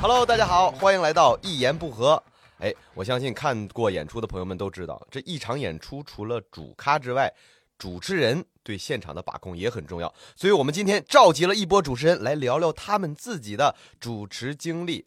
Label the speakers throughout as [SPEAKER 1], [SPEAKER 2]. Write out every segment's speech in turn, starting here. [SPEAKER 1] Hello，大家好，欢迎来到一言不合。哎，我相信看过演出的朋友们都知道，这一场演出除了主咖之外，主持人对现场的把控也很重要。所以，我们今天召集了一波主持人来聊聊他们自己的主持经历。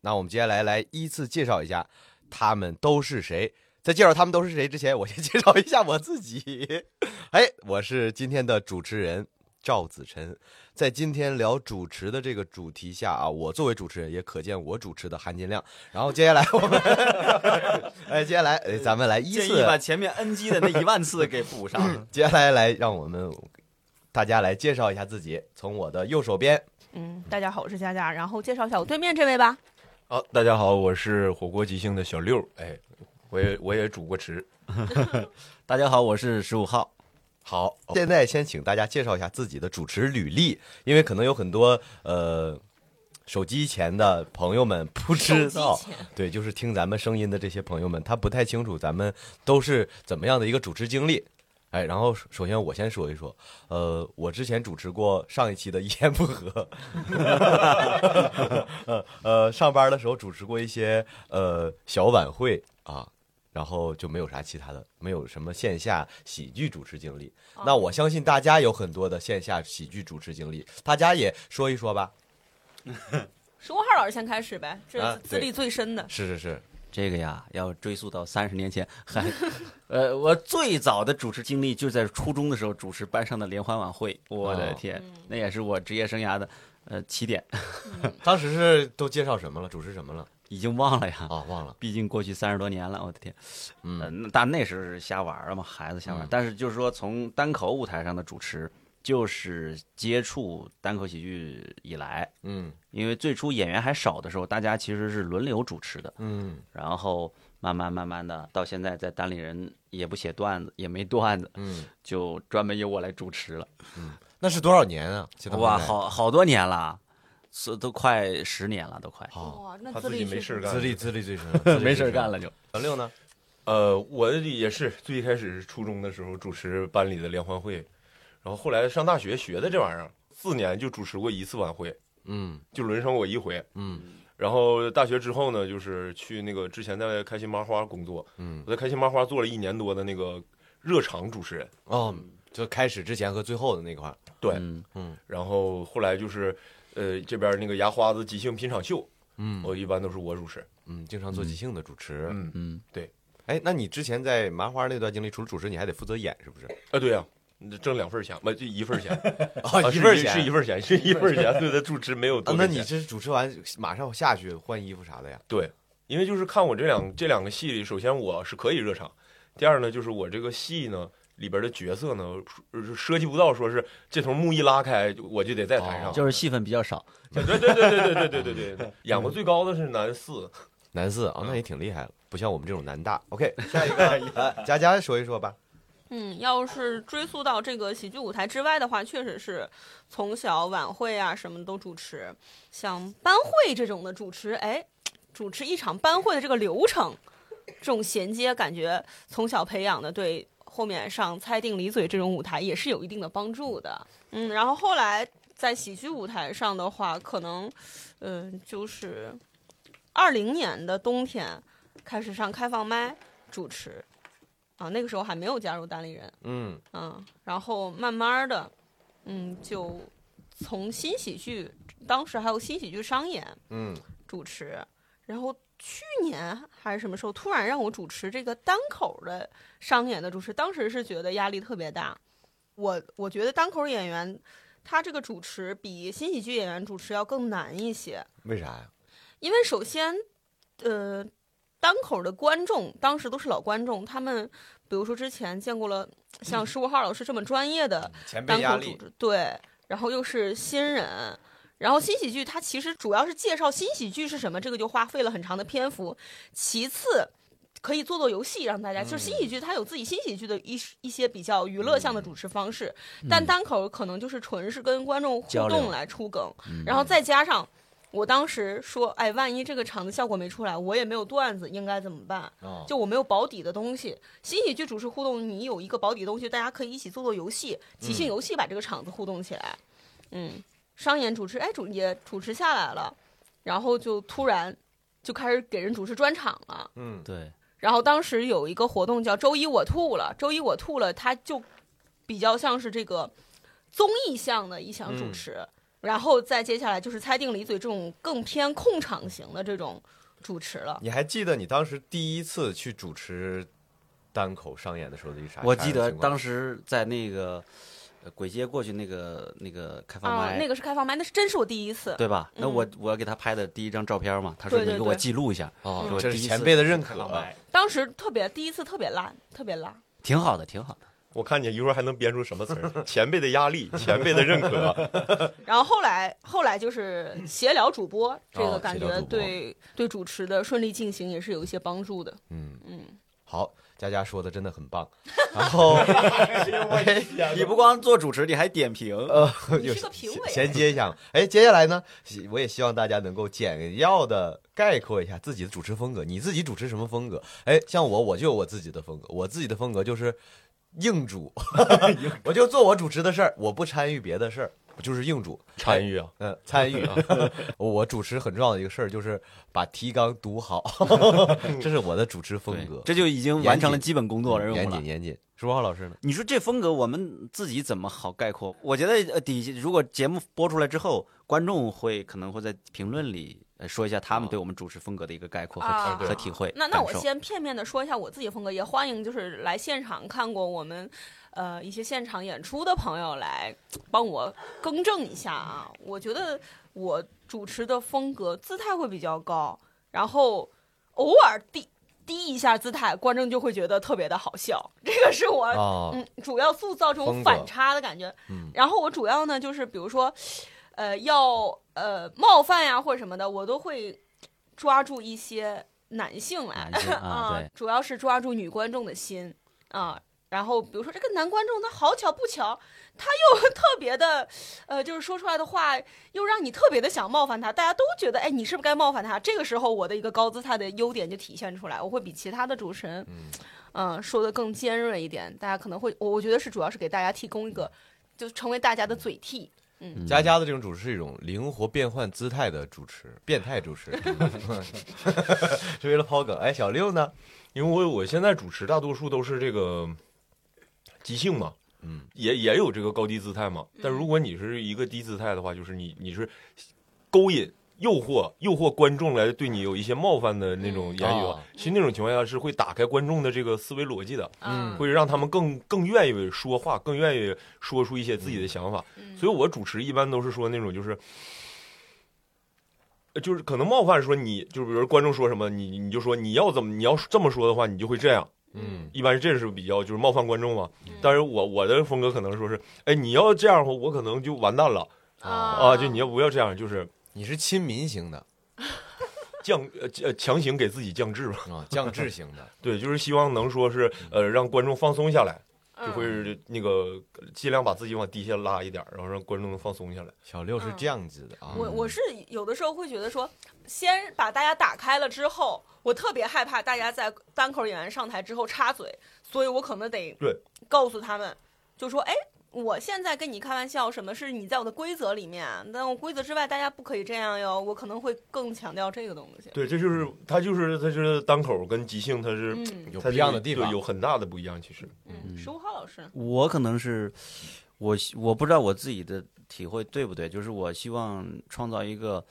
[SPEAKER 1] 那我们接下来来依次介绍一下他们都是谁。在介绍他们都是谁之前，我先介绍一下我自己。 哎，我是今天的主持人赵子晨。在今天聊主持的这个主题下啊，我作为主持人也可见我主持的含金量。然后接下来我们， 哎，接下来哎咱们来依
[SPEAKER 2] 建
[SPEAKER 1] 次
[SPEAKER 2] 议把前面 NG 的那一万次给补 上。
[SPEAKER 1] 接下来来让我们大家来介绍一下自己，从我的右手边，
[SPEAKER 3] 嗯，大家好，我是佳佳。然后介绍一下我对面这位吧。
[SPEAKER 4] 好，大家好，我是火锅即兴的小六，哎，我也我也主过持，
[SPEAKER 2] 大家好，我是十五号。
[SPEAKER 1] 好，现在先请大家介绍一下自己的主持履历，因为可能有很多呃手机前的朋友们不知道
[SPEAKER 3] 手机前，
[SPEAKER 1] 对，就是听咱们声音的这些朋友们，他不太清楚咱们都是怎么样的一个主持经历。哎，然后首先我先说一说，呃，我之前主持过上一期的一言不合， 呃呃，上班的时候主持过一些呃小晚会啊，然后就没有啥其他的，没有什么线下喜剧主持经历。那我相信大家有很多的线下喜剧主持经历，大家也说一说吧。
[SPEAKER 3] 十五号老师先开始呗，这
[SPEAKER 1] 啊
[SPEAKER 3] 是资历最深的。
[SPEAKER 1] 是是是，
[SPEAKER 5] 这个呀，要追溯到三十年前，还，呃，我最早的主持经历就在初中的时候主持班上的联欢晚会，我的
[SPEAKER 1] 哦
[SPEAKER 5] 天，那也是我职业生涯的呃起点，
[SPEAKER 1] 当时是都介绍什么了，主持什么了
[SPEAKER 5] 已经忘了呀，
[SPEAKER 1] 啊？忘了。
[SPEAKER 5] 毕竟过去三十多年了，我的天，
[SPEAKER 1] 嗯
[SPEAKER 5] 呃，那但那时候是瞎玩儿嘛，孩子瞎玩儿，
[SPEAKER 1] 嗯
[SPEAKER 5] 但是就是说从单口舞台上的主持，就是接触单口喜剧以来，
[SPEAKER 1] 嗯
[SPEAKER 5] 因为最初演员还少的时候，大家其实是轮流主持的。
[SPEAKER 1] 嗯
[SPEAKER 5] 然后慢慢慢慢的，到现在在单立人也不写段子，也没段子，
[SPEAKER 1] 嗯，
[SPEAKER 5] 就专门由我来主持了。
[SPEAKER 1] 那是多少年啊？写到
[SPEAKER 5] 哇，
[SPEAKER 1] 现在
[SPEAKER 5] 好好多年了，是都快十年了，都快
[SPEAKER 1] 好，
[SPEAKER 3] 哇，那
[SPEAKER 4] 哦他
[SPEAKER 3] 资
[SPEAKER 4] 自
[SPEAKER 3] 历
[SPEAKER 4] 己没
[SPEAKER 3] 确
[SPEAKER 4] 事
[SPEAKER 3] 实
[SPEAKER 4] 干，
[SPEAKER 1] 资历资历最深了，资历最
[SPEAKER 5] 没事儿
[SPEAKER 1] 深
[SPEAKER 5] 干。了就。
[SPEAKER 1] 小六呢？
[SPEAKER 4] 呃，我也是最开始是初中的时候主持班里的联欢会，然后后来上大学学的这玩意儿，四年就主持过一次晚会，
[SPEAKER 1] 嗯
[SPEAKER 4] 就轮上我一回。
[SPEAKER 1] 嗯
[SPEAKER 4] 然后大学之后呢，就是去那个之前在开心麻花工作，
[SPEAKER 1] 嗯，
[SPEAKER 4] 我在开心麻花做了一年多的那个热场主持人，
[SPEAKER 1] 哦，就开始之前和最后的那块儿。
[SPEAKER 4] 对
[SPEAKER 5] 嗯，
[SPEAKER 4] 然后后来就是呃这边那个牙花子即兴拼场秀，
[SPEAKER 1] 嗯
[SPEAKER 4] 我一般都是我主持，
[SPEAKER 1] 嗯，经常做即兴的主持。
[SPEAKER 4] 嗯。
[SPEAKER 5] 嗯，
[SPEAKER 1] 哎，那你之前在麻花那段经历，除了主持，你还得负责演，是不是？
[SPEAKER 4] 啊，对呀、你这挣两份儿钱，不就一份儿钱
[SPEAKER 1] 啊
[SPEAKER 4] 啊，是是一份儿钱，是一份儿钱。对他住持没有
[SPEAKER 1] 啊
[SPEAKER 4] 多、
[SPEAKER 1] 那你这主持完马上下去换衣服啥的呀？
[SPEAKER 4] 因为就是看我这两这两个戏里，首先我是可以热场，第二呢，就是我这个戏呢里边的角色呢，呃涉及不到说是这头幕一拉开我就得在台上，
[SPEAKER 1] 哦
[SPEAKER 5] 就是戏份比较少。
[SPEAKER 4] 对对对对对对对对对对，演过最高的是男四，
[SPEAKER 1] 男四啊，
[SPEAKER 5] 嗯
[SPEAKER 1] 那也挺厉害了，不像我们这种男 大。OK，下一
[SPEAKER 5] 哎
[SPEAKER 1] 个，呃佳佳说一说吧。
[SPEAKER 3] 嗯，要是追溯到这个喜剧舞台之外的话，确实是从小晚会啊什么都主持，像班会这种的主持，哎，主持一场班会的这个流程，这种衔接感觉从小培养的，对后面上猜定离嘴这种舞台也是有一定的帮助的。嗯，然后后来在喜剧舞台上的话，可能，嗯、就是二零年的冬天开始上开放麦主持。啊，那个时候还没有加入单立人，
[SPEAKER 1] 嗯
[SPEAKER 3] 嗯，然后慢慢的，嗯，就从新喜剧，当时还有新喜剧商演
[SPEAKER 1] 嗯，
[SPEAKER 3] 主持，然后去年还是什么时候，突然让我主持这个单口的商演的主持，当时是觉得压力特别大。我我觉得单口演员，他这个主持比新喜剧演员主持要更难一些，
[SPEAKER 1] 为啥呀？
[SPEAKER 3] 因为首先，呃，单口的观众当时都是老观众，他们比如说之前见过了像十五号老师这么专业的
[SPEAKER 4] 嗯
[SPEAKER 1] 前
[SPEAKER 3] 单口组，织，对，然后又是新人。然后新喜剧它其实主要是介绍新喜剧是什么，这个就花费了很长的篇幅。其次，可以做做游戏，让大家就是新喜
[SPEAKER 5] 嗯
[SPEAKER 3] 剧它有自己新喜剧的一一些比较娱乐向的主持方式，但单口可能就是纯是跟观众互
[SPEAKER 5] 嗯交
[SPEAKER 3] 动
[SPEAKER 5] 流嗯
[SPEAKER 3] 来出梗，然后再加上我当时说，哎，万一这个场子效果没出来，我也没有段子，应该怎么办？
[SPEAKER 1] 哦
[SPEAKER 3] 就我没有保底的东西。新喜剧主持互动，你有一个保底的东西，大家可以一起做做游戏，即兴游嗯戏把这个场子互动起来。嗯，商演主持，哎，主也主持下来了。然后就突然就开始给人主持专场了。
[SPEAKER 1] 嗯，
[SPEAKER 5] 对，
[SPEAKER 3] 然后当时有一个活动叫“周一我吐了”，周一我吐了，它就比较像是这个综艺向的一项
[SPEAKER 1] 嗯
[SPEAKER 3] 主持，然后再接下来就是猜定离嘴这种更偏控场型的这种主持了。
[SPEAKER 1] 你还记得你当时第一次去主持单口上演的时候的一啥？
[SPEAKER 5] 我记得当
[SPEAKER 1] 时
[SPEAKER 5] 时在那个呃鬼街过去那个那个开放
[SPEAKER 3] 啊、
[SPEAKER 5] 麦，
[SPEAKER 3] 那个是开放麦，那是真是我第一次。
[SPEAKER 5] 对吧？那
[SPEAKER 3] 嗯
[SPEAKER 5] 我我给他拍的第一张照片嘛，他说
[SPEAKER 3] 对
[SPEAKER 5] 你
[SPEAKER 3] 对
[SPEAKER 5] 给我
[SPEAKER 3] 对
[SPEAKER 5] 记录一下，
[SPEAKER 1] 哦
[SPEAKER 5] 我
[SPEAKER 1] 这是
[SPEAKER 5] 第一次
[SPEAKER 1] 前辈的认可啊
[SPEAKER 5] 开放麦
[SPEAKER 3] 当时特别第一次特别烂，特别烂。
[SPEAKER 5] 挺好的，挺好的。
[SPEAKER 4] 我看你一会儿还能编出什么词儿？前辈的压力，前辈的认可，
[SPEAKER 3] 然后后来后来就是闲聊主播，这个感
[SPEAKER 1] 哦闲聊
[SPEAKER 3] 觉
[SPEAKER 1] 主播
[SPEAKER 3] 对对主持的顺利进行也是有一些帮助的。
[SPEAKER 1] 嗯
[SPEAKER 3] 嗯，
[SPEAKER 1] 好，佳佳说的真的很棒，然后
[SPEAKER 5] 你不光做主持，你还点评，
[SPEAKER 3] 你是个评委，啊
[SPEAKER 1] 衔接一下，哎，接下来呢，希我也希望大家能够简要的概括一下自己的主持风格，你自己主持什么风格？哎，像我，我就有我自己的风格，我自己的风格就是硬 主， 我就做我主持的事儿，我不参与别的事儿，我就是硬主，
[SPEAKER 4] 参与啊，
[SPEAKER 1] 嗯，参与。 我主持很重要的一个事儿就是把提纲读好， 这是我的主持风
[SPEAKER 5] 对
[SPEAKER 1] 格，嗯
[SPEAKER 5] 这就已经完成了基本工作任
[SPEAKER 1] 严
[SPEAKER 5] 务了
[SPEAKER 1] 谨。严谨。舒浩老师呢？
[SPEAKER 5] 你说这风格我们自己怎么好概括？我觉得呃，底下如果节目播出来之后，观众会可能会在评论里呃说一下
[SPEAKER 1] 哦
[SPEAKER 5] 他们对我们主持风格的一个概括和、
[SPEAKER 3] 啊
[SPEAKER 5] 和体会。
[SPEAKER 3] 那那我
[SPEAKER 5] 感受
[SPEAKER 3] 先片面的说一下我自己风格，也欢迎就是来现场看过我们，呃一些现场演出的朋友来帮我更正一下啊。我觉得我主持的风格姿态会比较高，然后偶尔低低一下姿态，观众就会觉得特别的好笑。这个是我、
[SPEAKER 1] 哦，
[SPEAKER 3] 嗯主要塑造这
[SPEAKER 1] 风
[SPEAKER 3] 种
[SPEAKER 1] 格
[SPEAKER 3] 反差的感觉。
[SPEAKER 1] 嗯
[SPEAKER 3] 然后我主要呢就是比如说，呃要呃冒犯呀或者什么的，我都会抓住一些男性来。
[SPEAKER 5] 男性 啊，对，
[SPEAKER 3] 嗯主要是抓住女观众的心啊。然后比如说这个男观众，他好巧不巧，他又 特别的，呃，就是说出来的话又让你特别的想冒犯他，大家都觉得，哎，你是不是该冒犯他？这个时候我的一个高姿态的优点就体现出来，我会比其他的主持人，嗯、说的更尖锐一点，大家可能会，我我觉得是主要是给大家提供一个，就成为大家的嘴替。
[SPEAKER 1] 佳佳的这种主持是一种灵活变换姿态的主持，变态主持，是为了抛梗。哎，小六呢？
[SPEAKER 4] 因为我现在主持大多数都是这个即兴嘛，
[SPEAKER 1] 嗯，
[SPEAKER 4] 也也有这个高低姿态嘛。但如果你是一个低姿态的话，就是你你是勾引、诱惑、诱惑观众来对你有一些冒犯的那种言语
[SPEAKER 1] 嗯
[SPEAKER 4] 啊，其实那种情况下是会打开观众的这个思维逻辑的，
[SPEAKER 3] 啊
[SPEAKER 1] 嗯
[SPEAKER 4] 会让他们更更愿意说话，更愿意说出一些自己的想法。
[SPEAKER 3] 嗯，
[SPEAKER 4] 所以我主持一般都是说那种就是。呃就是可能冒犯说你，就比如观众说什么，你你就说你要怎么你要这么说的话，你就会这样。
[SPEAKER 1] 嗯，
[SPEAKER 4] 一般这是比较就是冒犯观众嘛。但是我我的风格可能说是，哎，你要这样的话，我可能就完蛋了啊！就你要不要这样，就是
[SPEAKER 1] 你是亲民型的
[SPEAKER 4] 降呃呃强行给自己降智吧。
[SPEAKER 1] 啊，降智型的。
[SPEAKER 4] 对，就是希望能说是呃让观众放松下来，
[SPEAKER 3] 嗯
[SPEAKER 4] 就会那个尽量把自己往低下拉一点，然后让观众能放松下来。
[SPEAKER 1] 小六是这样子的啊，
[SPEAKER 3] 我我是有的时候会觉得说，先把大家打开了之后，我特别害怕大家在单口演员上台之后插嘴，所以我可能得
[SPEAKER 4] 对
[SPEAKER 3] 告诉他们，就说哎。我现在跟你开玩笑，什么是你在我的规则里面，但我规则之外大家不可以这样哟。我可能会更强调这个东西。
[SPEAKER 4] 对，这就是他就是他就是单口跟即兴，他是
[SPEAKER 3] 嗯
[SPEAKER 1] 有
[SPEAKER 4] 它
[SPEAKER 1] 不
[SPEAKER 4] 这
[SPEAKER 1] 一样的
[SPEAKER 4] 个
[SPEAKER 1] 地
[SPEAKER 4] 对
[SPEAKER 1] 方，
[SPEAKER 4] 有很大的不一样。其 实
[SPEAKER 3] 嗯，十五号老师，
[SPEAKER 5] 我可能是我希我不知道我自己的体会对不对，就是我希望创造一个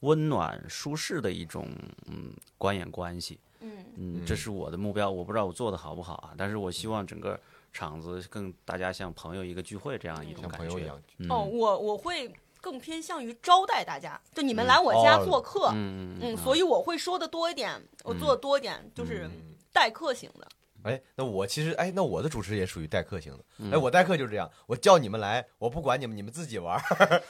[SPEAKER 5] 温暖舒适的一种嗯观演关系，
[SPEAKER 3] 嗯
[SPEAKER 5] 嗯
[SPEAKER 1] 嗯，
[SPEAKER 5] 这是我的目标，我不知道我做的好不好啊，但是我希望整个场子更大家像朋友一个聚会这样一种
[SPEAKER 1] 像
[SPEAKER 5] 感
[SPEAKER 1] 朋友一
[SPEAKER 5] 觉，
[SPEAKER 1] 样。
[SPEAKER 5] 嗯
[SPEAKER 3] 哦，我我会更偏向于招待大家，就你们来我家
[SPEAKER 1] 哦
[SPEAKER 3] 做客，
[SPEAKER 5] 嗯
[SPEAKER 3] 嗯，所以我会说的多一点，我做的多一点，就是待客型的。
[SPEAKER 1] 哎，那我其实哎，那我的主持也属于代课型的。哎，我代课就是这样，我叫你们来，我不管你们，你们自己玩儿。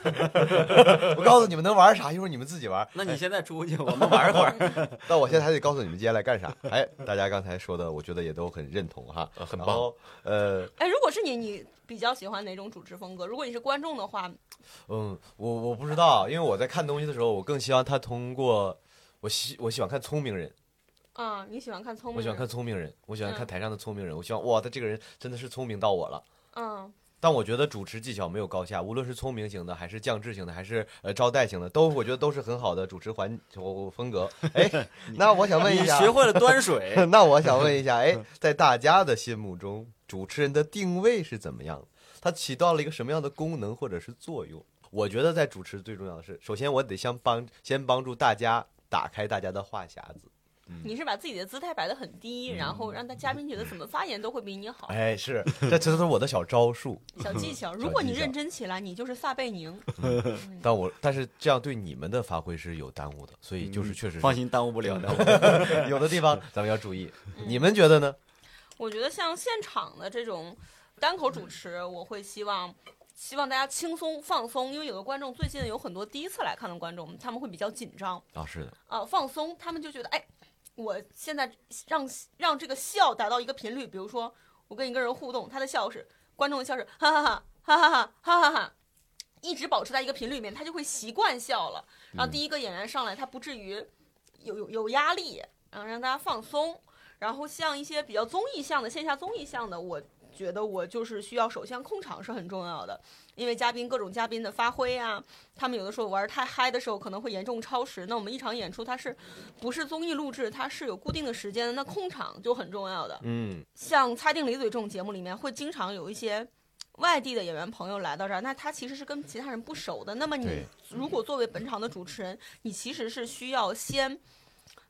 [SPEAKER 1] 我告诉你们能玩啥，一会儿你们自己玩儿。
[SPEAKER 5] 那你现在出去，我们 玩会儿。
[SPEAKER 1] 但我现在还得告诉你们接下来干啥。哎，大家刚才说的，我觉得也都很认同哈，
[SPEAKER 4] 啊很
[SPEAKER 1] 然
[SPEAKER 4] 棒
[SPEAKER 1] 后。呃，
[SPEAKER 3] 哎，如果是你，你比较喜欢哪种主持风格？如果你是观众的话，
[SPEAKER 1] 嗯，我我不知道，因为我在看东西的时候，我更希望他通过我喜我喜欢看聪明人，
[SPEAKER 3] 啊、你喜欢看聪明人，
[SPEAKER 1] 我喜欢看聪明人，我喜欢看
[SPEAKER 3] 嗯
[SPEAKER 1] 台上的聪明人，我希望哇，他这个人真的是聪明到我了。
[SPEAKER 3] 嗯，
[SPEAKER 1] 但我觉得主持技巧没有高下，无论是聪明型的，还是降智型的，还是呃招待型的，都我觉得都是很好的主持环球风格。 哎，那我想问一
[SPEAKER 5] 你
[SPEAKER 1] 下，
[SPEAKER 5] 学会了端水，
[SPEAKER 1] 那我想问一下，哎，在大家的心目中，主持人的定位是怎么样的？它起到了一个什么样的功能或者是作用？我觉得在主持最重要的是，首先我得先帮先帮助大家打开大家的话匣子。
[SPEAKER 3] 你是把自己的姿态摆得很低，然后让大嘉宾觉得怎么发言都会比你好，
[SPEAKER 1] 哎， 是，这这都是我的小招数。
[SPEAKER 3] 小技 巧。如果你
[SPEAKER 1] 小技巧
[SPEAKER 3] 认真起来，你就是撒贝宁。
[SPEAKER 1] 但我但是这样对你们的发挥是有耽误的，所以就是确实 是
[SPEAKER 5] 放心，耽误不了的。
[SPEAKER 1] 有的 地方咱们要注意。你们觉得呢？
[SPEAKER 3] 我觉得像现场的这种单口主持，我会希望希望大家轻松放松，因为有的观众最近有很多第一次来看的观众，他们会比较紧张
[SPEAKER 1] 啊，是的，
[SPEAKER 3] 啊、放松，他们就觉得哎，我现在让让这个笑达到一个频率，比如说我跟一个人互动，他的笑是观众的笑是哈哈哈哈哈哈哈哈哈。一直保持在一个频率里面，他就会习惯笑了。然后第一个演员上来，他不至于有有有压力，然后让大家放松。然后像一些比较综艺向的线下综艺向的，我觉得我就是需要首先控场是很重要的，因为嘉宾各种嘉宾的发挥啊，他们有的时候玩儿太嗨的时候可能会严重超时。那我们一场演出它是不是综艺录制，它是有固定的时间的，那控场就很重要的。
[SPEAKER 1] 嗯，
[SPEAKER 3] 像《猜定离嘴》这种节目里面，会经常有一些外地的演员朋友来到这儿，那他其实是跟其他人不熟的。那么你
[SPEAKER 1] 对
[SPEAKER 3] 如果作为本场的主持人，你其实是需要先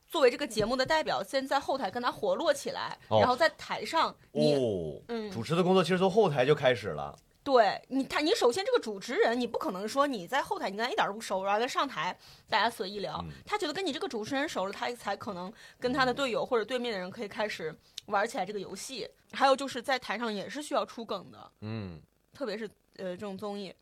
[SPEAKER 3] 作为这个节目的代表，先在后台跟他活络起来，
[SPEAKER 1] 哦
[SPEAKER 3] 然后在台上你、
[SPEAKER 1] 哦，
[SPEAKER 3] 嗯
[SPEAKER 1] 主持的工作其实从后台就开始了。
[SPEAKER 3] 对你他你首先这个主持人，你不可能说你在后台你跟他一点儿都不熟，然后他上台大家随意聊，他觉得跟你这个主持人熟了，他才可能跟他的队友或者对面的人可以开始玩起来这个游戏。还有就是在台上也是需要出梗的，
[SPEAKER 1] 嗯，
[SPEAKER 3] 特别是呃这种综艺，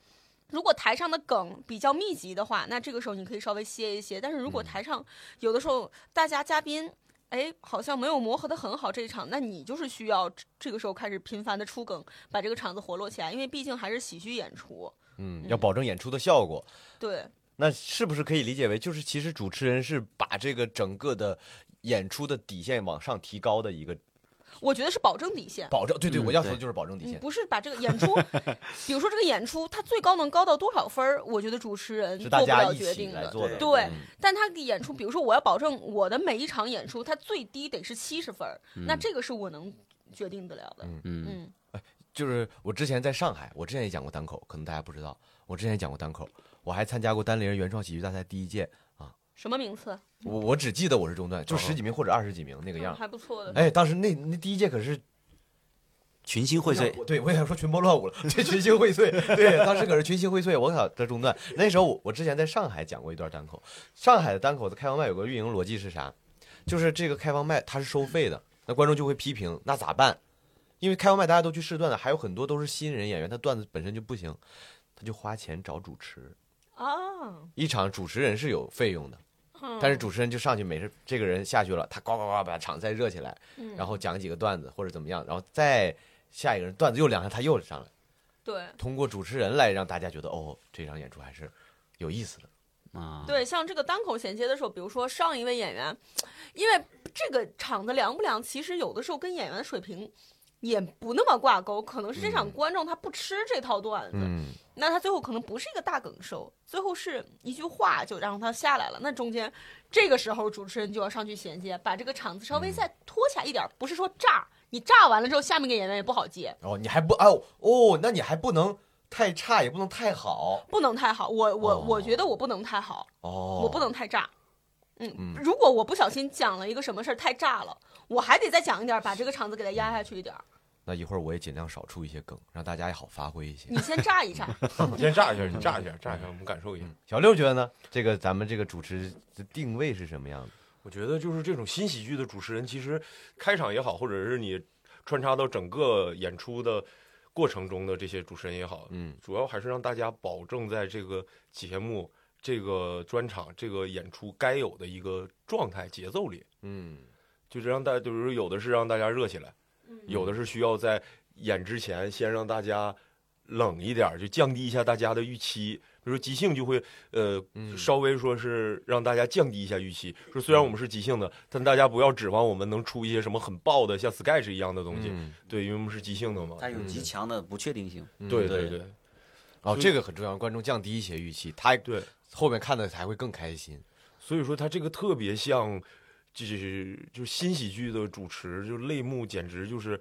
[SPEAKER 3] 如果台上的梗比较密集的话，那这个时候你可以稍微歇一歇。但是如果台上有的时候大家嘉宾，哎，好像没有磨合的很好这一场，那你就是需要这这个时候开始频繁的出梗，把这个场子活络起来，因为毕竟还是喜剧演出。
[SPEAKER 1] 嗯，要保证演出的效果。
[SPEAKER 3] 对，
[SPEAKER 1] 那是不是可以理解为，就是其实主持人是把这个整个的演出的底线往上提高的一个
[SPEAKER 3] 我觉得是保证底线。
[SPEAKER 1] 保证？对对，
[SPEAKER 5] 嗯
[SPEAKER 1] 我要求的
[SPEAKER 5] 对
[SPEAKER 1] 就是保证底
[SPEAKER 3] 你
[SPEAKER 1] 线，
[SPEAKER 3] 不是把这个演出， 比如说这个演出，它最高能高到多少分儿？我觉得主持人
[SPEAKER 1] 是
[SPEAKER 3] 嗯做
[SPEAKER 1] 大
[SPEAKER 3] 不
[SPEAKER 1] 家
[SPEAKER 3] 了
[SPEAKER 1] 一
[SPEAKER 3] 决
[SPEAKER 1] 起
[SPEAKER 3] 定
[SPEAKER 1] 来
[SPEAKER 3] 的。
[SPEAKER 1] 做的。
[SPEAKER 3] 对
[SPEAKER 1] 嗯
[SPEAKER 3] 但他的演出，比如说我要保证我的每一场演出，他最低得是七十分儿，
[SPEAKER 1] 嗯
[SPEAKER 3] 那这个是我能决定得了的。
[SPEAKER 5] 嗯，
[SPEAKER 3] 嗯，
[SPEAKER 1] 就是我之前在上海，我之前也讲过单口，可能大家不知道，我之前也讲过单口，我还参加过单立人原创喜剧大赛第一届，
[SPEAKER 3] 什么名次？
[SPEAKER 1] 我我只记得我是中段，就十几名或者二十几名那个
[SPEAKER 3] 嗯
[SPEAKER 1] 样。
[SPEAKER 3] 还不错的。
[SPEAKER 1] 哎，当时那那第一届可是
[SPEAKER 5] 群星荟萃，
[SPEAKER 1] 我对我也想说群魔乱舞了，这群星荟萃，对，当时可是群星荟萃，我靠，这中断。那时候我我之前在上海讲过一段单口，上海的单口的开放麦有个运营逻辑是啥？就是这个开放麦它是收费的，那观众就会批评，那咋办？因为开放麦大家都去试段子，还有很多都是新人演员，他段子本身就不行，他就花钱找主持。
[SPEAKER 3] 啊，
[SPEAKER 1] 一场主持人是有费用的，
[SPEAKER 3] 嗯
[SPEAKER 1] 但是主持人就上去，每次这个人下去了，他呱呱呱把场再热起来，
[SPEAKER 3] 嗯
[SPEAKER 1] 然后讲几个段子或者怎么样，然后再下一个人段子又两下，他又上来。
[SPEAKER 3] 对
[SPEAKER 1] 通过主持人来让大家觉得哦，这场演出还是有意思的。
[SPEAKER 5] 啊，
[SPEAKER 3] 对，像这个单口衔接的时候，比如说上一位演员，因为这个场子凉不凉，其实有的时候跟演员的水平。也不那么挂钩，可能是这场观众他不吃这套段子，
[SPEAKER 1] 嗯，
[SPEAKER 3] 那他最后可能不是一个大梗收，最后是一句话就让他下来了。那中间这个时候主持人就要上去衔接，把这个场子稍
[SPEAKER 1] 嗯
[SPEAKER 3] 微再拖起来一点儿，不是说炸，你炸完了之后下面一个演员也不好接，
[SPEAKER 1] 哦，你还不哦哦，那你还不能太差，也不能太好
[SPEAKER 3] 不能太好。我我、
[SPEAKER 1] 哦
[SPEAKER 3] 我觉得我不能太好，
[SPEAKER 1] 哦。
[SPEAKER 3] 我不能太炸。
[SPEAKER 1] 嗯
[SPEAKER 3] 嗯，如果我不小心讲了一个什么事儿太炸了，我还得再讲一点儿，把这个场子给它压下去一点儿。
[SPEAKER 1] 那一会儿我也尽量少出一些梗，让大家也好发挥一些。
[SPEAKER 3] 你先炸一炸，
[SPEAKER 4] 你先炸一下，你炸
[SPEAKER 1] 嗯
[SPEAKER 4] 一下，炸一下，我们感受一下。
[SPEAKER 1] 小六觉得呢？这个咱们这个主持的定位是什么样的？
[SPEAKER 4] 我觉得就是这种新喜剧的主持人，其实开场也好，或者是你穿插到整个演出的过程中的这些主持人也好，
[SPEAKER 1] 嗯，
[SPEAKER 4] 主要还是让大家保证在这个节目、这个专场、这个演出该有的一个状态节奏里，
[SPEAKER 1] 嗯，
[SPEAKER 4] 就是让大家，就是有的是让大家热起来，
[SPEAKER 1] 嗯
[SPEAKER 4] 有的是需要在演之前先让大家冷一点儿，就降低一下大家的预期。有时候即兴就会呃
[SPEAKER 1] 嗯
[SPEAKER 4] 稍微说是让大家降低一下预期，说虽然我们是即兴的，但大家不要指望我们能出一些什么很爆的像 sketch 一样的东西，
[SPEAKER 1] 嗯
[SPEAKER 4] 对，因为我们是即兴的嘛。
[SPEAKER 5] 它有极
[SPEAKER 1] 嗯
[SPEAKER 5] 强的不确定性。
[SPEAKER 1] 嗯
[SPEAKER 4] 对
[SPEAKER 5] 对
[SPEAKER 4] 对，
[SPEAKER 1] 哦，
[SPEAKER 4] 所以
[SPEAKER 1] 这个很重要，观众降低一些预期，他
[SPEAKER 4] 对
[SPEAKER 1] 后面看的才会更开心。
[SPEAKER 4] 所以说他这个特别像，就是就是新喜剧的主持，就是类目简直就是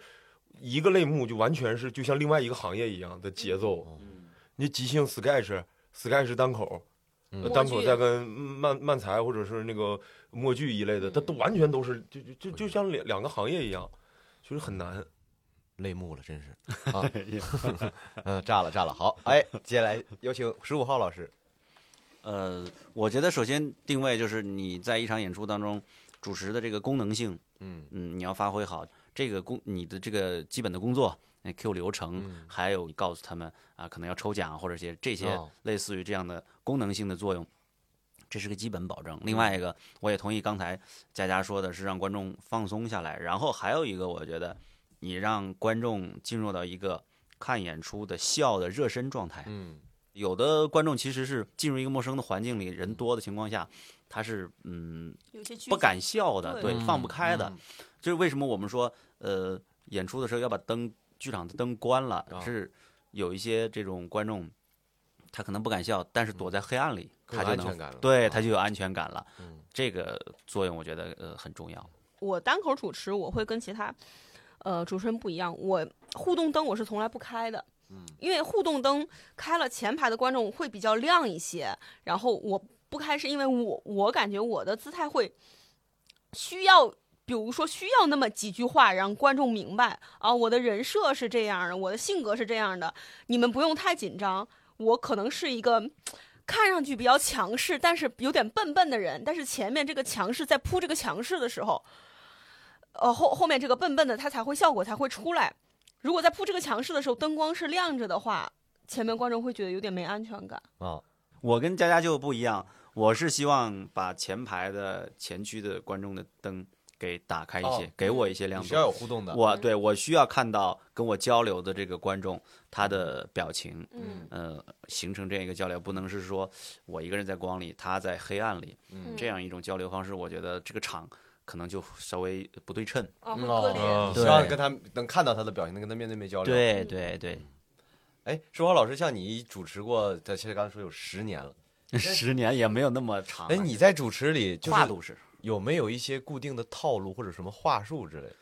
[SPEAKER 4] 一个类目就完全是就像另外一个行业一样的节奏。
[SPEAKER 5] 嗯
[SPEAKER 4] 你即兴 sketch sketch 单口，
[SPEAKER 1] 嗯
[SPEAKER 4] 呃单
[SPEAKER 3] 默
[SPEAKER 4] 口
[SPEAKER 3] 剧
[SPEAKER 4] 再跟漫漫才或者是那个默剧一类的，它都
[SPEAKER 5] 嗯
[SPEAKER 4] 完全都是就就就就像两两个行业一样，就是很难。
[SPEAKER 1] 泪目了，真是 啊，嗯，炸了炸了，好，哎，接下来有请十五号老师，
[SPEAKER 5] 呃，我觉得首先定位就是你在一场演出当中主持的这个功能性，
[SPEAKER 1] 嗯
[SPEAKER 5] 嗯，你要发挥好这个工你的这个基本的工作。那 Q 流程，还有你告诉他们啊，可能要抽奖或者些这些
[SPEAKER 1] 嗯
[SPEAKER 4] 啊
[SPEAKER 1] 哦
[SPEAKER 5] 类似于这样的功能性的作用，这是个基本保证。另外一个，我也同意刚才佳佳说的是让观众放松下来，然后还有一个，我觉得你让观众进入到一个看演出的笑的热身状态，
[SPEAKER 1] 嗯
[SPEAKER 5] 有的观众其实是进入一个陌生的环境里，人多的情况下，他是嗯
[SPEAKER 3] 有些剧
[SPEAKER 5] 不敢笑的，
[SPEAKER 3] 对
[SPEAKER 5] 对，放不开
[SPEAKER 1] 嗯
[SPEAKER 5] 的。这是为什么我们说呃演出的时候要把灯剧场的灯关了
[SPEAKER 1] 啊，
[SPEAKER 5] 是有一些这种观众他可能不敢笑，但是躲在黑暗里，
[SPEAKER 1] 嗯更有
[SPEAKER 5] 他就
[SPEAKER 1] 安全
[SPEAKER 5] 能
[SPEAKER 1] 感了啊
[SPEAKER 5] 对他就有安全感了
[SPEAKER 1] 嗯。
[SPEAKER 5] 这个作用我觉得呃很重要。
[SPEAKER 3] 我单口主持，我会跟其他呃主持人不一样，我互动灯我是从来不开的。因为互动灯开了，前排的观众会比较亮一些。然后我不开，是因为我我感觉我的姿态会需要，比如说需要那么几句话让观众明白啊，我的人设是这样的，我的性格是这样的，你们不用太紧张。我可能是一个看上去比较强势，但是有点笨笨的人，但是前面这个强势在铺这个强势的时候，呃后后面这个笨笨的他才会效果才会出来。如果在铺这个强势的时候灯光是亮着的话，前面观众会觉得有点没安全感。
[SPEAKER 1] 啊，
[SPEAKER 5] 我跟佳佳就不一样，我是希望把前排的前区的观众的灯给打开一些，
[SPEAKER 1] 哦
[SPEAKER 5] 给我一些亮
[SPEAKER 1] 你
[SPEAKER 5] 度
[SPEAKER 1] 是。要有互动的，
[SPEAKER 5] 我对我需要看到跟我交流的这个观众他的表情，
[SPEAKER 1] 嗯
[SPEAKER 5] 呃，形成这样一个交流，不能是说我一个人在光里，他在黑暗里，
[SPEAKER 1] 嗯
[SPEAKER 5] 这样一种交流方式，我觉得这个场可能就稍微不对称。
[SPEAKER 3] 啊，会
[SPEAKER 1] 嗯
[SPEAKER 3] 割裂。
[SPEAKER 1] 哦，
[SPEAKER 5] 对
[SPEAKER 1] 希望跟他能看到他的表情，能跟他面对面交流。，
[SPEAKER 5] 对对对，
[SPEAKER 1] 哎，十五号老师，像你主持过，在其实刚才说有十年了，
[SPEAKER 5] 嗯 十年也没有那么长了。
[SPEAKER 1] 哎，你在主持里就
[SPEAKER 5] 嗯跨
[SPEAKER 1] 是
[SPEAKER 5] 度是
[SPEAKER 1] 有没有一些固定的套路或者什么话术之类的？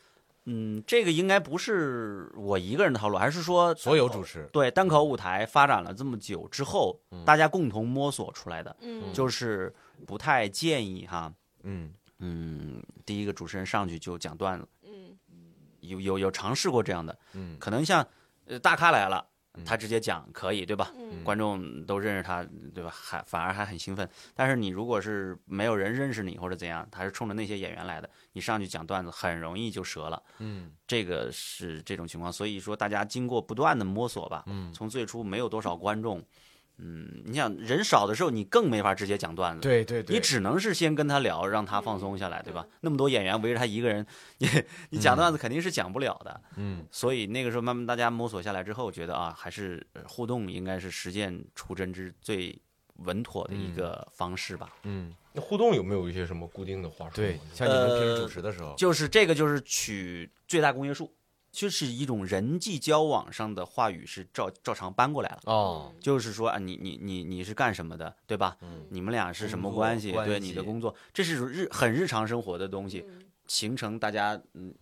[SPEAKER 5] 嗯，这个应该不是我一个人的套路，还是说
[SPEAKER 1] 所有主持，
[SPEAKER 5] 对单口舞台发展了这么久之后，大家共同摸索出来的，
[SPEAKER 3] 嗯，
[SPEAKER 5] 就是不太建议哈。
[SPEAKER 1] 嗯
[SPEAKER 5] 嗯，第一个主持人上去就讲段子，
[SPEAKER 3] 嗯
[SPEAKER 5] 有有有尝试过这样的，
[SPEAKER 1] 嗯
[SPEAKER 5] 可能像呃大咖来了，他直接讲可以，对吧？
[SPEAKER 3] 嗯
[SPEAKER 5] 观众都认识他，对吧？还反而还很兴奋。但是你如果是没有人认识你或者怎样，他是冲着那些演员来的，你上去讲段子很容易就折了。
[SPEAKER 1] 嗯
[SPEAKER 5] 这个是这种情况，所以说大家经过不断的摸索吧，
[SPEAKER 1] 嗯，
[SPEAKER 5] 从最初没有多少观众，嗯，你想人少的时候，你更没法直接讲段子，
[SPEAKER 1] 对对
[SPEAKER 5] 你只能是先跟他聊，让他放松下来，对吧？那么多演员围着他一个人，你你讲段子肯定是讲不了的。
[SPEAKER 1] 嗯，
[SPEAKER 5] 所以那个时候慢慢大家摸索下来之后，觉得啊，还是呃互动应该是实践出真知最稳妥的一个方式吧。
[SPEAKER 1] 嗯，
[SPEAKER 4] 那互动有没有一些什么固定的话术？
[SPEAKER 1] 对，像你
[SPEAKER 5] 呃
[SPEAKER 1] 们平时主持的时候，
[SPEAKER 5] 就是这个，就是取最大公约数，就是一种人际交往上的话语是照照常搬过来了。
[SPEAKER 1] 哦，
[SPEAKER 5] 就是说啊，你你你你是干什么的，对吧？
[SPEAKER 3] 嗯
[SPEAKER 5] 你们俩是什么关系？
[SPEAKER 1] 工作
[SPEAKER 5] 对
[SPEAKER 1] 关系
[SPEAKER 5] 你的工作，这是日很日常生活的东西，形成大家嗯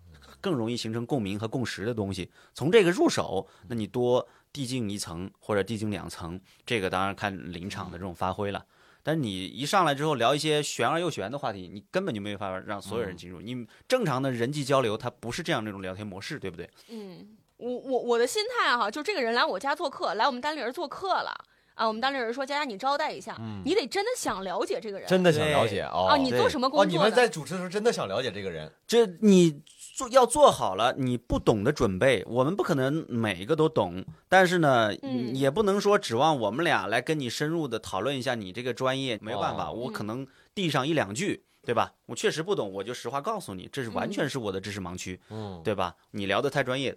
[SPEAKER 5] 更容易形成共鸣和共识的东西。从这个入手，那你多递进一层或者递进两层，这个当然看临场的这种发挥了。但你一上来之后聊一些玄而又玄的话题，你根本就没办法让所有人进入。你正常的人际交流，它不是这样这种聊天模式，对不对？
[SPEAKER 3] 嗯，我我我的心态啊哈、就这个人来我家做客，来我们单立人做客了啊，我们单立人说佳佳你招待一下，你得真的想了解这个人，
[SPEAKER 1] 真的想了解哦
[SPEAKER 3] 啊，你
[SPEAKER 5] 对
[SPEAKER 3] 做什么
[SPEAKER 1] 哦，
[SPEAKER 3] 工
[SPEAKER 1] 你
[SPEAKER 3] 作
[SPEAKER 1] 们
[SPEAKER 3] 的？
[SPEAKER 1] 在主持的时候真的想了解这个人，
[SPEAKER 5] 这你做要做好了，你不懂的准备，我们不可能每一个都懂，但是呢，
[SPEAKER 3] 嗯
[SPEAKER 5] 也不能说指望我们俩来跟你深入的讨论一下你这个专业，没有办法，
[SPEAKER 1] 哦
[SPEAKER 5] 我可能递上一两句。对吧？我确实不懂，我就实话告诉你，这是完全是我的知识盲区，
[SPEAKER 1] 嗯，
[SPEAKER 5] 对吧？你聊得太专业，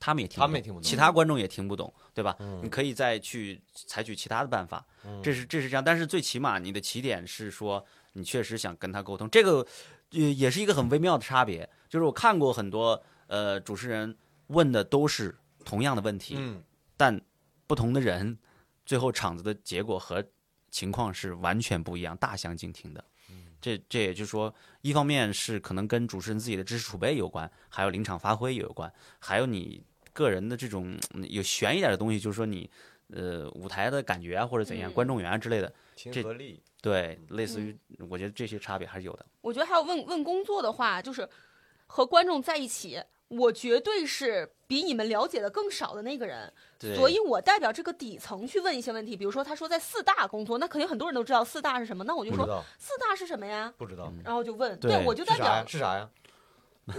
[SPEAKER 5] 他们也听不懂
[SPEAKER 1] 他们也听不懂
[SPEAKER 5] 其他观众也听不懂，对吧？
[SPEAKER 1] 嗯
[SPEAKER 5] 你可以再去采取其他的办法，这是这是这样。但是最起码你的起点是说你确实想跟他沟通，这个呃也是一个很微妙的差别。就是我看过很多呃主持人问的都是同样的问题，
[SPEAKER 1] 嗯，
[SPEAKER 5] 但不同的人最后场子的结果和情况是完全不一样，大相径庭的。
[SPEAKER 1] 嗯
[SPEAKER 5] 这这也就是说，一方面是可能跟主持人自己的知识储备有关，还有临场发挥也有关，还有你个人的这种嗯有悬一点的东西，就是说你呃舞台的感觉啊，或者怎样，
[SPEAKER 3] 嗯嗯
[SPEAKER 5] 观众缘啊之类的，
[SPEAKER 1] 亲
[SPEAKER 5] 这
[SPEAKER 1] 和力，
[SPEAKER 5] 对，类似于我觉得这些差别还是有的。
[SPEAKER 3] 我觉得还有问问工作的话，就是和观众在一起，我绝对是比你们了解的更少的那个人，
[SPEAKER 5] 对
[SPEAKER 3] 所以我代表这个底层去问一些问题。比如说，他说在四大工作，那肯定很多人都知道四大是什么，那我就
[SPEAKER 1] 不知
[SPEAKER 3] 说
[SPEAKER 1] 道，
[SPEAKER 3] 四大是什么呀？
[SPEAKER 1] 不知道
[SPEAKER 3] 然后就问，
[SPEAKER 5] 对
[SPEAKER 3] 我就是代
[SPEAKER 1] 啥
[SPEAKER 3] 表
[SPEAKER 1] 呀？，是啥呀？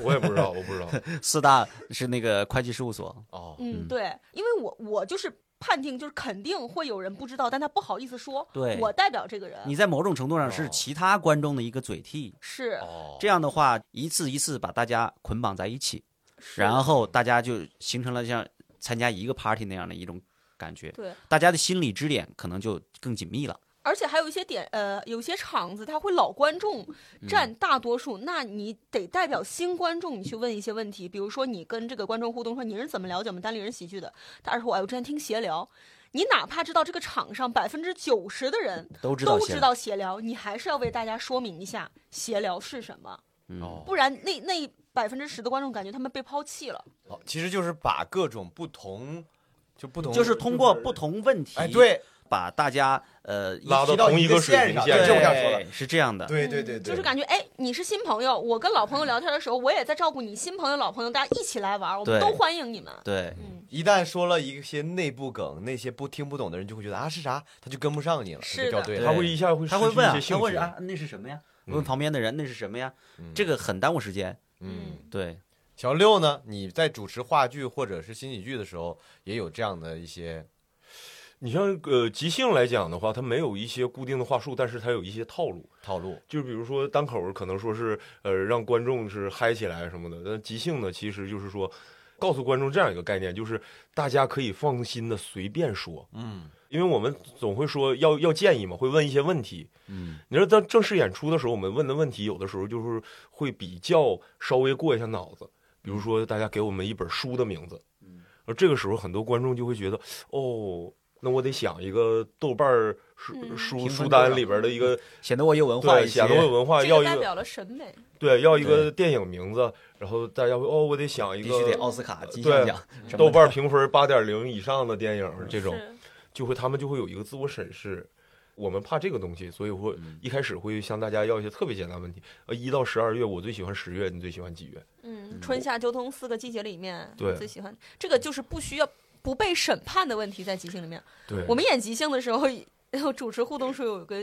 [SPEAKER 4] 我也不知道，我不知道。
[SPEAKER 5] 四大是那个会计事务所，
[SPEAKER 1] 哦，
[SPEAKER 3] 嗯，
[SPEAKER 5] 嗯
[SPEAKER 3] 对，因为我我就是判定，就是肯定会有人不知道，但他不好意思说，
[SPEAKER 5] 对
[SPEAKER 3] 我代表这个人，
[SPEAKER 5] 你在某种程度上
[SPEAKER 1] 哦
[SPEAKER 5] 是其他观众的一个嘴替，
[SPEAKER 3] 是
[SPEAKER 1] 哦，
[SPEAKER 5] 这样的话一次一次把大家捆绑在一起。
[SPEAKER 3] 是嗯
[SPEAKER 5] 然后大家就形成了像参加一个 party 那样的一种感觉，
[SPEAKER 3] 对，
[SPEAKER 5] 大家的心理支点可能就更紧密了。
[SPEAKER 3] 而且还有一些点，呃，有些场子他会老观众
[SPEAKER 5] 嗯
[SPEAKER 3] 占大多数，那你得代表新观众，你去问一些问题，比如说你跟这个观众互动说你是怎么了解我们单立人喜剧的，他说我哎我之前听闲聊，你哪怕知道这个场上百分之九十的人
[SPEAKER 5] 都知道
[SPEAKER 3] 都
[SPEAKER 5] 闲
[SPEAKER 3] 知道闲聊，你还是要为大家说明一下闲聊是什么，
[SPEAKER 5] 嗯
[SPEAKER 1] 哦
[SPEAKER 3] 不然那那百分之十的观众感觉他们被抛弃了。
[SPEAKER 1] 哦其实就是把各种不同，就不同，
[SPEAKER 5] 就是通过不同问题，
[SPEAKER 1] 哎，，对
[SPEAKER 5] 把大家呃一
[SPEAKER 4] 拉到
[SPEAKER 1] 提到
[SPEAKER 4] 同
[SPEAKER 1] 一
[SPEAKER 4] 一
[SPEAKER 1] 个
[SPEAKER 4] 个水
[SPEAKER 1] 线
[SPEAKER 4] 平
[SPEAKER 1] 上
[SPEAKER 4] 线
[SPEAKER 1] 对
[SPEAKER 4] 上
[SPEAKER 1] 这我想说的，
[SPEAKER 5] 对是这样的，
[SPEAKER 1] 对
[SPEAKER 3] 嗯就是感觉哎，你是新朋友，我跟老朋友聊天的时候，我也在照顾你新朋友、老朋友，大家一起来玩，我们
[SPEAKER 5] 对
[SPEAKER 3] 都欢迎你们。
[SPEAKER 5] 对
[SPEAKER 3] 嗯，
[SPEAKER 1] 一旦说了一些内部梗，那些不听不懂的人就会觉得啊是啥，他就跟不上你了，
[SPEAKER 3] 是
[SPEAKER 1] 他就掉
[SPEAKER 3] 的
[SPEAKER 1] 队
[SPEAKER 5] 对
[SPEAKER 1] 了。
[SPEAKER 4] 他会一下会
[SPEAKER 5] 他
[SPEAKER 4] 失
[SPEAKER 5] 会
[SPEAKER 4] 去
[SPEAKER 5] 问
[SPEAKER 4] 一
[SPEAKER 5] 啊他
[SPEAKER 4] 些，兴
[SPEAKER 5] 问
[SPEAKER 4] 趣。
[SPEAKER 5] 啊那是什么呀？
[SPEAKER 4] 嗯
[SPEAKER 5] 问旁边的人那是什么呀？
[SPEAKER 1] 嗯
[SPEAKER 5] 这个很耽误时间。
[SPEAKER 1] 嗯，
[SPEAKER 5] 对，
[SPEAKER 1] 小六呢，你在主持话剧或者是新喜剧的时候，也有这样的一些
[SPEAKER 4] 你像呃即兴来讲的话，它没有一些固定的话术，但是它有一些套路。
[SPEAKER 1] 套路。
[SPEAKER 4] 就是比如说单口儿可能说是呃让观众是嗨起来什么的，但即兴呢其实就是说告诉观众这样一个概念，就是大家可以放心的随便说，
[SPEAKER 1] 嗯，
[SPEAKER 4] 因为我们总会说要要建议嘛，会问一些问题。
[SPEAKER 5] 嗯，
[SPEAKER 4] 你说在正式演出的时候，我们问的问题有的时候就是会比较稍微过一下脑子，比如说大家给我们一本书的名字，
[SPEAKER 5] 嗯
[SPEAKER 4] 而这个时候很多观众就会觉得哦。那我得想一个豆瓣儿书
[SPEAKER 3] 嗯
[SPEAKER 4] 书
[SPEAKER 5] 评分
[SPEAKER 4] 书
[SPEAKER 5] 多少
[SPEAKER 4] 单里边的一个
[SPEAKER 5] 显得我有文化
[SPEAKER 4] 对
[SPEAKER 5] 一些
[SPEAKER 4] 显。得我有文化，
[SPEAKER 3] 这
[SPEAKER 4] 要
[SPEAKER 3] 啊个
[SPEAKER 4] 一
[SPEAKER 3] 代
[SPEAKER 4] 个
[SPEAKER 3] 表了审美。
[SPEAKER 4] 对，要一个电影名字，然后大家会哦，我得想一
[SPEAKER 5] 必须得
[SPEAKER 4] 个
[SPEAKER 5] 奥斯卡金像奖，什么的
[SPEAKER 4] 豆瓣评分八点零以上的电影，这种
[SPEAKER 3] 是
[SPEAKER 4] 就会他们就会有一个自我审视。我们怕这个东西，所以会
[SPEAKER 5] 嗯
[SPEAKER 4] 一开始会向大家要一些特别简单的问题。呃，一到十二月，我最喜欢十月，你最喜欢几月？
[SPEAKER 3] 嗯，春夏秋冬四个季节里面，
[SPEAKER 4] 对
[SPEAKER 3] 我最喜欢这个就是不需要不被审判的问题，在即兴里面。
[SPEAKER 4] 对，
[SPEAKER 3] 我们演即兴的时候，主持互动时候有个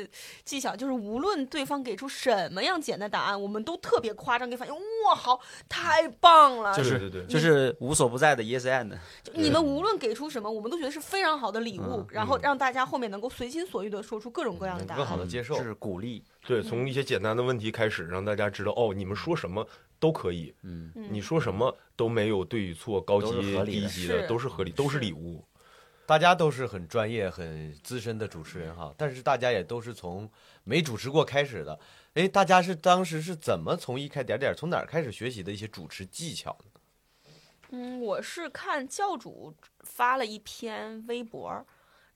[SPEAKER 3] 技巧，就是无论对方给出什么样简单答案，我们都特别夸张，给反应哇，好，太棒了！
[SPEAKER 4] 对
[SPEAKER 5] 是
[SPEAKER 4] 对对，
[SPEAKER 5] 就是无所不在的 E yes and，
[SPEAKER 3] 就嗯你们无论给出什么，我们都觉得是非常好的礼物，
[SPEAKER 5] 嗯
[SPEAKER 3] 然后让大家后面能够随心所欲的说出各种各样的
[SPEAKER 1] 能
[SPEAKER 3] 答
[SPEAKER 1] 更
[SPEAKER 3] 案。
[SPEAKER 1] 好的接受
[SPEAKER 5] 嗯就。是鼓励，
[SPEAKER 4] 对，从一些简单的问题开始，让大家知道哦，你们说什么都可以，
[SPEAKER 5] 嗯，
[SPEAKER 3] 嗯
[SPEAKER 4] 你说什么都没有对与错、高
[SPEAKER 5] 都是
[SPEAKER 4] 级
[SPEAKER 5] 合、理
[SPEAKER 4] 低
[SPEAKER 5] 的
[SPEAKER 4] 级的，
[SPEAKER 3] 是
[SPEAKER 4] 都是合理，都
[SPEAKER 3] 是
[SPEAKER 4] 是礼物。
[SPEAKER 1] 大家都是很专业、很资深的主持人哈，但是大家也都是从没主持过开始的。哎，大家是当时是怎么从一开点点从哪儿开始学习的一些主持技巧呢？
[SPEAKER 3] 嗯，我是看教主发了一篇微博，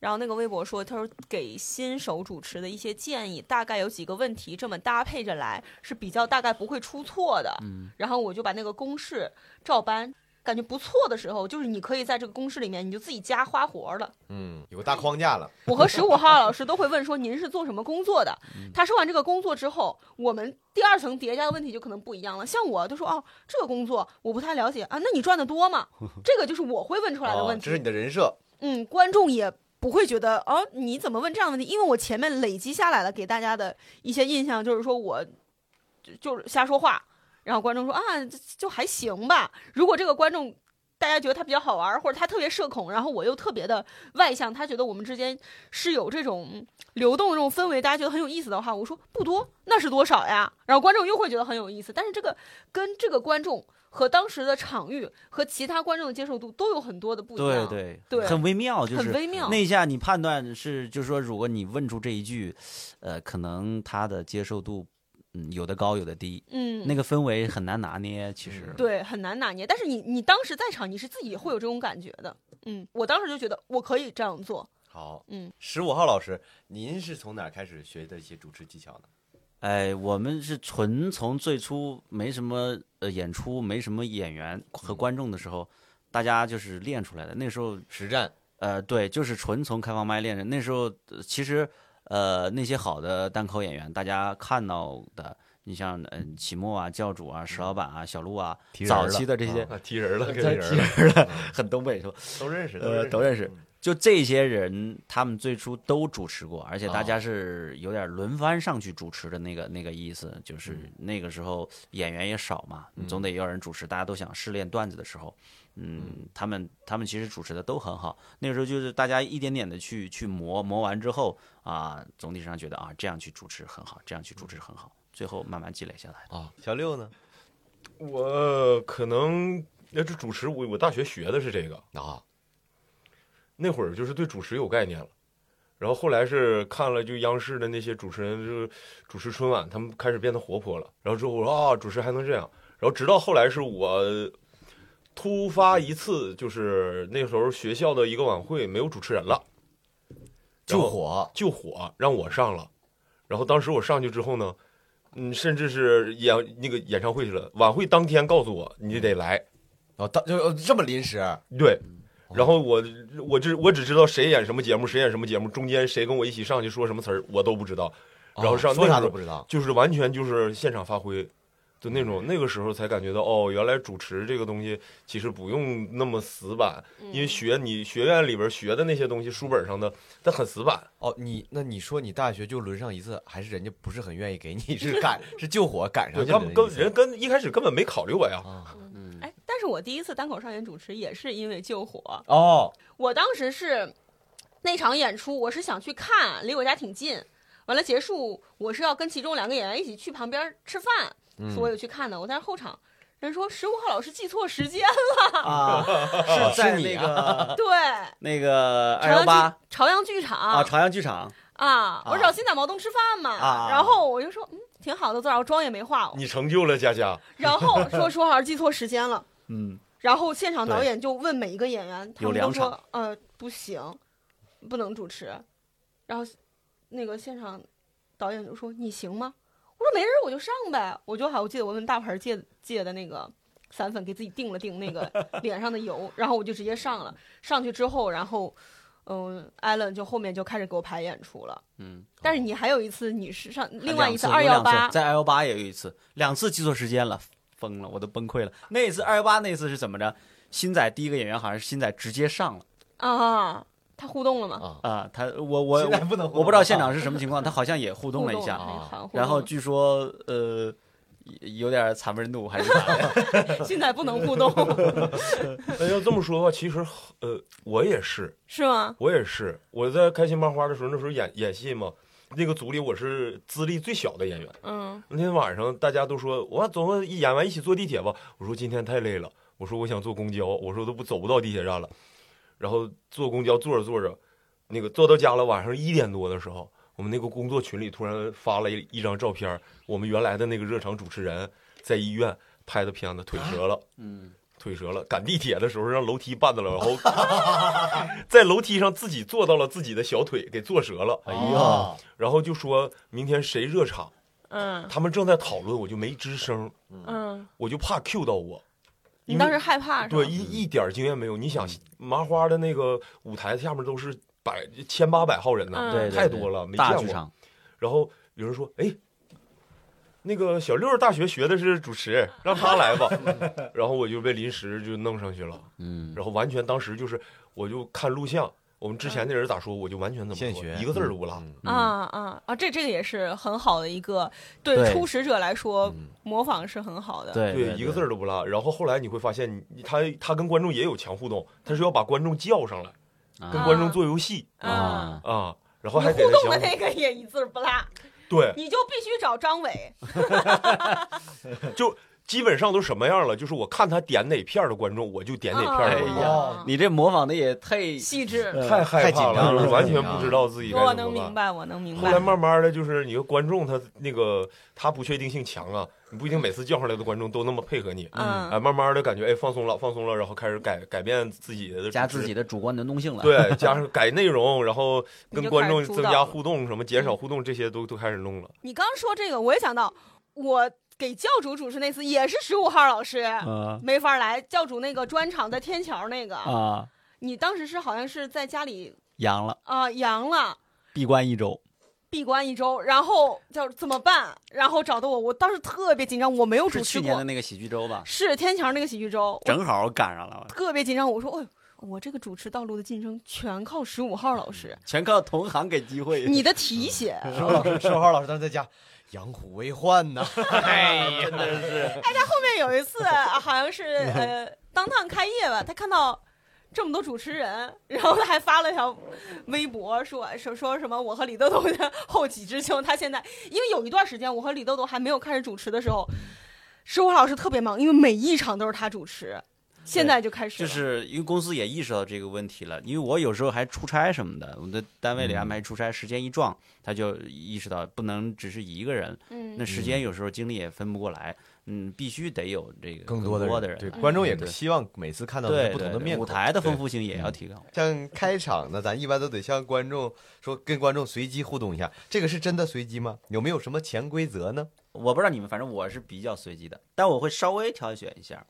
[SPEAKER 3] 然后那个微博说，他说给新手主持的一些建议，大概有几个问题这么搭配着来是比较大概不会出错的。嗯，然后我就把那个公式照搬，感觉不错的时候，就是你可以在这个公式里面，你就自己加花活了。
[SPEAKER 1] 嗯，有个大框 架了。
[SPEAKER 3] 我和十五号老师都会问说您是做什么工作的？
[SPEAKER 1] 嗯
[SPEAKER 3] 他说完这个工作之后，我们第二层叠加的问题就可能不一样了。像我就说哦，这个工作我不太了解啊，那你赚的多 吗？这个就是我会问出来的
[SPEAKER 1] 哦
[SPEAKER 3] 问
[SPEAKER 1] 这是你
[SPEAKER 3] 题。
[SPEAKER 1] 的人设。
[SPEAKER 3] 嗯，观众也不会觉得哦，你怎么问这样的问题？因为我前面累积下来了，给大家的一些印象就是说我就就是瞎说话，然后观众说啊，就就还行吧。如果这个观众大家觉得他比较好玩儿，或者他特别社恐，然后我又特别的外向，他觉得我们之间是有这种流动的这种氛围，大家觉得很有意思的话，我说不多，那是多少呀？然后观众又会觉得很有意思，但是这个跟这个观众和当时的场域和其他观众的接受度都有很多的不一
[SPEAKER 5] 对
[SPEAKER 3] 样，
[SPEAKER 5] 对
[SPEAKER 3] 对
[SPEAKER 5] 很微妙，就
[SPEAKER 3] 很
[SPEAKER 5] 是
[SPEAKER 3] 微妙。
[SPEAKER 5] 那一下你判断是，就是说，如果你问出这一句，呃，可能他的接受度，嗯，有的高，有的低，
[SPEAKER 3] 嗯，
[SPEAKER 5] 那个氛围很难拿捏，其实。
[SPEAKER 3] 对，很难拿捏。但是你你当时在场，你是自己会有这种感觉的。嗯，我当时就觉得我可以这样做。
[SPEAKER 1] 好，
[SPEAKER 3] 嗯，
[SPEAKER 1] 十五号老师，您是从哪儿开始学的一些主持技巧呢？
[SPEAKER 5] 哎，我们是纯从最初没什么呃演出，没什么演员和观众的时候，大家就是练出来的。那时候
[SPEAKER 1] 实战，
[SPEAKER 5] 呃，对，就是纯从开放麦练人。那时候呃其实，呃，那些好的单口演员，大家看到的，你像嗯、启墨啊、教主啊、石老板啊、小鹿啊，
[SPEAKER 1] 提人
[SPEAKER 5] 早
[SPEAKER 1] 了
[SPEAKER 5] 期的这些、
[SPEAKER 4] 啊，提人了，给
[SPEAKER 5] 在
[SPEAKER 4] 人
[SPEAKER 5] 提
[SPEAKER 4] 了，
[SPEAKER 5] 很东北是吧？
[SPEAKER 1] 都认识，嗯
[SPEAKER 5] 呃，都认识。就这些人，他们最初都主持过，而且大家是有点轮番上去主持的那个那个意思，就是那个时候演员也少嘛，你总得要人主持，大家都想试练段子的时候，嗯，他们他们其实主持的都很好。那个时候就是大家一点点的去去磨，磨完之后啊，总体上觉得啊这样去主持很好，这样去主持很好，最后慢慢积累下来。
[SPEAKER 1] 啊。小六呢？
[SPEAKER 4] 我可能那这主持，我我大学学的是这个，
[SPEAKER 1] 啊，
[SPEAKER 4] 那会儿就是对主持有概念了。然后后来是看了就央视的那些主持人，就是主持春晚，他们开始变得活泼了。然后之后我说啊，主持还能这样。然后直到后来是我突发一次，就是那时候学校的一个晚会没有主持人了，
[SPEAKER 1] 救火，
[SPEAKER 4] 救火让我上了，然后当时我上去之后呢，嗯，甚至是演那个演唱会去了，晚会当天告诉我你得来，
[SPEAKER 1] 哦，当就哦这么临时，
[SPEAKER 4] 对，
[SPEAKER 1] 嗯
[SPEAKER 4] 然
[SPEAKER 1] 哦
[SPEAKER 4] 后我我只我只知道谁演什么节目，谁演什么节目，中间谁跟我一起上去说什么词儿我都不知道，然后
[SPEAKER 1] 哦
[SPEAKER 4] 上
[SPEAKER 1] 说
[SPEAKER 4] 那
[SPEAKER 1] 啥
[SPEAKER 4] 会儿
[SPEAKER 1] 都不知道。
[SPEAKER 4] 就是完全就是现场发挥。就那
[SPEAKER 1] 嗯
[SPEAKER 4] 种那个时候才感觉到哦，原来主持这个东西其实不用那么死板，因
[SPEAKER 3] 嗯
[SPEAKER 1] 嗯
[SPEAKER 4] 为学你学院里边学的那些东西，书本上的它很死板，
[SPEAKER 1] 哦，你那你说你大学就轮上一次，还是人家不是很愿意给你？是 赶是救火赶上
[SPEAKER 4] 对，
[SPEAKER 1] 的
[SPEAKER 4] 他们跟
[SPEAKER 1] 一次
[SPEAKER 4] 人跟一开始根本没考虑我呀，
[SPEAKER 1] 啊
[SPEAKER 5] 嗯，
[SPEAKER 3] 哎，但是我第一次单口上演主持也是因为救火。
[SPEAKER 1] 哦，
[SPEAKER 3] 我当时是那场演出，我是想去看，离我家挺近。完了结束，我是要跟其中两个演员一起去旁边吃饭，
[SPEAKER 5] 嗯
[SPEAKER 1] 嗯
[SPEAKER 3] 所以我就去看的。我在后场，人说十五号老师记错时间了，
[SPEAKER 5] 啊， 是
[SPEAKER 1] 在
[SPEAKER 5] 你
[SPEAKER 1] 那
[SPEAKER 5] 啊，
[SPEAKER 3] 对，
[SPEAKER 5] 那个二
[SPEAKER 3] 朝
[SPEAKER 5] 幺
[SPEAKER 3] 阳
[SPEAKER 5] 八
[SPEAKER 3] 剧朝阳剧场
[SPEAKER 5] 啊，朝阳剧场
[SPEAKER 3] 啊，我
[SPEAKER 5] 啊
[SPEAKER 3] 找新党毛东吃饭嘛，
[SPEAKER 5] 啊
[SPEAKER 3] 然后我就说，嗯，挺好的，坐然后妆也没化，
[SPEAKER 4] 你成就了佳佳，
[SPEAKER 3] 然后说说好像记错时间了，
[SPEAKER 5] 嗯，
[SPEAKER 3] 然后现场导演就问每一个演员，他
[SPEAKER 5] 有
[SPEAKER 3] 们
[SPEAKER 5] 两
[SPEAKER 3] 都
[SPEAKER 5] 场
[SPEAKER 3] 说，呃，不行，不能主持，然后那个现场导演就说你行吗？我说没事儿，我就上呗，我就好，我记得我问大盆儿借借的那个。散粉给自己定了定那个脸上的 油，然后我就直接上了。上去之后，然后，嗯，艾伦就后面就开始给我排演出了。
[SPEAKER 5] 嗯，
[SPEAKER 3] 但是你还有一次，你是上另外
[SPEAKER 5] 两
[SPEAKER 3] 一
[SPEAKER 5] 次
[SPEAKER 3] 二
[SPEAKER 5] 有
[SPEAKER 3] 幺
[SPEAKER 5] 两
[SPEAKER 3] 八
[SPEAKER 5] 次，在二幺八也有一次，两次记错时间了，疯了，我都崩溃了。那一次二幺八那一次是怎么着？新仔第一个演员好像是新仔直接上了
[SPEAKER 3] 啊，他互动了吗？
[SPEAKER 5] 啊、他我我
[SPEAKER 1] 现在不能
[SPEAKER 5] 我不知道现场是什么情况，他好像也互
[SPEAKER 3] 互
[SPEAKER 5] 动了一下，
[SPEAKER 1] 啊
[SPEAKER 3] 哎好互
[SPEAKER 5] 然后
[SPEAKER 3] 动
[SPEAKER 5] 据说呃有点惨不忍睹还是咋的？
[SPEAKER 3] 现在不能互动，
[SPEAKER 4] 那要这么说的话，其实呃，我也是，
[SPEAKER 3] 是吗？
[SPEAKER 4] 我也是，我在开心麻花的时候，那时候演演戏嘛，那个组里我是资历最小的演员。
[SPEAKER 3] 嗯，
[SPEAKER 4] 那天晚上大家都说，我总共演完一起坐地铁吧。我说今天太累了，我说我想坐公交，我说都不走不到地铁站了。然后坐公交坐着坐着，那个坐到家了，晚上一点多的时候，我们那个工作群里突然发了一一张照片，我们原来的那个热场主持人在医院拍的片子，腿折了。
[SPEAKER 5] 嗯，
[SPEAKER 4] 腿折了，赶地铁的时候让楼梯绊到了，然后 在楼梯上自己坐到了自己的小腿，给坐折了。
[SPEAKER 1] 哎
[SPEAKER 5] 哦
[SPEAKER 1] 呀，
[SPEAKER 4] 然后就说明天谁热场，
[SPEAKER 3] 嗯
[SPEAKER 4] 他们正在讨论，我就没吱声，
[SPEAKER 3] 嗯，
[SPEAKER 4] 我就怕 Q 到我。
[SPEAKER 3] 你当时害怕是
[SPEAKER 4] 对
[SPEAKER 3] 吧？
[SPEAKER 4] 一一点经验没有，你想
[SPEAKER 5] 嗯
[SPEAKER 4] 麻花的那个舞台下面都是百千八百号人呢，
[SPEAKER 3] 嗯
[SPEAKER 5] 对，对
[SPEAKER 4] 太多了，没
[SPEAKER 5] 对
[SPEAKER 4] 见
[SPEAKER 5] 大
[SPEAKER 4] 过。嗯
[SPEAKER 5] 剧场
[SPEAKER 4] 然后有人说：“哎，那个小六儿大学学的是主持，让他来 吧。”然后我就被临时就弄上去了。
[SPEAKER 5] 嗯。
[SPEAKER 4] 然后完全当时就是，我就看录像，我们之前那人咋说，我就完全怎么
[SPEAKER 1] 现
[SPEAKER 4] 说
[SPEAKER 1] 学，
[SPEAKER 4] 一个字儿都不落。
[SPEAKER 1] 嗯
[SPEAKER 3] 啊啊啊！这这个也是很好的一个对
[SPEAKER 5] 对
[SPEAKER 3] 初始者来
[SPEAKER 1] 嗯
[SPEAKER 3] 说， 模仿是很好的。，
[SPEAKER 5] 对
[SPEAKER 4] 对，一个字儿都不落。然后后来你会发现，你他他跟观众也有强互动，他是要把观众叫上来，跟
[SPEAKER 5] 啊
[SPEAKER 4] 观众做游戏
[SPEAKER 3] 啊，
[SPEAKER 4] 啊，然后
[SPEAKER 3] 你
[SPEAKER 4] 还给
[SPEAKER 3] 互动
[SPEAKER 4] 他
[SPEAKER 3] 的
[SPEAKER 4] 强
[SPEAKER 3] 那个也一字不落，
[SPEAKER 4] 对，
[SPEAKER 3] 你就必须找张伟。
[SPEAKER 4] 就基本上都什么样了？就是我看他点哪片儿的观众，我就点哪片儿的
[SPEAKER 5] 哎
[SPEAKER 4] 观众。
[SPEAKER 5] 呀
[SPEAKER 3] 嗯
[SPEAKER 1] 哦
[SPEAKER 5] 你这模仿的也太
[SPEAKER 3] 细致，
[SPEAKER 5] 呃
[SPEAKER 4] 太害怕
[SPEAKER 1] 太紧张
[SPEAKER 4] 了，
[SPEAKER 1] 了
[SPEAKER 4] 就是完全不知道自己该
[SPEAKER 3] 我
[SPEAKER 4] 怎
[SPEAKER 3] 能
[SPEAKER 4] 么
[SPEAKER 3] 明
[SPEAKER 4] 办。
[SPEAKER 3] 白，我能明
[SPEAKER 4] 后来
[SPEAKER 3] 白。
[SPEAKER 4] 慢慢的就是你的观众他那个他不确定性强啊，你不一定每次叫上来的观众都那么配合你。
[SPEAKER 3] 嗯
[SPEAKER 4] 哎，慢慢的感觉哎放松了，放松了，然后开始改改变自己的
[SPEAKER 5] 加
[SPEAKER 4] 主持
[SPEAKER 5] 自己的主观能动性了。，
[SPEAKER 4] 对，加上改内容，然后
[SPEAKER 3] 你
[SPEAKER 4] 跟
[SPEAKER 3] 就
[SPEAKER 4] 观
[SPEAKER 3] 开
[SPEAKER 4] 众
[SPEAKER 3] 始主
[SPEAKER 4] 增
[SPEAKER 3] 导
[SPEAKER 4] 加
[SPEAKER 3] 了嗯
[SPEAKER 4] 互动，什么减少互动，这些都都开始弄了。
[SPEAKER 3] 你刚说这个，我也想到，我给教主主持那次也是十五号老师。
[SPEAKER 5] 啊
[SPEAKER 3] 没法来，教主那个专场在天桥那个，
[SPEAKER 5] 啊，
[SPEAKER 3] 你当时是好像是在家里
[SPEAKER 5] 阳了，
[SPEAKER 3] 啊、阳了，
[SPEAKER 5] 闭关一周。
[SPEAKER 3] 闭关一周，然后叫怎么办？然后找的我，我当时特别紧张，我没有主
[SPEAKER 5] 是
[SPEAKER 3] 持
[SPEAKER 5] 去年
[SPEAKER 3] 过
[SPEAKER 5] 的，那个喜剧周吧？
[SPEAKER 3] 是天桥那个喜剧周，我
[SPEAKER 5] 正好赶上了，
[SPEAKER 3] 特别紧张。我说，哎，我这个主持道路的晋升全靠十五号老师，
[SPEAKER 5] 全靠同行给机会。
[SPEAKER 3] 你的提携。
[SPEAKER 1] 邵老师，邵浩老师当时在家养虎为患呐，哎 呀，
[SPEAKER 3] 后面有一次，啊好像是呃当趟开业吧，他看到这么多主持人， 然后他还发了条微博说说说什么我和李豆豆的后起之秀，他现在因为有一段时间我和李豆豆还没有开始主持的时候，石虎老师特别忙，因为每一场都是他主持，现在就开 始
[SPEAKER 5] 就
[SPEAKER 3] 了
[SPEAKER 5] 是因为公司也意识到这个问题了，因为我有时候还出差什么的，我的单位里
[SPEAKER 1] 嗯
[SPEAKER 5] 安排出差，时间一撞，他就意识到不能只是一个人，
[SPEAKER 3] 嗯
[SPEAKER 5] 那时间有时候精力也分不过来，嗯，必须得有这个
[SPEAKER 1] 更
[SPEAKER 5] 多
[SPEAKER 1] 多的哎
[SPEAKER 5] 的
[SPEAKER 1] 对
[SPEAKER 5] 人，嗯
[SPEAKER 1] 观众也
[SPEAKER 5] 对
[SPEAKER 1] 希望每次看到的
[SPEAKER 5] 对
[SPEAKER 1] 是不同的
[SPEAKER 5] 对
[SPEAKER 1] 面
[SPEAKER 5] 舞
[SPEAKER 1] 孔。
[SPEAKER 5] 台的丰
[SPEAKER 1] 对嗯
[SPEAKER 5] 富性也要提高。
[SPEAKER 1] 像开场呢，咱一般都得向观众说，跟观众随机互动一下，这个是真的随机吗？有没有什么潜规则呢？
[SPEAKER 5] 我不知道你们，反正我是比较随机的，但我会稍微挑选一下，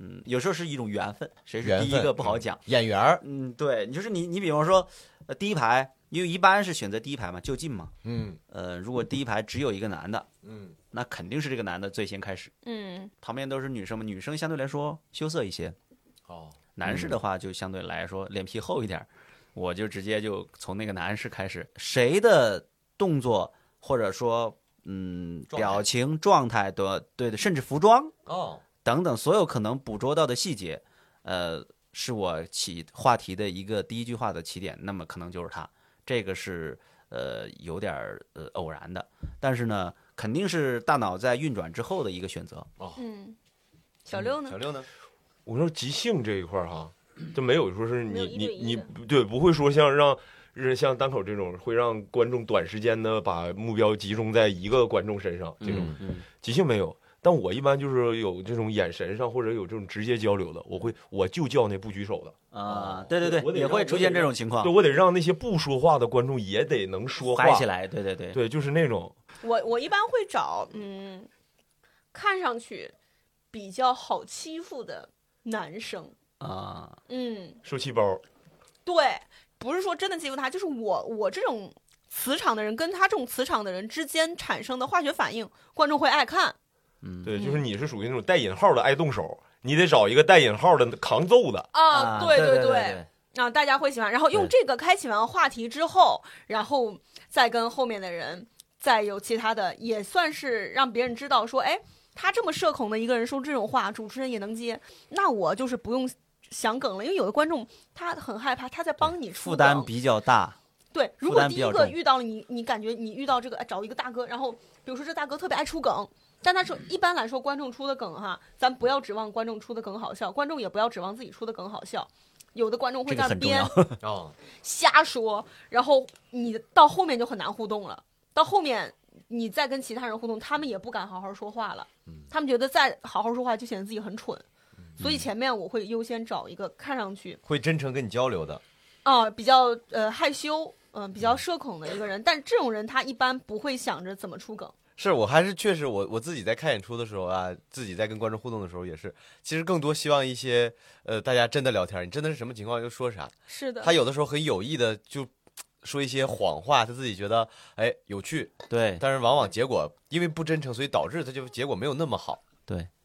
[SPEAKER 5] 嗯，有时候是一种缘分，谁是
[SPEAKER 1] 缘
[SPEAKER 5] 第一
[SPEAKER 1] 分
[SPEAKER 5] 个不好讲。
[SPEAKER 1] 演员儿，
[SPEAKER 5] 嗯，对，你就是你，你比方说，呃，第一排，因为一般是选择第一排嘛，就近嘛。
[SPEAKER 1] 嗯
[SPEAKER 5] 呃，如果第一排只有一个男的，
[SPEAKER 1] 嗯，
[SPEAKER 5] 那肯定是这个男的最先开始，
[SPEAKER 3] 嗯
[SPEAKER 5] 旁边都是女生嘛，女生相对来说羞涩一些，
[SPEAKER 1] 哦，
[SPEAKER 5] 男士的话就相对来说脸皮厚一点儿，我就直接就从那个男士开始，谁的动作或者说嗯
[SPEAKER 1] 状态
[SPEAKER 5] 表情状态的对的，甚至服装
[SPEAKER 1] 哦，
[SPEAKER 5] 等等所有可能捕捉到的细节，呃，是我起话题的一个第一句话的起点，那么可能就是他，这个是呃有点儿呃偶然的，但是呢，肯定是大脑在运转之后的一个选择。
[SPEAKER 3] 嗯，小六呢
[SPEAKER 1] 嗯小？六呢？
[SPEAKER 4] 我说即兴这一块儿哈，就没有说是
[SPEAKER 3] 没有
[SPEAKER 4] 你
[SPEAKER 3] 一
[SPEAKER 4] 你
[SPEAKER 3] 对一
[SPEAKER 4] 你
[SPEAKER 3] 的
[SPEAKER 4] 不对，不会说像让是像单口这种会让观众短时间的把目标集中在一个观众身上，这种、
[SPEAKER 5] 嗯
[SPEAKER 4] 即兴没有。但我一般就是有这种眼神上或者有这种直接交流的，我会我就叫那不举手的，
[SPEAKER 5] 啊，对对
[SPEAKER 4] 我
[SPEAKER 5] 对，
[SPEAKER 4] 得
[SPEAKER 5] 也
[SPEAKER 4] 让
[SPEAKER 5] 会
[SPEAKER 4] 我
[SPEAKER 5] 出
[SPEAKER 4] 得
[SPEAKER 5] 现这
[SPEAKER 4] 让
[SPEAKER 5] 种情况
[SPEAKER 4] 对，我得让那些不说话的观众也得能说话
[SPEAKER 5] 嗨起。来，对对对，
[SPEAKER 4] 对，就是那种
[SPEAKER 3] 我我一般会找嗯，看上去比较好欺负的男生，
[SPEAKER 5] 啊，
[SPEAKER 3] 嗯。
[SPEAKER 4] 受气包。
[SPEAKER 3] 对，不是说真的欺负他，就是我我这种磁场的人跟他这种磁场的人之间产生的化学反应，观众会爱看。
[SPEAKER 5] 嗯，
[SPEAKER 4] 对，就是你是属于那种带引号的爱动手，你得找一个带引号的扛揍的。
[SPEAKER 3] 啊，
[SPEAKER 5] 对
[SPEAKER 3] 对
[SPEAKER 5] 对
[SPEAKER 3] 啊，大家会喜欢。然后用
[SPEAKER 5] 对
[SPEAKER 3] 这个开启完话题之后，然后再跟后面的人再有其他的，也算是让别人知道说，哎，他这么社恐的一个人说这种话，主持人也能接，那我就是不用想梗了，因为有的观众他很害怕，他在帮你出
[SPEAKER 5] 负担
[SPEAKER 3] 梗
[SPEAKER 5] 比较大，
[SPEAKER 3] 对，如
[SPEAKER 5] 负
[SPEAKER 3] 果
[SPEAKER 5] 担
[SPEAKER 3] 第
[SPEAKER 5] 比
[SPEAKER 3] 一
[SPEAKER 5] 较
[SPEAKER 3] 个
[SPEAKER 5] 重
[SPEAKER 3] 遇到了你，你感觉你遇到这个哎找一个大哥，然后比如说这大哥特别爱出梗，但他说一般来说观众出的梗哈，咱不要指望观众出的梗好笑，观众也不要指望自己出的梗好笑。有的观众会
[SPEAKER 5] 这个
[SPEAKER 3] 在那
[SPEAKER 5] 很重
[SPEAKER 3] 编
[SPEAKER 5] 要
[SPEAKER 1] 哦，
[SPEAKER 3] 瞎说，然后你到后面就很难互动了。到后面你再跟其他人互动，他们也不敢好好说话了，他们觉得再好好说话就显得自己很蠢。所以前面我会优先找一个看上去
[SPEAKER 1] 会真诚跟你交流的，
[SPEAKER 3] 啊、比较呃害羞，嗯、比较社恐的一个人。但这种人他一般不会想着怎么出梗，
[SPEAKER 1] 是我还是确实我我自己在看演出的时候啊，自己在跟观众互动的时候也是，其实更多希望一些呃大家真的聊天，你真的是什么情况就说啥。
[SPEAKER 3] 是的
[SPEAKER 1] 他有的时候很有意的就说一些谎话，他自己觉得哎有趣，
[SPEAKER 5] 对，
[SPEAKER 1] 但是往往结果因为不真诚，所以导致他就结果没有那么好。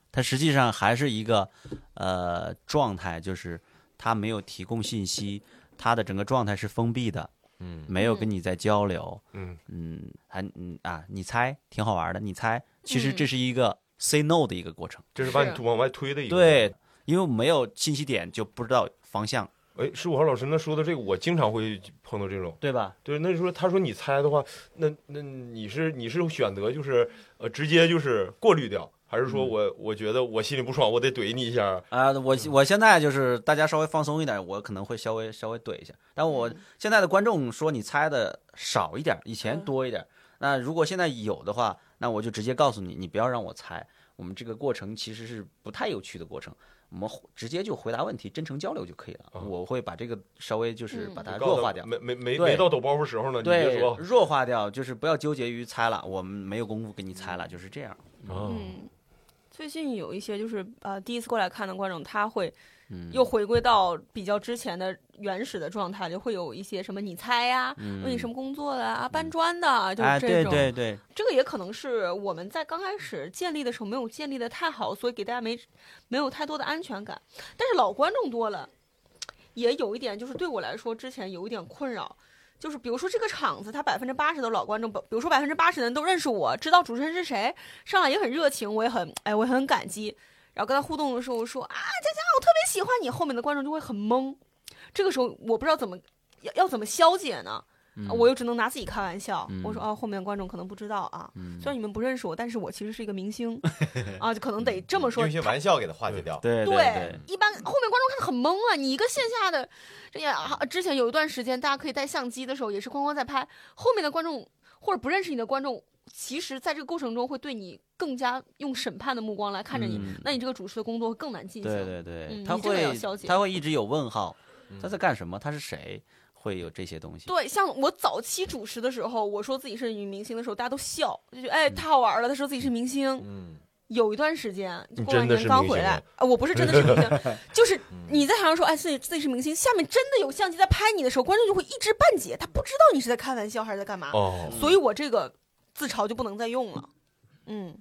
[SPEAKER 5] 它实际上还是一个呃状态，就是它没有提供信息，它的整个状态是封闭的，
[SPEAKER 1] 嗯
[SPEAKER 5] 没有跟你在交流，
[SPEAKER 4] 嗯，
[SPEAKER 5] 嗯，还嗯啊，你猜挺好玩的，你猜，其实
[SPEAKER 3] 嗯
[SPEAKER 5] 这是一个 say no 的一个过程，
[SPEAKER 4] 这是把你
[SPEAKER 3] 是
[SPEAKER 4] 往外推的一个。
[SPEAKER 5] 对，因为没有信息点就不知道方向，
[SPEAKER 4] 哎，十五号老师，那说到这个，我经常会碰到这种。
[SPEAKER 5] 对吧？
[SPEAKER 4] 对，那就说他说你猜的话，那那你是你是选择就是呃直接就是过滤掉，还是说
[SPEAKER 5] 嗯
[SPEAKER 4] 我我觉得我心里不爽，我得怼你一下？
[SPEAKER 5] 啊、我我现在就是大家稍微放松一点，我可能会稍微稍微怼一下。但
[SPEAKER 3] 嗯
[SPEAKER 5] 我现在的观众说你猜的少一点，以前
[SPEAKER 3] 嗯
[SPEAKER 5] 多一点。那如果现在有的话，那我就直接告诉你，你不要让我猜。我们这个过程其实是不太有趣的过程，我们回直接就回答问题，真诚交流就可以了。
[SPEAKER 4] 啊
[SPEAKER 5] 我会把这个稍微就是
[SPEAKER 3] 嗯
[SPEAKER 5] 把它
[SPEAKER 4] 告诉
[SPEAKER 5] 啊弱
[SPEAKER 4] 他
[SPEAKER 5] 化掉，
[SPEAKER 4] 没没没
[SPEAKER 5] 对
[SPEAKER 4] 没到抖包袱时候呢，你别
[SPEAKER 5] 对
[SPEAKER 4] 说，。
[SPEAKER 5] 弱化掉，就是不要纠结于猜了，我们没有功夫给你猜了，就是这样。
[SPEAKER 4] 哦
[SPEAKER 3] 嗯，最近有一些就是呃第一次过来看的观众，他会
[SPEAKER 5] 嗯，
[SPEAKER 3] 又回归到比较之前的原始的状态，就会有一些什么你猜呀、问你什么工作的啊，搬砖的啊，就
[SPEAKER 5] 嗯
[SPEAKER 3] 是
[SPEAKER 5] 哎，
[SPEAKER 3] 这
[SPEAKER 5] 对
[SPEAKER 3] 种。
[SPEAKER 5] 对对，
[SPEAKER 3] 这个也可能是我们在刚开始建立的时候没有建立的太好，所以给大家没没有太多的安全感。但是老观众多了，也有一点就是对我来说之前有一点困扰，就是比如说这个场子它百分之八十的老观众，比如说百分之八十的人都认识我，知道主持人是谁，上来也很热情，我也很哎我也很感激。然后跟他互动的时候说啊，佳佳，我特别喜欢你，后面的观众就会很懵。这个时候我不知道怎么要要怎么消解呢？啊我又只能拿自己开玩笑，我说啊，后面观众可能不知道啊，虽然你们不认识我，但是我其实是一个明星啊，就可能得这么说
[SPEAKER 1] 用一。些玩笑给他化解掉。
[SPEAKER 5] 对对，
[SPEAKER 3] 一般后面观众看的很懵了。你一个线下的，这样啊，之前有一段时间，大家可以带相机的时候，也是光光在拍，后面的观众或者不认识你的观众，其实在这个过程中会对你更加用审判的目光来看着你，
[SPEAKER 5] 嗯
[SPEAKER 3] 那你这个主持的工作会更难进行。
[SPEAKER 5] 对对对，
[SPEAKER 3] 嗯
[SPEAKER 5] 他
[SPEAKER 3] 你这个要
[SPEAKER 5] 会
[SPEAKER 3] 消解
[SPEAKER 5] 他会一直有问号，他在干什么？他是谁？会有这些东西。
[SPEAKER 3] 对，像我早期主持的时候，我说自己是女明星的时候，大家都笑，就觉
[SPEAKER 5] 嗯
[SPEAKER 3] 得哎太好玩了。他说自己是明星，
[SPEAKER 1] 嗯，
[SPEAKER 3] 有一段时间，就
[SPEAKER 4] 你
[SPEAKER 3] 过完
[SPEAKER 4] 真的
[SPEAKER 3] 年
[SPEAKER 4] 是
[SPEAKER 3] 刚
[SPEAKER 4] 明
[SPEAKER 3] 回
[SPEAKER 4] 星
[SPEAKER 3] 来
[SPEAKER 4] 吗，
[SPEAKER 3] 啊，我不是真的是明星， 就是
[SPEAKER 5] 嗯
[SPEAKER 3] 你在台上说，哎，自己自己是明星，下面真的有相机在拍你的时候，观众就会一知半解，他不知道你是在开玩笑还是在干嘛，
[SPEAKER 4] 哦，
[SPEAKER 3] 所以我这个自嘲就不能再用了。嗯，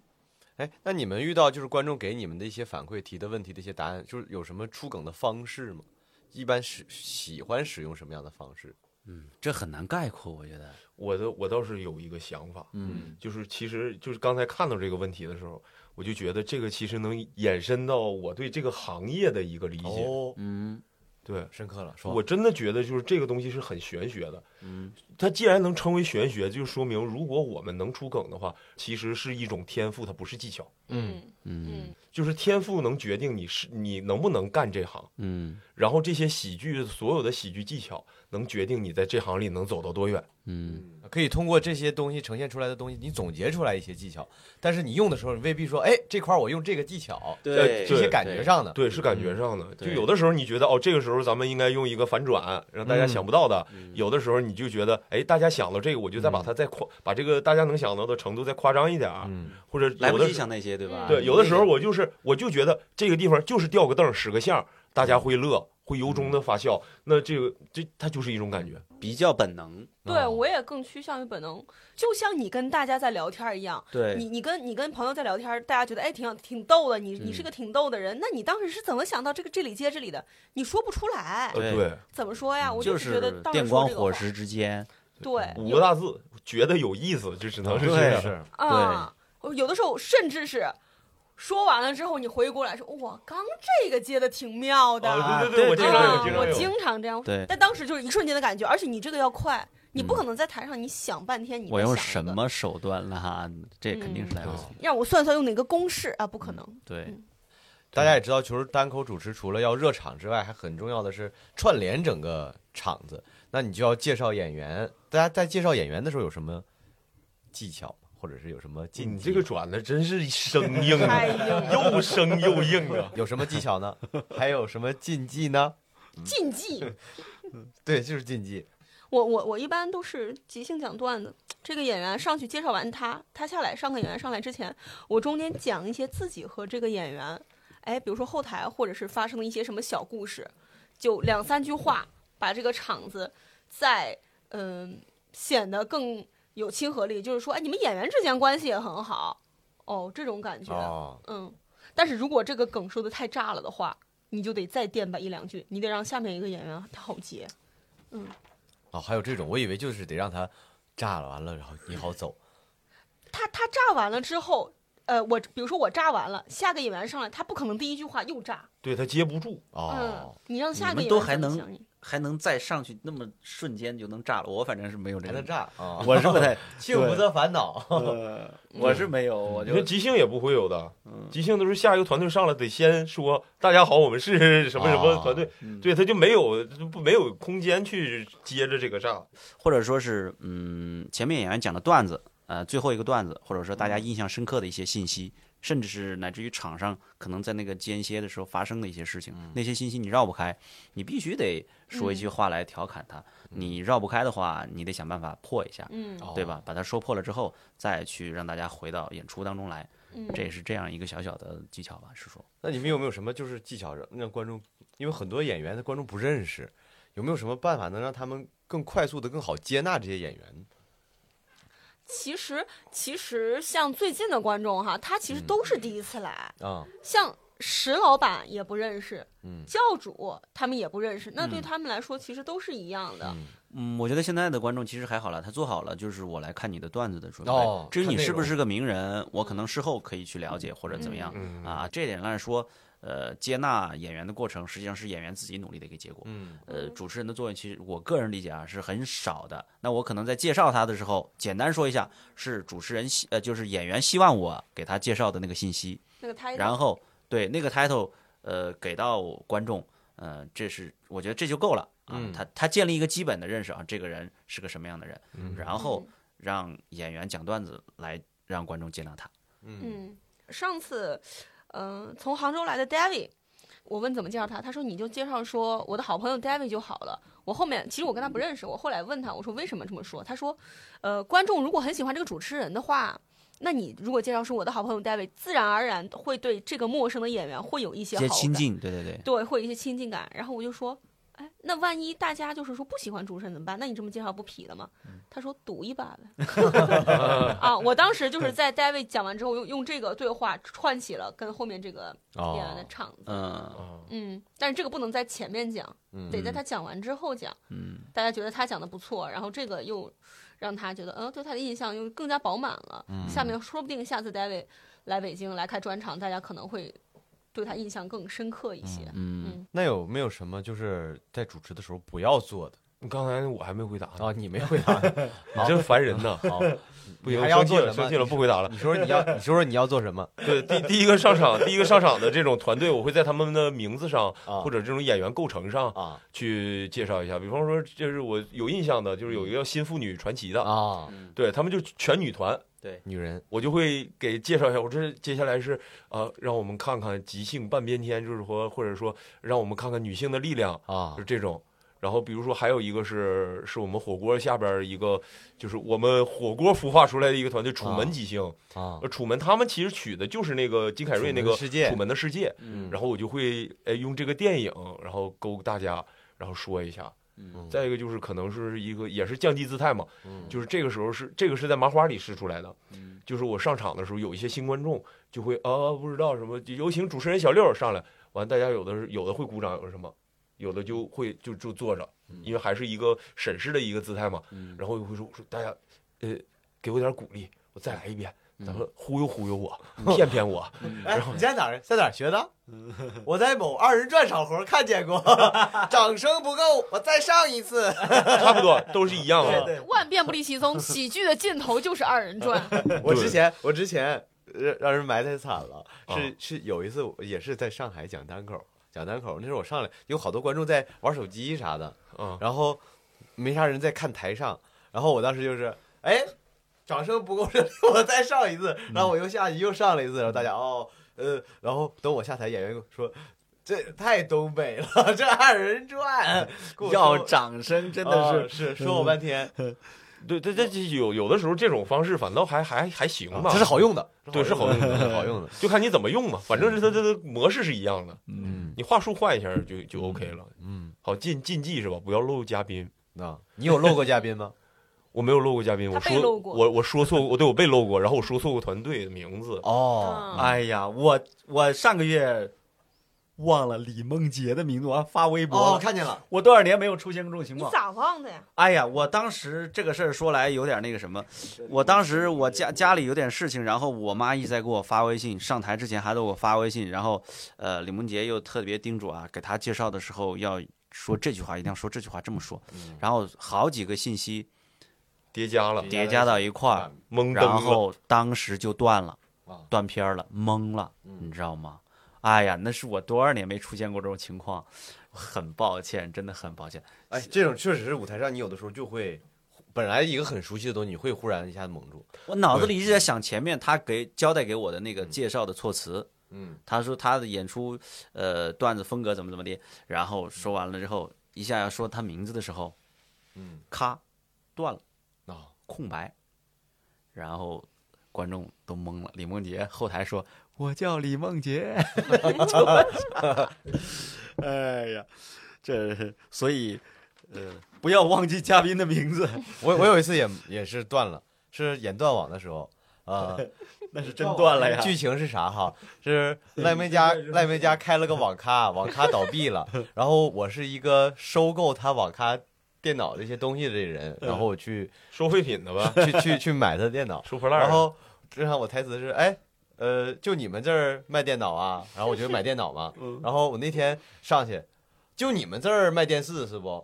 [SPEAKER 1] 哎，那你们遇到就是观众给你们的一些反馈、提的问题的一些答案，就是有什么出梗的方式吗？一般使喜欢使用什么样的方式？
[SPEAKER 5] 嗯，这很难概括，我觉得。
[SPEAKER 4] 我的我倒是有一个想法，
[SPEAKER 5] 嗯
[SPEAKER 4] 就是其实就是刚才看到这个问题的时候，我就觉得这个其实能延伸到我对这个行业的一个理解。
[SPEAKER 1] 哦，
[SPEAKER 5] 嗯
[SPEAKER 4] 对，
[SPEAKER 1] 深刻了，说
[SPEAKER 4] 我真的觉得就是这个东西是很玄学的。
[SPEAKER 5] 嗯，
[SPEAKER 4] 它既然能成为玄学，就说明如果我们能出梗的话，其实是一种天赋，它不是技巧。
[SPEAKER 1] 嗯，
[SPEAKER 5] 嗯
[SPEAKER 4] 就是天赋能决定你是你能不能干这行，
[SPEAKER 5] 嗯
[SPEAKER 4] 然后这些喜剧所有的喜剧技巧能决定你在这行里能走到多远。
[SPEAKER 5] 嗯
[SPEAKER 1] 可以通过这些东西呈现出来的东西，你总结出来一些技巧，但是你用的时候，你未必说，哎，这块儿我用这个技巧，
[SPEAKER 5] 对
[SPEAKER 1] 呃这些感觉上的，
[SPEAKER 4] 对，是感觉上的。就
[SPEAKER 5] 嗯对
[SPEAKER 4] 有的时候你觉得哦，这个时候咱们应该用一个反转，让
[SPEAKER 5] 嗯
[SPEAKER 4] 大家想不到的；有的时候你就觉得，哎，大家想到这个，我就再
[SPEAKER 5] 嗯
[SPEAKER 4] 把它再夸，把这个大家能想到的程度再夸张一点儿，
[SPEAKER 1] 嗯，
[SPEAKER 4] 或者
[SPEAKER 5] 来
[SPEAKER 4] 有
[SPEAKER 5] 不
[SPEAKER 4] 的
[SPEAKER 5] 及
[SPEAKER 4] 时嗯
[SPEAKER 5] 想那些，对吧？
[SPEAKER 4] 对，有的时候我就是我就觉得这个地方就是吊个凳儿使个相儿，大
[SPEAKER 5] 嗯
[SPEAKER 4] 家会乐，会由衷的发笑。那这个这它就是一种感觉。
[SPEAKER 5] 比较本能。
[SPEAKER 4] 哦
[SPEAKER 3] 对我也更趋向于本能，就像你跟大家在聊天儿一样，
[SPEAKER 5] 对
[SPEAKER 3] 你你跟你跟朋友在聊天儿，大家觉得哎挺挺逗的，你你
[SPEAKER 5] 嗯
[SPEAKER 3] 是个挺逗的人，那你当时是怎么想到这个这里接这里的？你说不出来，
[SPEAKER 4] 呃
[SPEAKER 5] 对
[SPEAKER 4] 对，
[SPEAKER 3] 怎么说呀？我
[SPEAKER 5] 就是
[SPEAKER 3] 觉得
[SPEAKER 5] 是
[SPEAKER 3] 当时
[SPEAKER 5] 电
[SPEAKER 3] 说
[SPEAKER 5] 光
[SPEAKER 3] 这个
[SPEAKER 5] 火
[SPEAKER 3] 话
[SPEAKER 5] 石之间。
[SPEAKER 3] 对，
[SPEAKER 4] 五
[SPEAKER 3] 有
[SPEAKER 4] 个大字，觉得有意思，就只能是这
[SPEAKER 5] 对
[SPEAKER 4] 样。
[SPEAKER 1] 是
[SPEAKER 3] 啊，我有的时候甚至是说完了之后，你回过来说，我刚这个接的挺妙的，
[SPEAKER 4] 啊，对
[SPEAKER 5] 对
[SPEAKER 4] 对，我
[SPEAKER 5] 对
[SPEAKER 4] 经
[SPEAKER 5] 对
[SPEAKER 4] 常有，
[SPEAKER 3] 啊
[SPEAKER 4] 经
[SPEAKER 3] 我
[SPEAKER 4] 常有。
[SPEAKER 3] 经常这样。
[SPEAKER 5] 对，嗯
[SPEAKER 3] 但当时就是一瞬间的感觉，而且你这个要快，你不可能在台上你想半天，你
[SPEAKER 5] 我
[SPEAKER 3] 在
[SPEAKER 5] 用
[SPEAKER 3] 想嗯一
[SPEAKER 5] 什
[SPEAKER 3] 个？
[SPEAKER 5] 么手段了哈？这肯定是来不及。
[SPEAKER 3] 让我算算用哪个公式啊？不可
[SPEAKER 5] 嗯
[SPEAKER 3] 能。
[SPEAKER 5] 对，
[SPEAKER 1] 大家也知道，其实单口主持除了要热场之外，还很重要的是串联整个场子。那你就要介绍演员，大家在介绍演员的时候有什么技巧吗，或者是有什么禁
[SPEAKER 4] 你
[SPEAKER 1] 忌？
[SPEAKER 4] 这个转的真是生硬啊
[SPEAKER 3] 太，硬了
[SPEAKER 4] 又生又硬啊！
[SPEAKER 1] 有什么技巧呢？还有什么禁忌呢？
[SPEAKER 5] 嗯
[SPEAKER 3] 禁忌，
[SPEAKER 1] 对，就是禁忌。
[SPEAKER 3] 我我我一般都是即兴讲段子。这个演员上去介绍完他，他下来上个演员上来之前，我中间讲一些自己和这个演员，哎，比如说后台或者是发生的一些什么小故事，就两三句话，把这个场子再嗯、显得更有亲和力。就是说，哎，你们演员之间关系也很好，哦，这种感觉，
[SPEAKER 1] 哦，
[SPEAKER 3] 嗯。但是如果这个梗说的太炸了的话，你就得再垫吧一两句，你得让下面一个演员他好接。
[SPEAKER 1] 哦，还有这种，我以为就是得让他炸了，完了然后你好走。
[SPEAKER 3] 他他炸完了之后，呃，我比如说我炸完了，下个演员上来，他不可能第一句话又炸，
[SPEAKER 4] 对他接不住，
[SPEAKER 1] 哦，
[SPEAKER 3] 嗯，你让下
[SPEAKER 5] 你
[SPEAKER 3] 个
[SPEAKER 5] 们
[SPEAKER 3] 演
[SPEAKER 5] 都
[SPEAKER 3] 员
[SPEAKER 5] 还
[SPEAKER 3] 怎么
[SPEAKER 5] 能
[SPEAKER 3] 想你
[SPEAKER 5] 还能再上去那么瞬间就能炸了，我反正是没有这
[SPEAKER 1] 还
[SPEAKER 5] 个
[SPEAKER 1] 能，炸啊！
[SPEAKER 5] 我是不太，
[SPEAKER 1] 幸福的烦恼，
[SPEAKER 5] 呃 我是没有，我
[SPEAKER 4] 嗯你说
[SPEAKER 5] 就
[SPEAKER 4] 即兴也不会有的，
[SPEAKER 5] 嗯
[SPEAKER 4] 即兴都是下一个团队上来得先说大家好，我们是什么什么团
[SPEAKER 1] 啊
[SPEAKER 4] 队，
[SPEAKER 5] 嗯
[SPEAKER 4] 对他就没有不没有空间去接着这个炸。
[SPEAKER 5] 或者说是嗯，前面演员讲的段子，呃，最后一个段子，或者说大家印象深刻的一些信息，甚至是乃至于场上可能在那个间歇的时候发生的一些事情，那些信息你绕不开，你必须得说一句话来调侃他。你绕不开的话，你得想办法破一下，
[SPEAKER 3] 嗯
[SPEAKER 1] 哦
[SPEAKER 5] 对吧？把它说破了之后，再去让大家回到演出当中来，
[SPEAKER 3] 嗯，
[SPEAKER 5] 这也是这样一个小小的技巧吧，是说。
[SPEAKER 1] 那你们有没有什么就是技巧让让观众，因为很多演员的观众不认识，有没有什么办法能让他们更快速的、更好接纳这些演员？
[SPEAKER 3] 其实其实像最近的观众哈，他其
[SPEAKER 5] 嗯
[SPEAKER 3] 实都是第一次来，
[SPEAKER 1] 啊，
[SPEAKER 3] 像石老板也不认识，
[SPEAKER 1] 嗯
[SPEAKER 3] 教主他们也不认识，那对他们来说其实都是一样的。
[SPEAKER 1] 嗯
[SPEAKER 5] 嗯，我觉得现在的观众其实还好了，他做好了就是我来看你的段子的准备。
[SPEAKER 1] 哦
[SPEAKER 5] 至于
[SPEAKER 1] 看
[SPEAKER 5] 你
[SPEAKER 1] 内
[SPEAKER 5] 是不
[SPEAKER 1] 容
[SPEAKER 5] 是个名人，我可能事后可以去了解或者怎么样、
[SPEAKER 4] 嗯
[SPEAKER 5] 啊。这点来说，呃，接纳演员的过程实际上是演员自己努力的一个结果。
[SPEAKER 1] 嗯，
[SPEAKER 5] 呃，
[SPEAKER 3] 嗯
[SPEAKER 5] 主持人的作用其实我个人理解啊是很少的。那我可能在介绍他的时候，简单说一下，是主持人希呃就是演员希望我给他介绍的那个信息。
[SPEAKER 3] 那个他
[SPEAKER 5] 然后对那个 title，呃，给到观众，呃，这是我觉得这就够了啊。
[SPEAKER 1] 嗯
[SPEAKER 5] 他他建立一个基本的认识啊，这个人是个什么样的人，然后
[SPEAKER 3] 嗯
[SPEAKER 5] 让演员讲段子来让观众接纳他。
[SPEAKER 3] 嗯，上次嗯、呃从杭州来的 David。我问怎么介绍他，他说你就介绍说我的好朋友 David 就好了。我后面其实我跟他不认识，我后来问他，我说为什么这么说？他说，呃，观众如果很喜欢这个主持人的话，那你如果介绍说我的好朋友 David，自然而然会对这个陌生的演员会有一些
[SPEAKER 5] 一
[SPEAKER 3] 好
[SPEAKER 5] 些
[SPEAKER 3] 感。
[SPEAKER 5] 亲近，对对对，
[SPEAKER 3] 对，会有一些亲近感。然后我就说，哎，那万一大家就是说不喜欢主持人怎么办？那你这么介绍不痞了吗？
[SPEAKER 1] 嗯
[SPEAKER 3] 他说赌一把 呗。啊，我当时就是在 David 讲完之后，用用这个对话串起了跟后面这个演员的
[SPEAKER 1] 哦，
[SPEAKER 3] 场子。
[SPEAKER 5] 嗯
[SPEAKER 4] 啊
[SPEAKER 3] 嗯，但是这个不能在前面讲，
[SPEAKER 1] 嗯
[SPEAKER 3] 得在他讲完之后讲。
[SPEAKER 5] 嗯，
[SPEAKER 3] 大家觉得他讲的不错，然后这个又让他觉得，嗯，对他的印象又更加饱满了。
[SPEAKER 1] 嗯
[SPEAKER 3] 下面说不定下次 David 来北京来开专场，大家可能会对他印象更深刻一些。
[SPEAKER 5] 嗯，
[SPEAKER 1] 那有没有什么就是在主持的时候不要做的
[SPEAKER 4] 你刚才我还没回答呢，
[SPEAKER 1] 啊？你没回 答，
[SPEAKER 4] 你真烦人呐！
[SPEAKER 1] 好，
[SPEAKER 4] 不行，
[SPEAKER 1] 哦还要
[SPEAKER 4] 生气
[SPEAKER 1] 做
[SPEAKER 4] 了，
[SPEAKER 1] 什么？
[SPEAKER 4] 生气了，不回答了。
[SPEAKER 1] 你说说你要，你说说你要做什么？
[SPEAKER 4] 对，第第一个上场，第一个上场的这种团队，我会在他们的名字上
[SPEAKER 1] 啊
[SPEAKER 4] 或者这种演员构成上
[SPEAKER 1] 啊
[SPEAKER 4] 去介绍一下。比方说，就是我有印象的，就是有一个叫新妇女传奇的，
[SPEAKER 1] 嗯
[SPEAKER 5] 嗯
[SPEAKER 1] 啊，
[SPEAKER 4] 对他们就全女团，
[SPEAKER 1] 女人
[SPEAKER 4] 我就会给介绍一下。我这接下来是呃，让我们看看即兴半边天，就是说或者说让我们看看女性的力量，
[SPEAKER 1] 啊
[SPEAKER 4] 就是这种。然后比如说还有一个是是我们火锅下边一个，就是我们火锅孵化出来的一个团队楚门即兴。
[SPEAKER 1] 啊
[SPEAKER 4] 呃，，楚门他们其实取的就是那个金凯瑞那
[SPEAKER 1] 楚门
[SPEAKER 4] 个
[SPEAKER 1] 的世界
[SPEAKER 4] 楚门的世界》，
[SPEAKER 5] 嗯
[SPEAKER 4] 然后我就会哎用这个电影，然后勾大家，然后说一下。
[SPEAKER 5] 嗯
[SPEAKER 4] 再一个就是可能是一个也是降低姿态嘛，
[SPEAKER 1] 嗯
[SPEAKER 4] 就是这个时候是这个是在麻花里试出来的，
[SPEAKER 5] 嗯
[SPEAKER 4] 就是我上场的时候有一些新观众就会啊不知道什么，有请主持人小六上来，完大家有的是有的会鼓掌，有的什么，有的就会就就坐着，
[SPEAKER 1] 嗯
[SPEAKER 4] 因为还是一个审视的一个姿态嘛，
[SPEAKER 5] 嗯
[SPEAKER 4] 然后会说我说大家，呃，给我点鼓励，我再来一遍，
[SPEAKER 5] 嗯
[SPEAKER 1] 嗯
[SPEAKER 4] 咱们忽悠忽悠我，骗骗 我。
[SPEAKER 1] 哎，你在哪儿在哪儿学的？我在某二人转场合看见过，掌声不够，我再上一次。
[SPEAKER 4] 差不多都是一样的。
[SPEAKER 3] 万变不离 其宗，喜剧的尽头就是二人转。
[SPEAKER 1] 我之前我之前让让人埋汰惨了，是
[SPEAKER 4] 啊
[SPEAKER 1] 是有一次我也是在上海讲单口，讲单口那时候我上来有好多观众在玩手机啥的，
[SPEAKER 4] 嗯，
[SPEAKER 1] 然后没啥人在看台上，然后我当时就是哎，掌声不够热 烈，我再上一次，然后我又下去又上了一次，然后大家哦呃，然后等我下台，演员跟我说。这太东北了， 这二人 转，给我
[SPEAKER 5] 要
[SPEAKER 1] 说
[SPEAKER 5] 掌声真
[SPEAKER 1] 哦
[SPEAKER 5] 的是，
[SPEAKER 1] 是嗯说我半天，
[SPEAKER 4] 对，这这这有有的时候这种方式反倒还还还行吧，
[SPEAKER 1] 啊这是好用的，
[SPEAKER 4] 对是好 用的
[SPEAKER 1] 的，好用的。
[SPEAKER 4] 就看你怎么用嘛。反正是
[SPEAKER 1] 嗯
[SPEAKER 4] 它它的模式是一样的，
[SPEAKER 5] 嗯，
[SPEAKER 4] 你话术换一下就就 OK 了。
[SPEAKER 1] 嗯，
[SPEAKER 4] 好禁禁忌是吧？不要漏嘉宾。
[SPEAKER 1] 那你有漏过嘉宾吗？
[SPEAKER 4] 我没有漏过嘉宾，
[SPEAKER 3] 他
[SPEAKER 4] 我
[SPEAKER 3] 被
[SPEAKER 4] 说
[SPEAKER 3] 漏过
[SPEAKER 4] 我我说错过，我对我被漏过，然后我说错过团队的名字。
[SPEAKER 1] 哦，
[SPEAKER 3] 嗯，
[SPEAKER 5] 哎呀，我我上个月忘了李梦洁的名字，我还发微博
[SPEAKER 1] 哦，
[SPEAKER 5] 了，
[SPEAKER 1] 看见了，
[SPEAKER 5] 我多少年没有出现过这种情
[SPEAKER 3] 你
[SPEAKER 5] 况。
[SPEAKER 3] 咋忘的呀？
[SPEAKER 5] 哎呀，我当时这个事儿说来有点那个什么，我当时我家家里有点事情，然后我妈一直在给我发微信，上台之前还给我发微信，然后呃，李梦洁又特别叮嘱啊，给她介绍的时候要说这句话一定要说这句话这么说，
[SPEAKER 1] 嗯
[SPEAKER 5] 然后好几个信息
[SPEAKER 4] 叠加了，啊
[SPEAKER 5] 叠加到一块儿，
[SPEAKER 4] 懵
[SPEAKER 5] 然
[SPEAKER 4] 登嗯了，
[SPEAKER 5] 后当时就断了
[SPEAKER 1] 啊，嗯
[SPEAKER 5] 断片儿了，懵了，你知道吗？哎呀，那是我多少年没出现过这种情况，很抱歉，真的很抱歉。
[SPEAKER 1] 哎，这种确实是舞台上，你有的时候就会，本来一个很熟悉的东西，你会忽然一下子蒙住。
[SPEAKER 5] 我脑子里一直在想前面他给交代给我的那个介绍的措辞，
[SPEAKER 1] 嗯，
[SPEAKER 5] 他说他的演出呃段子风格怎么怎么的，然后说完了之后，一下要说他名字的时候，
[SPEAKER 1] 嗯，
[SPEAKER 5] 咔断了，
[SPEAKER 1] 啊
[SPEAKER 5] 空白，然后观众都懵了。李梦洁后台说：“我叫李梦洁。” 哎呀，这是所以呃，不要忘记嘉宾的名字，
[SPEAKER 1] 我我有一次也也是断了，是演断网的时候啊。
[SPEAKER 5] 那是 真断了呀。
[SPEAKER 1] 剧情是啥哈？是 赖梅家赖梅家开了个网咖， 网咖倒闭了，然后我是一个收购他网咖电脑这些东西的人，
[SPEAKER 5] 嗯
[SPEAKER 1] 然后我去
[SPEAKER 4] 收废品的 吧，
[SPEAKER 1] 去去去买他的 电脑，
[SPEAKER 4] 收破烂儿的。
[SPEAKER 1] 然后正好我台词是哎。呃，就你们这儿卖电脑啊？然后我就买电脑 嘛。
[SPEAKER 5] 嗯
[SPEAKER 1] 然后我那天上去，就你们这儿卖电视是不？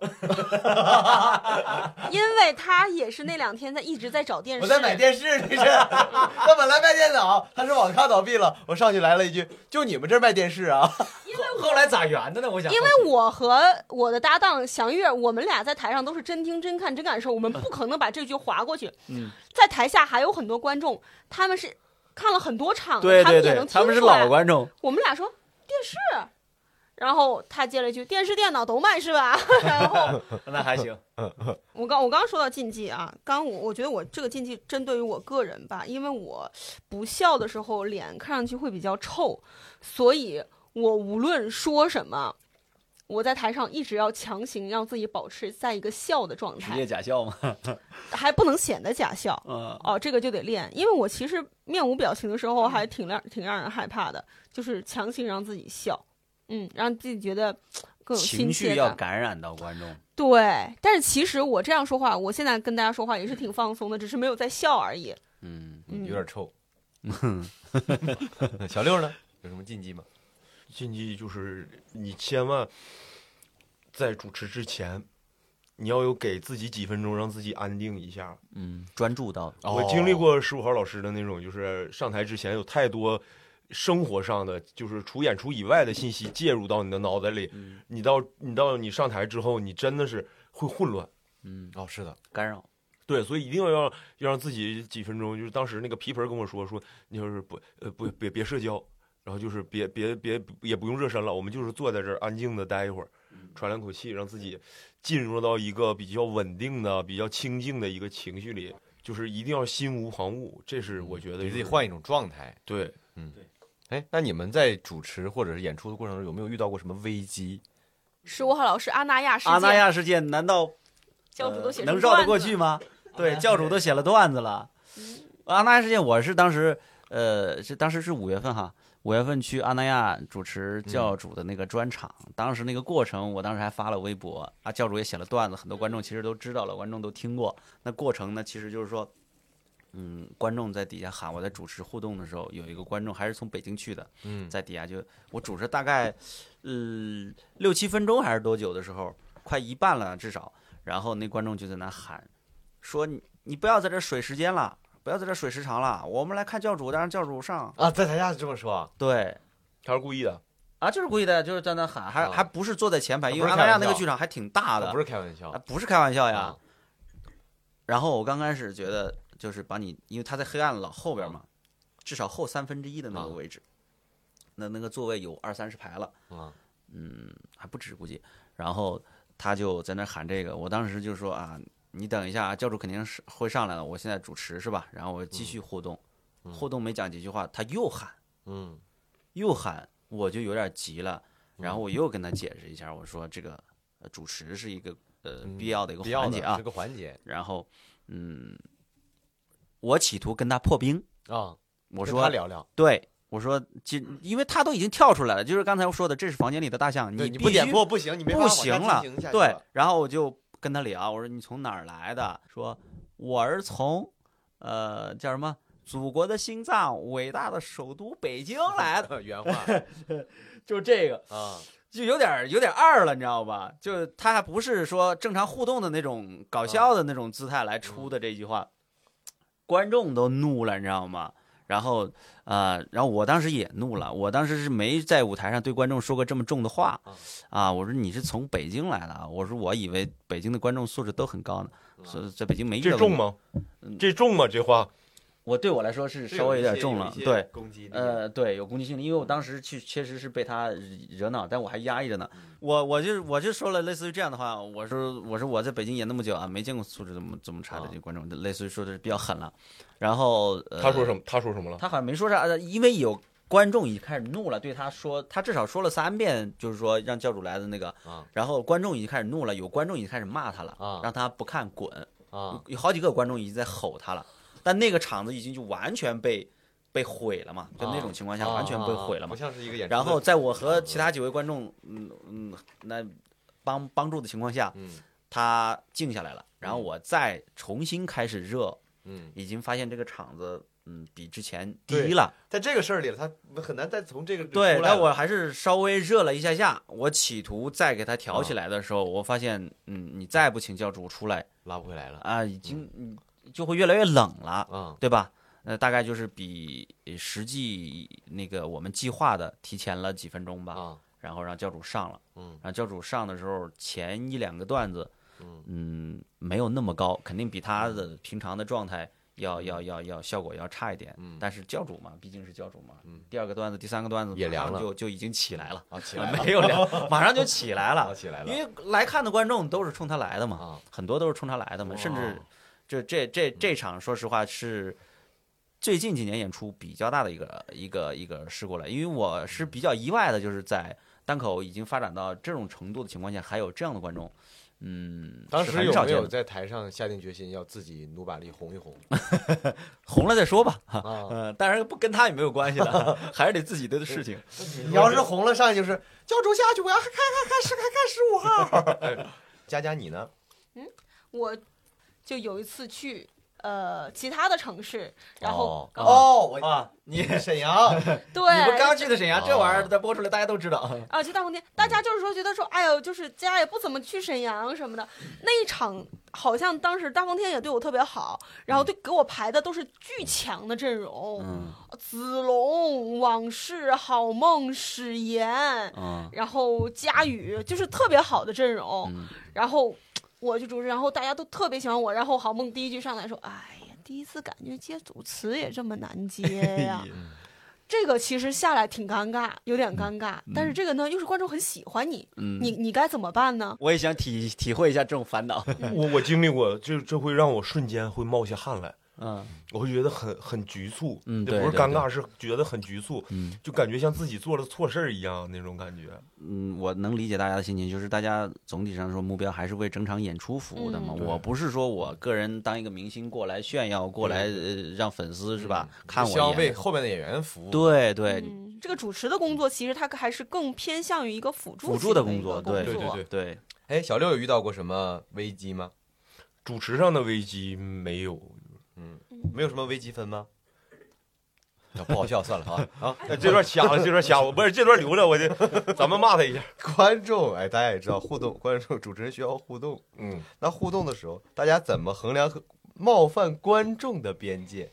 [SPEAKER 3] 因为他也是那两天在一直在找电视，
[SPEAKER 1] 我在买电视， 你是？他本来卖电脑，他是网咖倒闭了，我上去来了一句，就你们这儿卖电视啊？后来咋圆的呢？我想
[SPEAKER 3] 因为我和我的搭档祥月，我们俩在台上都是真听、真看、真感受，我们不可能把这句划过去。
[SPEAKER 5] 嗯，
[SPEAKER 3] 在台下还有很多观众，他们是看了很多场，
[SPEAKER 5] 对对
[SPEAKER 3] 他们也
[SPEAKER 5] 对
[SPEAKER 3] 能，听
[SPEAKER 5] 他们是
[SPEAKER 3] 出来
[SPEAKER 5] 老观众，
[SPEAKER 3] 我们俩说电视，然后他接了一句电视、电脑都卖是吧？ 然后
[SPEAKER 5] 那还行。
[SPEAKER 3] 我刚我刚说到禁忌啊，刚我我觉得我这个禁忌针对于我个人吧，因为我不笑的时候脸看上去会比较臭，所以我无论说什么，我在台上一直要强行让自己保持在一个笑的状
[SPEAKER 5] 职
[SPEAKER 3] 态
[SPEAKER 5] 业，假笑嘛，
[SPEAKER 3] 还不能显得假笑。
[SPEAKER 5] 嗯，
[SPEAKER 3] 哦，这个就得练，因为我其实面无表情的时候还挺让挺让人害怕的，就是强行让自己笑，嗯，让自己觉得更有亲
[SPEAKER 5] 情
[SPEAKER 3] 切
[SPEAKER 5] 绪
[SPEAKER 3] 感。
[SPEAKER 5] 要感染到观众。
[SPEAKER 3] 对，但是其实我这样说话，我现在跟大家说话也是挺放松的，只是没有在笑而已。
[SPEAKER 5] 嗯，
[SPEAKER 3] 嗯
[SPEAKER 1] 有点 臭。 小六呢？有什么禁忌吗？
[SPEAKER 4] 禁忌就是你千万在主持之前，你要有给自己几分钟，让自己安定一下。
[SPEAKER 5] 嗯，专注到
[SPEAKER 4] 我经历过十五号老师的那种，就是上台之前有太多生活上的，就是除演出以外的信息介入到你的脑袋里，
[SPEAKER 5] 嗯
[SPEAKER 4] 你到你到你上台之后，你真的是会混乱。
[SPEAKER 5] 嗯
[SPEAKER 1] 哦，是的，
[SPEAKER 5] 干扰。
[SPEAKER 4] 对，所以一定要让要让自己几分钟，就是当时那个皮盆儿跟我说说，你要是不呃不别别社交，然后就是别别别也不用热身了，我们就是坐在这儿安静的待一会儿，
[SPEAKER 1] 嗯
[SPEAKER 4] 喘两口气，让自己进入到一个比较稳定的、比较清静的一个情绪里，就是一定要心无旁骛，这是我觉得
[SPEAKER 1] 给嗯自己
[SPEAKER 4] 是
[SPEAKER 1] 换一种状态。
[SPEAKER 4] 对
[SPEAKER 1] 哎，那你们在主持或者是演出的过程中，有没有遇到过什么危机？
[SPEAKER 3] 十五号老师阿那亚事
[SPEAKER 5] 阿那
[SPEAKER 3] 件，
[SPEAKER 5] 亚事件难道
[SPEAKER 3] 教主都
[SPEAKER 5] 呃
[SPEAKER 3] 写成
[SPEAKER 5] 能绕得
[SPEAKER 3] 段
[SPEAKER 5] 过
[SPEAKER 3] 子嗯
[SPEAKER 5] 去吗？对，教主都写了段子了。阿那亚事件，我是当时，呃，是当时是五月份哈，五月份去阿那亚主持教主的那个专场，当时那个过程，我当时还发了微博啊，教主也写了段子，很多观众其实都知道了，观众都听过。那过程呢，其实就是说。嗯，观众在底下喊我在主持互动的时候，有一个观众还是从北京去的，
[SPEAKER 1] 嗯
[SPEAKER 5] 在底下就我主持大概，呃六七分钟还是多久的时候，快一半了至少。然后那观众就在那喊，说你你不要在这水时间了，不要在这水时长了，我们来看教主，让教主上。
[SPEAKER 1] 啊，在台下这么说啊，
[SPEAKER 5] 对
[SPEAKER 4] 他是故意的，
[SPEAKER 5] 啊，就是故意的，就是在那喊，还、
[SPEAKER 1] 啊
[SPEAKER 5] 还不是坐在前排，因
[SPEAKER 1] 不
[SPEAKER 5] 为
[SPEAKER 1] 是
[SPEAKER 5] 阿
[SPEAKER 1] 开
[SPEAKER 5] 那亚
[SPEAKER 1] 玩
[SPEAKER 5] 那个
[SPEAKER 1] 笑
[SPEAKER 5] 剧场还挺大的，
[SPEAKER 1] 不是开玩笑
[SPEAKER 5] 啊，不是开玩笑呀。
[SPEAKER 1] 啊
[SPEAKER 5] 然后我刚开始觉得就是把你，因为他在黑暗老后边嘛，至少后三分之一的那个
[SPEAKER 1] 啊
[SPEAKER 5] 位置，那那个座位有二三十排了，
[SPEAKER 1] 啊，
[SPEAKER 5] 嗯，还不止估计。然后他就在那喊这个，我当时就说啊，你等一下啊，教主肯定是会上来了，我现在主持是吧？然后我继续互动，互动没讲几句话，他又喊
[SPEAKER 1] 嗯
[SPEAKER 5] 又喊，我就有点急了。然后我又跟他解释一下，我说这个呃主持是一个呃
[SPEAKER 1] 嗯
[SPEAKER 5] 必要的一个
[SPEAKER 1] 必要
[SPEAKER 5] 环
[SPEAKER 1] 的
[SPEAKER 5] 节啊
[SPEAKER 1] 这，个环节
[SPEAKER 5] 然后，嗯，我企图跟他破冰，
[SPEAKER 1] 啊，
[SPEAKER 5] 我
[SPEAKER 1] 跟
[SPEAKER 5] 说
[SPEAKER 1] 他聊聊，
[SPEAKER 5] 对，我说，其因为他都已经跳出来了，就是刚才我说的，这是房间里的大象，
[SPEAKER 1] 对
[SPEAKER 5] 必
[SPEAKER 1] 你
[SPEAKER 5] 须
[SPEAKER 1] 不点破不行，你没法
[SPEAKER 5] 不
[SPEAKER 1] 往下
[SPEAKER 5] 行了
[SPEAKER 1] 进行下，去
[SPEAKER 5] 对
[SPEAKER 1] 了，
[SPEAKER 5] 然后我就跟他聊，我说你从哪儿来的？说我是从，呃，叫什么？祖国的心脏，伟大的首都北京来 的，
[SPEAKER 1] 原话
[SPEAKER 5] 就这个。
[SPEAKER 1] 啊，
[SPEAKER 5] 就有点儿有点儿二了，你知道吧？就他还不是说正常互动的那种搞笑的那种姿态来出的这句话，观众都怒了，你知道吗？然后，呃，然后我当时也怒了，我当时是没在舞台上对观众说过这么重的话，啊，我说你是从北京来的啊，我说我以为北京的观众素质都很高呢，所以在北京没遇
[SPEAKER 4] 这
[SPEAKER 5] 到过
[SPEAKER 4] 重吗？
[SPEAKER 1] 嗯
[SPEAKER 4] 这重吗？这话
[SPEAKER 5] 我对我来说是稍微有点重了，对，
[SPEAKER 2] 攻击力，
[SPEAKER 5] 呃，对，有攻击性的，因为我当时去确实是被他惹恼，但我还压抑着呢。
[SPEAKER 2] 嗯
[SPEAKER 5] 我我就我就说了类似于这样的话，我说我说我在北京演那么久啊，没见过素质这么这么差
[SPEAKER 2] 啊
[SPEAKER 5] 的这观众，类似于说的是比较狠了。然后、呃、
[SPEAKER 4] 他说什么？他说
[SPEAKER 2] 哦
[SPEAKER 4] 什么了？
[SPEAKER 5] 他好像没说啥，呃因为有观众已经开始怒了，对他说，他至少说了三遍，就是说让教主来的那个，
[SPEAKER 2] 啊
[SPEAKER 5] 然后观众已经开始怒了，有观众已经开始骂他了，
[SPEAKER 2] 啊
[SPEAKER 5] 让他不看滚，
[SPEAKER 2] 啊，
[SPEAKER 5] 有好几个观众已经在吼他了，但那个场子已经就完全被被毁了嘛，在那种情况下
[SPEAKER 2] 啊
[SPEAKER 5] 完全被毁了嘛
[SPEAKER 2] 不。像是一个演出的。
[SPEAKER 5] 然后在我和其他几位观众，嗯嗯，那帮帮助的情况下，
[SPEAKER 2] 嗯
[SPEAKER 5] 他静下来了，然后我再重新开始热，
[SPEAKER 2] 嗯，
[SPEAKER 5] 已经发现这个场子，嗯，比之前
[SPEAKER 2] 对
[SPEAKER 5] 低了。
[SPEAKER 2] 在这个事儿里，他很难再从这个
[SPEAKER 5] 对，
[SPEAKER 2] 出来
[SPEAKER 5] 但
[SPEAKER 2] 了
[SPEAKER 5] 我还是稍微热了一下下。我企图再给他挑
[SPEAKER 2] 啊
[SPEAKER 5] 起来的时候，我发现，嗯，你再不请教主出来
[SPEAKER 2] 拉不回来了
[SPEAKER 5] 啊，已经嗯就会越来越冷了，
[SPEAKER 2] 啊
[SPEAKER 5] 对吧？呃，大概就是比实际那个我们计划的提前了几分钟吧，
[SPEAKER 2] 啊
[SPEAKER 5] 然后让教主上了，
[SPEAKER 2] 嗯
[SPEAKER 5] 然后教主上的时候前一两个段子，
[SPEAKER 2] 嗯
[SPEAKER 5] 嗯，没有那么高，肯定比他的平常的状态要要要要效果要差一点。
[SPEAKER 2] 嗯
[SPEAKER 5] 但是教主嘛，毕竟是教主嘛，
[SPEAKER 2] 嗯
[SPEAKER 5] 第二个段子、第三个段子
[SPEAKER 2] 也凉
[SPEAKER 5] 马
[SPEAKER 2] 了
[SPEAKER 5] 上就就已经起 来了，
[SPEAKER 2] 啊，起来了
[SPEAKER 5] 没有凉，马上就起来
[SPEAKER 2] 啊，
[SPEAKER 5] 了，
[SPEAKER 2] 起来
[SPEAKER 5] 因
[SPEAKER 2] 了
[SPEAKER 5] 为来看的观众都是冲他来的嘛，
[SPEAKER 2] 啊，
[SPEAKER 5] 很多都是冲他来的嘛，甚至
[SPEAKER 2] 哇
[SPEAKER 5] 就这这这场，说实话是。最近几年演出比较大的一个一个一个事故了，因为我是比较意外的，就是在单口已经发展到这种程度的情况下，还有这样的观众，嗯，
[SPEAKER 2] 当
[SPEAKER 5] 是
[SPEAKER 2] 时
[SPEAKER 5] 很
[SPEAKER 2] 有
[SPEAKER 5] 少
[SPEAKER 2] 没
[SPEAKER 5] 见的
[SPEAKER 2] 有在台上下定决心要自己努把力红一 红
[SPEAKER 5] 红了再说吧，
[SPEAKER 2] 啊？
[SPEAKER 5] 嗯，当然不跟他也没有关系 了，还是得自己的事情。
[SPEAKER 2] 你要是红了，上去就是教主下去，我要看看看十看看十五 号。哎佳佳，你呢？
[SPEAKER 3] 我就有一次去呃其他的城市，然后
[SPEAKER 5] 啊
[SPEAKER 2] 哦，我
[SPEAKER 5] 啊，你
[SPEAKER 2] 沈阳
[SPEAKER 3] 对，
[SPEAKER 5] 你不刚去的沈阳，
[SPEAKER 2] 哦
[SPEAKER 5] 这玩意儿它播出来大家都知道。
[SPEAKER 3] 啊，就大风天，大家就是说觉得说，哎呦，就是家也不怎么去沈阳什么的。那一场好像当时大风天也对我特别好，然后对给我排的都是巨强的阵容，
[SPEAKER 5] 嗯
[SPEAKER 3] 子龙、往事、好梦、史炎，
[SPEAKER 5] 嗯
[SPEAKER 3] 然后佳宇，就是特别好的阵容。
[SPEAKER 5] 嗯
[SPEAKER 3] 然后我去主持，然后大家都特别喜欢我。然后郝梦第一句上来说：“哎呀，第一次感觉接主持也这么难 接
[SPEAKER 5] 哎
[SPEAKER 3] 呀、这个其实下来挺尴尬，有点尴尬。但是这个呢，又是观众很喜欢你，
[SPEAKER 5] 嗯
[SPEAKER 3] 你你该怎么办呢？
[SPEAKER 5] 我也想体体会一下这种烦恼。
[SPEAKER 4] 我我经历过，这这会让我瞬间会冒下汗来，
[SPEAKER 5] 嗯
[SPEAKER 4] 我会觉得很很局促，
[SPEAKER 5] 嗯
[SPEAKER 4] 这
[SPEAKER 5] 对
[SPEAKER 4] 不是
[SPEAKER 5] 对
[SPEAKER 4] 尴尬，是觉得很局促，
[SPEAKER 5] 嗯
[SPEAKER 4] 就感觉像自己做了错事儿一样那种感觉。
[SPEAKER 5] 嗯，我能理解大家的心情，就是大家总体上说目标还是为整场演出服务的嘛。
[SPEAKER 3] 嗯
[SPEAKER 5] 我不是说我个人当一个明星过来炫耀，过来呃让粉丝是吧看
[SPEAKER 2] 需要
[SPEAKER 5] 我
[SPEAKER 2] 为
[SPEAKER 5] 演。
[SPEAKER 2] 后面的演员服务。
[SPEAKER 5] 对对
[SPEAKER 3] 嗯，这个主持的工作其实它还是更偏向于一个辅助
[SPEAKER 5] 辅助
[SPEAKER 3] 性
[SPEAKER 5] 的
[SPEAKER 3] 的
[SPEAKER 5] 工
[SPEAKER 3] 一
[SPEAKER 5] 作
[SPEAKER 3] 个工
[SPEAKER 5] 对
[SPEAKER 4] 对对对，
[SPEAKER 5] 对，
[SPEAKER 2] 哎，小六有遇到过什么危机吗？
[SPEAKER 4] 主持上的危机没有，
[SPEAKER 2] 没有什么微积分吗？ 啊不好笑，算了啊。
[SPEAKER 4] 啊，这段掐 了，这段掐，我不是这段留着，我这咱们骂他一下。
[SPEAKER 2] 观众，哎，大家也知道互动，观众主持人需要互动。
[SPEAKER 4] 嗯，
[SPEAKER 2] 那互动的时候，大家怎么衡量和冒犯观众的边界？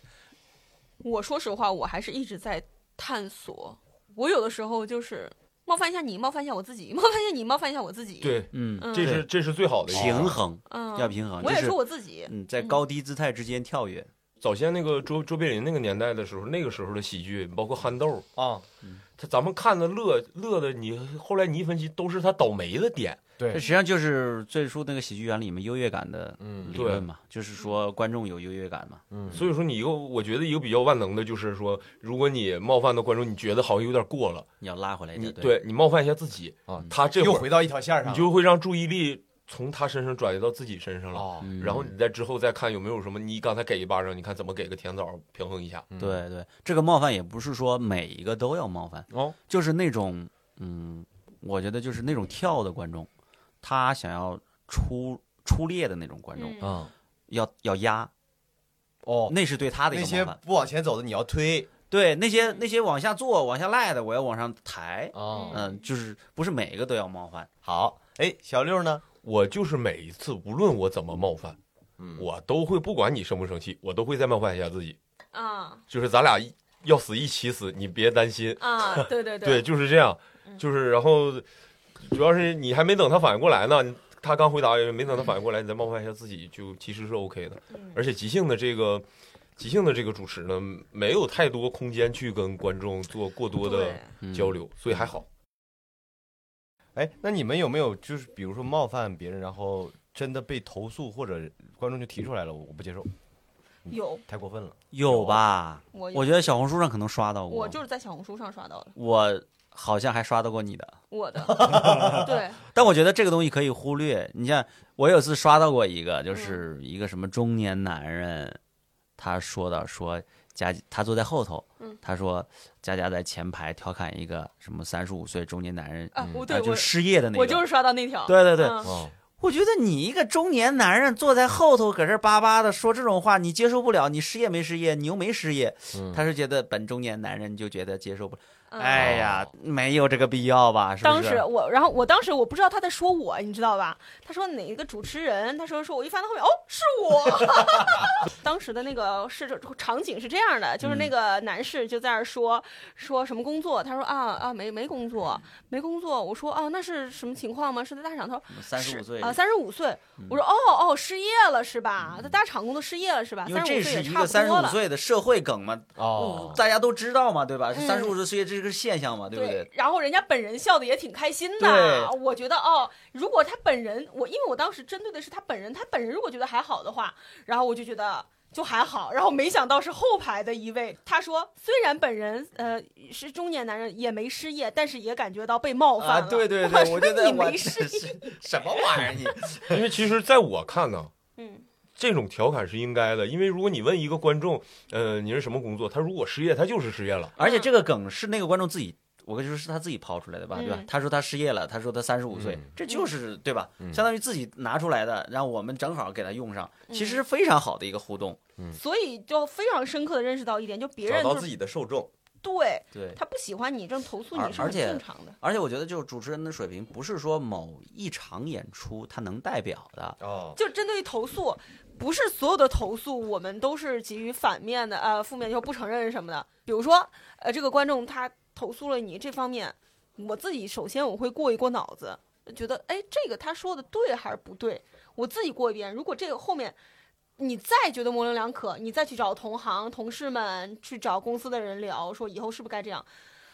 [SPEAKER 3] 我说实话，我还是一直在探索。我有的时候就是冒犯一下你，冒犯一下我自己，冒犯一下你，冒犯一下我自己。，
[SPEAKER 4] 对，
[SPEAKER 5] 嗯，
[SPEAKER 3] 嗯、
[SPEAKER 4] 这是这是最好的一个
[SPEAKER 5] 平衡
[SPEAKER 3] 嗯，
[SPEAKER 5] 要平衡，
[SPEAKER 3] 我
[SPEAKER 5] 啊就
[SPEAKER 3] 也
[SPEAKER 5] 是
[SPEAKER 3] 说我自己，
[SPEAKER 5] 嗯，在
[SPEAKER 3] 嗯
[SPEAKER 5] 高低姿态之间跳跃。
[SPEAKER 4] 早先那个卓卓别林那个年代的时候，那个时候的喜剧，包括憨豆
[SPEAKER 2] 啊，
[SPEAKER 4] 他咱们看的乐乐的你，后来你一分析都是他倒霉的点，
[SPEAKER 5] 这实际上就是最初那个喜剧原理里面优越感的
[SPEAKER 2] 嗯
[SPEAKER 5] 理论嘛，就是说观众有优越感嘛。
[SPEAKER 2] 嗯，
[SPEAKER 4] 所以说你一个我觉得一个比较万能的就是说，如果你冒犯到观众，你觉得好像有点过了，
[SPEAKER 5] 你要拉回来一
[SPEAKER 4] 你
[SPEAKER 5] 点，
[SPEAKER 4] 嗯对你冒犯一下自己
[SPEAKER 2] 啊
[SPEAKER 4] 他这
[SPEAKER 2] 又
[SPEAKER 4] 会儿
[SPEAKER 2] 回到一条线上，
[SPEAKER 4] 你就会让注意力从他身上转移到自己身上了。
[SPEAKER 2] 哦，
[SPEAKER 5] 嗯
[SPEAKER 4] 然后你在之后再看有没有什么，你刚才给一巴掌，你看怎么给个甜枣平衡一下。
[SPEAKER 2] 嗯，
[SPEAKER 5] 对对，这个冒犯也不是说每一个都要冒犯，
[SPEAKER 2] 哦，
[SPEAKER 5] 就是那种嗯，我觉得就是那种跳的观众，他想要出出列的那种观众，
[SPEAKER 3] 嗯
[SPEAKER 2] 啊，
[SPEAKER 5] 要要压，
[SPEAKER 2] 哦，
[SPEAKER 5] 那是对他的一
[SPEAKER 2] 那
[SPEAKER 5] 个
[SPEAKER 2] 些
[SPEAKER 5] 冒犯。
[SPEAKER 2] 不往前走的你要推，
[SPEAKER 5] 对那些那些往下做、往下赖的，我要往上抬。
[SPEAKER 2] 啊
[SPEAKER 1] 哦
[SPEAKER 5] 嗯、就是不是每一个都要冒犯。
[SPEAKER 2] 好，哎，小六呢？
[SPEAKER 4] 我就是每一次，无论我怎么冒犯，
[SPEAKER 1] 嗯
[SPEAKER 4] 我都会不管你生不生气，我都会再冒犯一下自己。
[SPEAKER 3] 啊
[SPEAKER 4] 就是咱俩一要死一起死，你别担心。
[SPEAKER 3] 啊，对对
[SPEAKER 4] 对，，就是这样，就是然后主要是你还没等他反应过来呢，他刚回答没等他反应过来，你再冒犯一下自己，就其实是 OK 的。
[SPEAKER 3] 嗯
[SPEAKER 4] 而且即兴的这个即兴的这个主持呢，没有太多空间去跟观众做过多的
[SPEAKER 3] 对
[SPEAKER 5] 嗯
[SPEAKER 4] 交流，所以还好。
[SPEAKER 2] 哎，那你们有没有就是比如说冒犯别人，然后真的被投诉或者观众就提出来了，我我不接受，
[SPEAKER 3] 有
[SPEAKER 2] 太过分了。
[SPEAKER 5] 有吧？
[SPEAKER 3] 我有啊
[SPEAKER 5] 我觉得小红书上可能刷到过。
[SPEAKER 3] 我就是在小红书上刷到的，
[SPEAKER 5] 我好像还刷到过你的，
[SPEAKER 3] 我的对
[SPEAKER 5] 但我觉得这个东西可以忽略。你像我有次刷到过一个，就是
[SPEAKER 3] 嗯
[SPEAKER 5] 一个什么中年男人，他说到说佳，他坐在后头
[SPEAKER 3] 嗯，
[SPEAKER 5] 他说佳佳在前排调侃一个什么三十五岁中年男人，
[SPEAKER 3] 啊，我
[SPEAKER 5] 啊
[SPEAKER 3] 对
[SPEAKER 5] 就
[SPEAKER 3] 我
[SPEAKER 5] 失业的那个，
[SPEAKER 3] 我就是刷到那条，
[SPEAKER 5] 对对对
[SPEAKER 3] 嗯
[SPEAKER 2] 哦，
[SPEAKER 5] 我觉得你一个中年男人坐在后头搁这儿巴巴的说这种话，你接受不了。你失业没失业？你又没失业。
[SPEAKER 2] 嗯
[SPEAKER 5] 他是觉得本中年男人就觉得接受不了。
[SPEAKER 3] 嗯
[SPEAKER 5] 哎呀，没有这个必要吧？是不
[SPEAKER 3] 当
[SPEAKER 5] 是？
[SPEAKER 3] 时我，然后我当时我不知道他在说我，你知道吧？他说哪一个主持人？他说说我一翻到后面，哦，是我。 当时的那个是场景是这样的，就是那个
[SPEAKER 5] 嗯
[SPEAKER 3] 男士就在那儿说、说什么工作，他说啊啊没没工作没工作，我说啊那是什么情况吗？是在大厂？他说
[SPEAKER 5] 三十五岁嗯
[SPEAKER 3] 啊三十五岁，我说哦哦失业了是吧？在大厂工作失业了是吧？
[SPEAKER 5] 因为
[SPEAKER 3] 啊三十
[SPEAKER 5] 这
[SPEAKER 3] 五岁
[SPEAKER 5] 是
[SPEAKER 3] 也
[SPEAKER 5] 一
[SPEAKER 3] 差
[SPEAKER 5] 个
[SPEAKER 3] 不
[SPEAKER 5] 三十
[SPEAKER 3] 多
[SPEAKER 5] 五
[SPEAKER 3] 了。
[SPEAKER 5] 岁的社会梗嘛，嗯
[SPEAKER 2] 哦，
[SPEAKER 5] 大家都知道嘛，对吧？
[SPEAKER 3] 嗯
[SPEAKER 5] 三十五岁失业这个现象嘛，对不啊对？
[SPEAKER 3] 然后人家本人笑的也挺开心的，
[SPEAKER 5] 对
[SPEAKER 3] 我觉得哦，如果他本人，我因为我当时针对的是他本人，他本人如果觉得还好的话，然后我就觉得。就还好，然后没想到是后排的一位，他说虽然本人呃是中年男人，也没失业，但是也感觉到被冒犯了。
[SPEAKER 5] 啊，对对
[SPEAKER 3] 我
[SPEAKER 5] 对，
[SPEAKER 3] 说
[SPEAKER 5] 我觉得
[SPEAKER 3] 你
[SPEAKER 5] 我
[SPEAKER 3] 没失业，
[SPEAKER 5] 什么玩意儿你？
[SPEAKER 4] 因为其实在我看呢，
[SPEAKER 3] 嗯
[SPEAKER 4] 这种调侃是应该的，因为如果你问一个观众，呃，你是什么工作，他如果失业，他就是失业了。
[SPEAKER 5] 而且这个梗是那个观众自己，我跟你说是他自己抛出来的吧，
[SPEAKER 3] 嗯
[SPEAKER 5] 对吧？他说他失业了，他说他三十五岁
[SPEAKER 2] 嗯，
[SPEAKER 5] 这就是对吧？相当于自己拿出来的，然后我们正好给他用上，
[SPEAKER 3] 嗯
[SPEAKER 5] 其实是非常好的一个互动。
[SPEAKER 3] 所以就非常深刻的认识到一点，就别
[SPEAKER 1] 找
[SPEAKER 3] 人
[SPEAKER 1] 到
[SPEAKER 3] 就
[SPEAKER 1] 自
[SPEAKER 3] 是
[SPEAKER 1] 己的受众，
[SPEAKER 3] 对
[SPEAKER 5] 对，
[SPEAKER 3] 他不喜欢你，这投诉
[SPEAKER 5] 而
[SPEAKER 3] 你是
[SPEAKER 5] 而
[SPEAKER 3] 很
[SPEAKER 5] 且
[SPEAKER 3] 正常的。
[SPEAKER 5] 而且我觉得就是主持人的水平，不是说某一场演出他能代表的。
[SPEAKER 2] 哦，
[SPEAKER 3] 就针对于投诉，不是所有的投诉我们都是给予反面的，呃，负面就不承认什么的。比如说，呃，这个观众他投诉了你这方面，我自己首先我会过一过脑子，觉得哎，这个他说的对还是不对，我自己过一遍。如果这个后面。你再觉得模棱两可，你再去找同行、同事们，去找公司的人聊，说以后是不是该这样？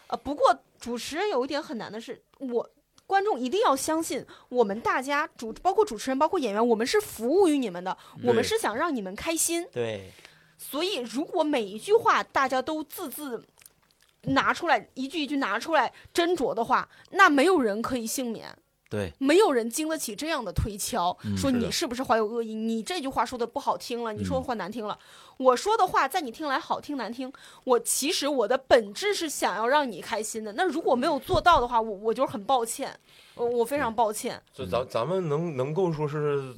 [SPEAKER 3] 呃，不过主持人有一点很难的是，我观众一定要相信，我们大家主包括主持人，包括演员，我们是服务于你们的，我们是想让你们开心。
[SPEAKER 5] 对，
[SPEAKER 3] 所以，如果每一句话大家都字字拿出来，一句一句拿出来斟酌的话，那没有人可以幸免。
[SPEAKER 5] 对，
[SPEAKER 3] 没有人经得起这样的推敲，说
[SPEAKER 4] 嗯是的嗯
[SPEAKER 3] 你是不是怀有恶意？你这句话说的不好听了，你说的话难听了。我说的话在你听来好听难听，我其实我的本质是想要让你开心的。那如果没有做到的话，我我就是很抱歉，我我非常抱歉。
[SPEAKER 4] 就咱咱们能能够说是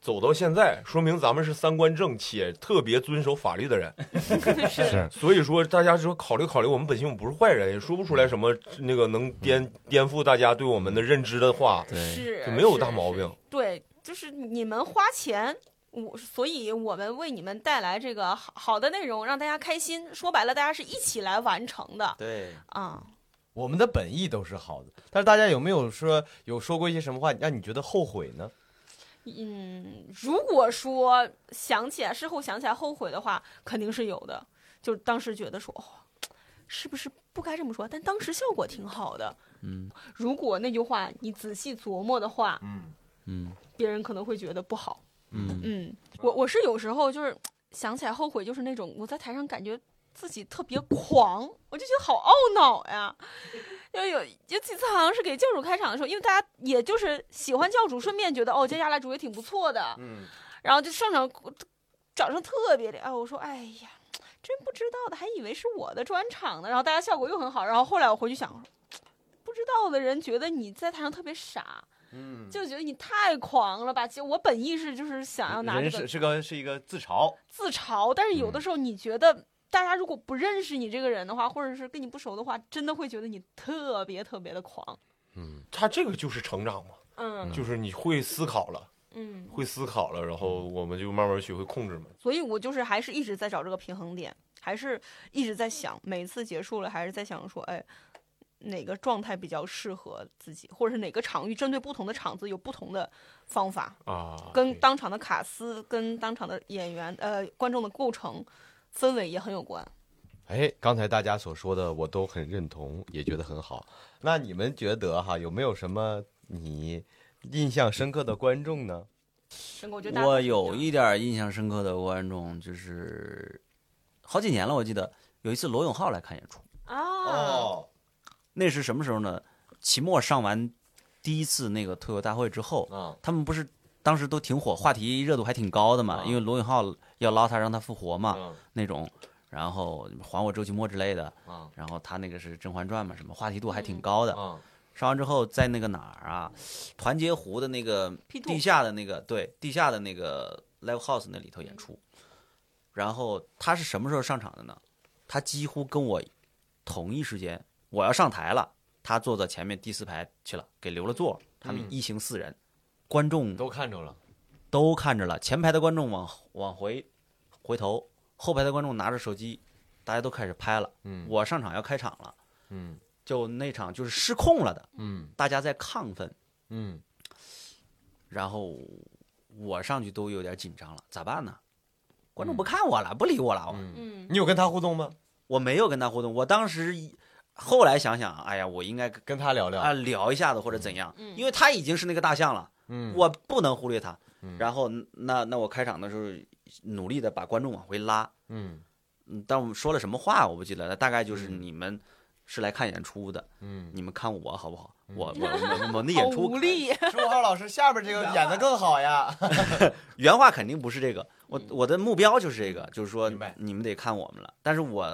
[SPEAKER 4] 走到现在，说明咱们是三观正且特别遵守法律的人。
[SPEAKER 2] 是
[SPEAKER 4] 所以说，大家说考虑考虑，我们本性我们不是坏人，也说不出来什么那个能颠颠覆大家对我们的认知的话，
[SPEAKER 5] 对，
[SPEAKER 3] 是
[SPEAKER 4] 就没有
[SPEAKER 3] 是
[SPEAKER 4] 大毛
[SPEAKER 3] 是
[SPEAKER 4] 病。
[SPEAKER 3] 对，就是你们花钱，我所以我们为你们带来这个好好的内容，让大家开心。说白了，大家是一起来完成的
[SPEAKER 5] 对，
[SPEAKER 3] 啊。
[SPEAKER 5] 嗯
[SPEAKER 2] 我们的本意都是好的，但是大家有没有说有说过一些什么话让你觉得后悔呢？
[SPEAKER 3] 嗯，如果说想起来事后想起来后悔的话，肯定是有的。就当时觉得说，哦，是不是不该这么说？但当时效果挺好的。
[SPEAKER 5] 嗯
[SPEAKER 3] 如果那句话你仔细琢磨的话，
[SPEAKER 5] 嗯
[SPEAKER 3] 别人可能会觉得不好。
[SPEAKER 5] 嗯，
[SPEAKER 3] 嗯，我我是有时候就是想起来后悔，就是那种我在台上感觉自己特别狂，我就觉得好懊恼呀。就有有几次好像是给教主开场的时候，因为大家也就是喜欢教主，顺便觉得哦，接下来主也挺不错的，
[SPEAKER 1] 嗯，
[SPEAKER 3] 然后就上场掌声特别的，哎，我说哎呀，真不知道的，还以为是我的专场呢。然后大家效果又很好，然后后来我回去想，不知道的人觉得你在台上特别傻。
[SPEAKER 1] 嗯
[SPEAKER 3] 就觉得你太狂了吧！其实我啊本意是就是想要拿这
[SPEAKER 2] 人
[SPEAKER 3] 个
[SPEAKER 2] 是是个是一个自嘲，
[SPEAKER 3] 自嘲，但是有的时候你觉得大家如果不认识你这个人的话，或者是跟你不熟的话，真的会觉得你特别特别的狂。
[SPEAKER 1] 嗯，
[SPEAKER 4] 他这个就是成长嘛，
[SPEAKER 3] 嗯
[SPEAKER 4] 就是你会思考了，
[SPEAKER 3] 嗯，
[SPEAKER 4] 会思考了，然后我们就慢慢学会控制嘛。
[SPEAKER 3] 所以我就是还是一直在找这个平衡点，还是一直在想，每次结束了还是在想说，哎，哪个状态比较适合自己，或者是哪个场域针对不同的场子有不同的方法，
[SPEAKER 4] 啊，
[SPEAKER 3] 跟
[SPEAKER 4] 对
[SPEAKER 3] 当场的卡司、跟当场的演员、呃观众的构成氛围也很有关。
[SPEAKER 1] 哎，刚才大家所说的我都很认同，也觉得很好。那你们觉得哈，有没有什么你印象深刻的观众呢？
[SPEAKER 3] 真的我觉得大家
[SPEAKER 5] 我
[SPEAKER 3] 都是这
[SPEAKER 5] 有
[SPEAKER 3] 样
[SPEAKER 5] 一点儿印象深刻的观众就是好几年了，我记得有一次罗永浩来看演出，
[SPEAKER 3] 啊，，
[SPEAKER 5] 哦那是什么时候呢？期末上完第一次那个脱口大会之后，
[SPEAKER 1] 啊，
[SPEAKER 5] 他们不是当时都挺火，话题热度还挺高的嘛，因为罗永浩要捞他让他复活嘛
[SPEAKER 1] 嗯
[SPEAKER 5] 那种，然后还我周奇墨之类的
[SPEAKER 1] 啊，
[SPEAKER 5] 然后他那个是《甄嬛传》嘛，什么话题度还挺
[SPEAKER 3] 嗯
[SPEAKER 5] 高的。
[SPEAKER 1] 啊，
[SPEAKER 5] 上完之后，在那个哪儿啊，团结湖的那个
[SPEAKER 3] P
[SPEAKER 5] 地
[SPEAKER 3] two
[SPEAKER 5] 下的那个对地下的那个 live house 那里头演出。然后他是什么时候上场的呢？他几乎跟我同一时间，我要上台了，他坐到前面第四排去了，给留了座儿。他们一行四人，观众
[SPEAKER 1] 都看着了，
[SPEAKER 5] 都看着了，前排的观众往往回回头，后排的观众拿着手机，大家都开始拍了。
[SPEAKER 1] 嗯
[SPEAKER 5] 我上场要开场了，
[SPEAKER 1] 嗯
[SPEAKER 5] 就那场就是失控了的，
[SPEAKER 1] 嗯
[SPEAKER 5] 大家在亢奋。
[SPEAKER 1] 嗯
[SPEAKER 5] 然后我上去都有点紧张了，咋办呢？观众不看我了，不理我了，我
[SPEAKER 1] 嗯，
[SPEAKER 3] 嗯
[SPEAKER 1] 你有跟他互动吗？
[SPEAKER 5] 我没有跟他互动。我当时一后来想想，哎呀，我应该跟
[SPEAKER 1] 跟他聊聊，
[SPEAKER 5] 啊聊一下子或者怎样，
[SPEAKER 3] 嗯
[SPEAKER 5] 因为他已经是那个大象了，
[SPEAKER 1] 嗯，
[SPEAKER 5] 我不能忽略他。
[SPEAKER 1] 嗯
[SPEAKER 5] 然后那那我开场的时候努力的把观众往回拉，
[SPEAKER 1] 嗯
[SPEAKER 5] 嗯，但我们说了什么话我不记得了，大概就是你们是来看演出的，
[SPEAKER 1] 嗯，
[SPEAKER 5] 你们看我好不好？我我我我那演
[SPEAKER 3] 好
[SPEAKER 5] 出
[SPEAKER 3] 无力，
[SPEAKER 2] 十五号老师下边这个演的更好呀，
[SPEAKER 5] 原话肯定不是这个，我我的目标就是这个，就是说
[SPEAKER 2] 明白
[SPEAKER 5] 你们得看我们了。但是我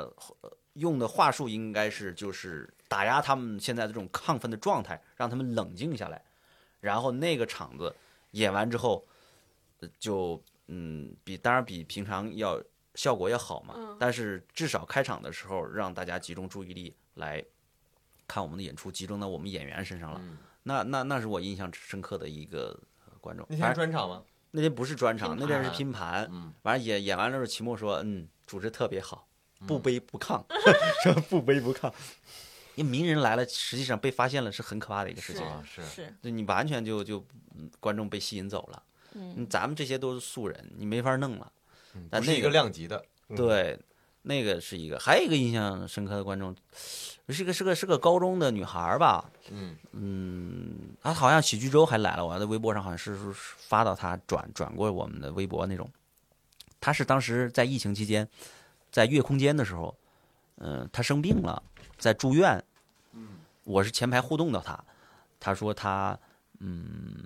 [SPEAKER 5] 呃用的话术应该是就是打压他们现在这种亢奋的状态，让他们冷静下来。然后那个场子演完之后，呃就嗯比当然比平常要效果要好嘛，
[SPEAKER 3] 嗯
[SPEAKER 5] 但是至少开场的时候让大家集中注意力来看我们的演出，集中到我们演员身上了。
[SPEAKER 1] 嗯
[SPEAKER 5] 那那那是我印象深刻的一个呃观众。
[SPEAKER 1] 那
[SPEAKER 5] 反
[SPEAKER 1] 天
[SPEAKER 5] 正
[SPEAKER 1] 是专场吗？
[SPEAKER 5] 那天不是专场，
[SPEAKER 3] 拼
[SPEAKER 5] 那
[SPEAKER 3] 盘
[SPEAKER 5] 天是拼盘。
[SPEAKER 1] 嗯，
[SPEAKER 5] 完了演演完了之后，齐墨说：“嗯，主持特别好，
[SPEAKER 1] 嗯
[SPEAKER 5] 不卑不 亢，说不卑不亢。”因为名人来了，实际上被发现了是很可怕的一个事情，
[SPEAKER 1] 啊是
[SPEAKER 3] 是，
[SPEAKER 5] 就你完全就就嗯观众被吸引走了。
[SPEAKER 3] 嗯
[SPEAKER 5] 嗯，咱们这些都是素人，你没法弄了。但
[SPEAKER 1] 不是
[SPEAKER 5] 那
[SPEAKER 1] 嗯一个量级的，
[SPEAKER 4] 嗯
[SPEAKER 5] 对，那个是一个，还有一个印象深刻的观众，是个是个是个高中的女孩儿吧，
[SPEAKER 1] 嗯
[SPEAKER 5] 嗯，她好像喜剧周还来了，我在微博上好像是是是发到她转转过我们的微博那种。她是当时在疫情期间，在月空间的时候，嗯、她生病了，在住院。嗯，我是前排互动到她，她说她嗯